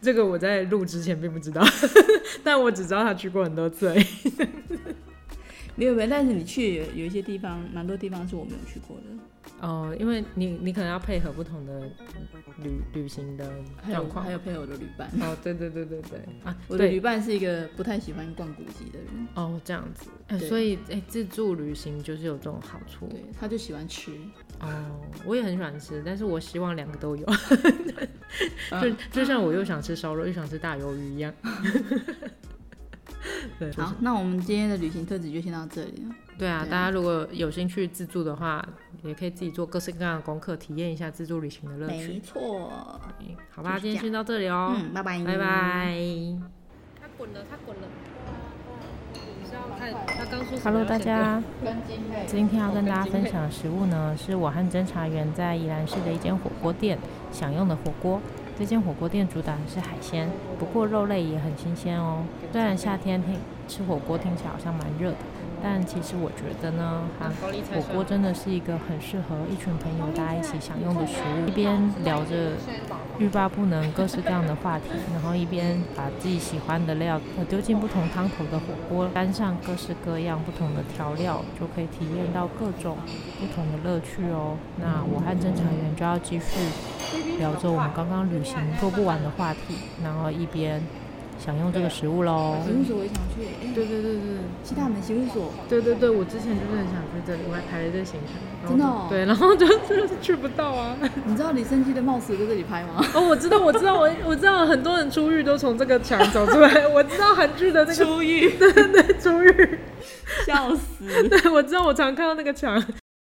[SPEAKER 2] 这个我在录之前并不知道， 但我只知道他去过很多次而已。
[SPEAKER 1] 没有没有，但是你去有一些地方，蛮多地方是我没有去过的，
[SPEAKER 2] 哦，因为你你可能要配合不同的旅旅行的
[SPEAKER 1] 还有
[SPEAKER 2] 状况
[SPEAKER 1] 还。有配合我的旅伴。
[SPEAKER 2] 哦，对对对对对啊，
[SPEAKER 1] 我的
[SPEAKER 2] 对
[SPEAKER 1] 旅伴是一个不太喜欢逛古迹的人，
[SPEAKER 2] 哦，这样子，哎
[SPEAKER 1] 对
[SPEAKER 2] 所以哎、自助旅行就是有这种好处
[SPEAKER 1] 对，他就喜欢吃。
[SPEAKER 2] 哦。我也很喜欢吃，但是我希望两个都有。 就
[SPEAKER 1] 嗯、
[SPEAKER 2] 就像我又想吃烧肉又想吃大鱿鱼一样。对，
[SPEAKER 1] 好，那我们今天的旅行特辑就先到这里了。
[SPEAKER 2] 对啊，
[SPEAKER 1] 对啊
[SPEAKER 2] 大家如果有兴趣自助的话，
[SPEAKER 3] 也可以自己做各式各样的功课，体验一下自助旅行的乐
[SPEAKER 1] 没
[SPEAKER 3] 趣。
[SPEAKER 1] 错，
[SPEAKER 3] 嗯好
[SPEAKER 1] 就
[SPEAKER 3] 吧，
[SPEAKER 1] 是
[SPEAKER 3] 今天
[SPEAKER 1] 这
[SPEAKER 3] 先到这里哦，
[SPEAKER 1] 嗯，拜拜，
[SPEAKER 3] 拜。拜。他滚了，他滚了。他刚说
[SPEAKER 2] Hello，大家，
[SPEAKER 1] 跟金妹
[SPEAKER 2] 今天要跟大家分享的食物呢，是我和侦查员在宜兰市的一间火锅店享用的火锅。这间火锅店主打的是海鲜，不过肉类也很新鲜哦。虽然夏天听吃火锅听起来好像蛮热的，但其实我觉得呢，它火锅真的是一个很适合一群朋友大家一起享用的食物，一边聊着欲罢不能各式各样的话题，然后一边把自己喜欢的料呃丢进不同汤头的火锅，沾上各式各样不同的调料，就可以体验到各种不同的乐趣哦。那我和侦查员就要继续聊着我们刚刚旅行做不完的话题，然后一边享用这个食物喽。
[SPEAKER 1] 刑务哦所我也想去，哎，
[SPEAKER 3] 嗯对对对对。
[SPEAKER 1] 西大门刑务所，
[SPEAKER 3] 对对对，我之前就是很想去这里，我还排了这个行程，然后
[SPEAKER 1] 真的
[SPEAKER 3] 就
[SPEAKER 1] 哦
[SPEAKER 3] 对，然后就就是 去不到啊。
[SPEAKER 1] 你知道李生基的帽子在这里拍吗？
[SPEAKER 3] 哦，我知道，我知道，我我知道，很多人出狱都从这个墙走出来。我知道韩剧的那个 出狱，对对，出狱。
[SPEAKER 1] 笑死！
[SPEAKER 3] 对，我知道，我常看到那个墙，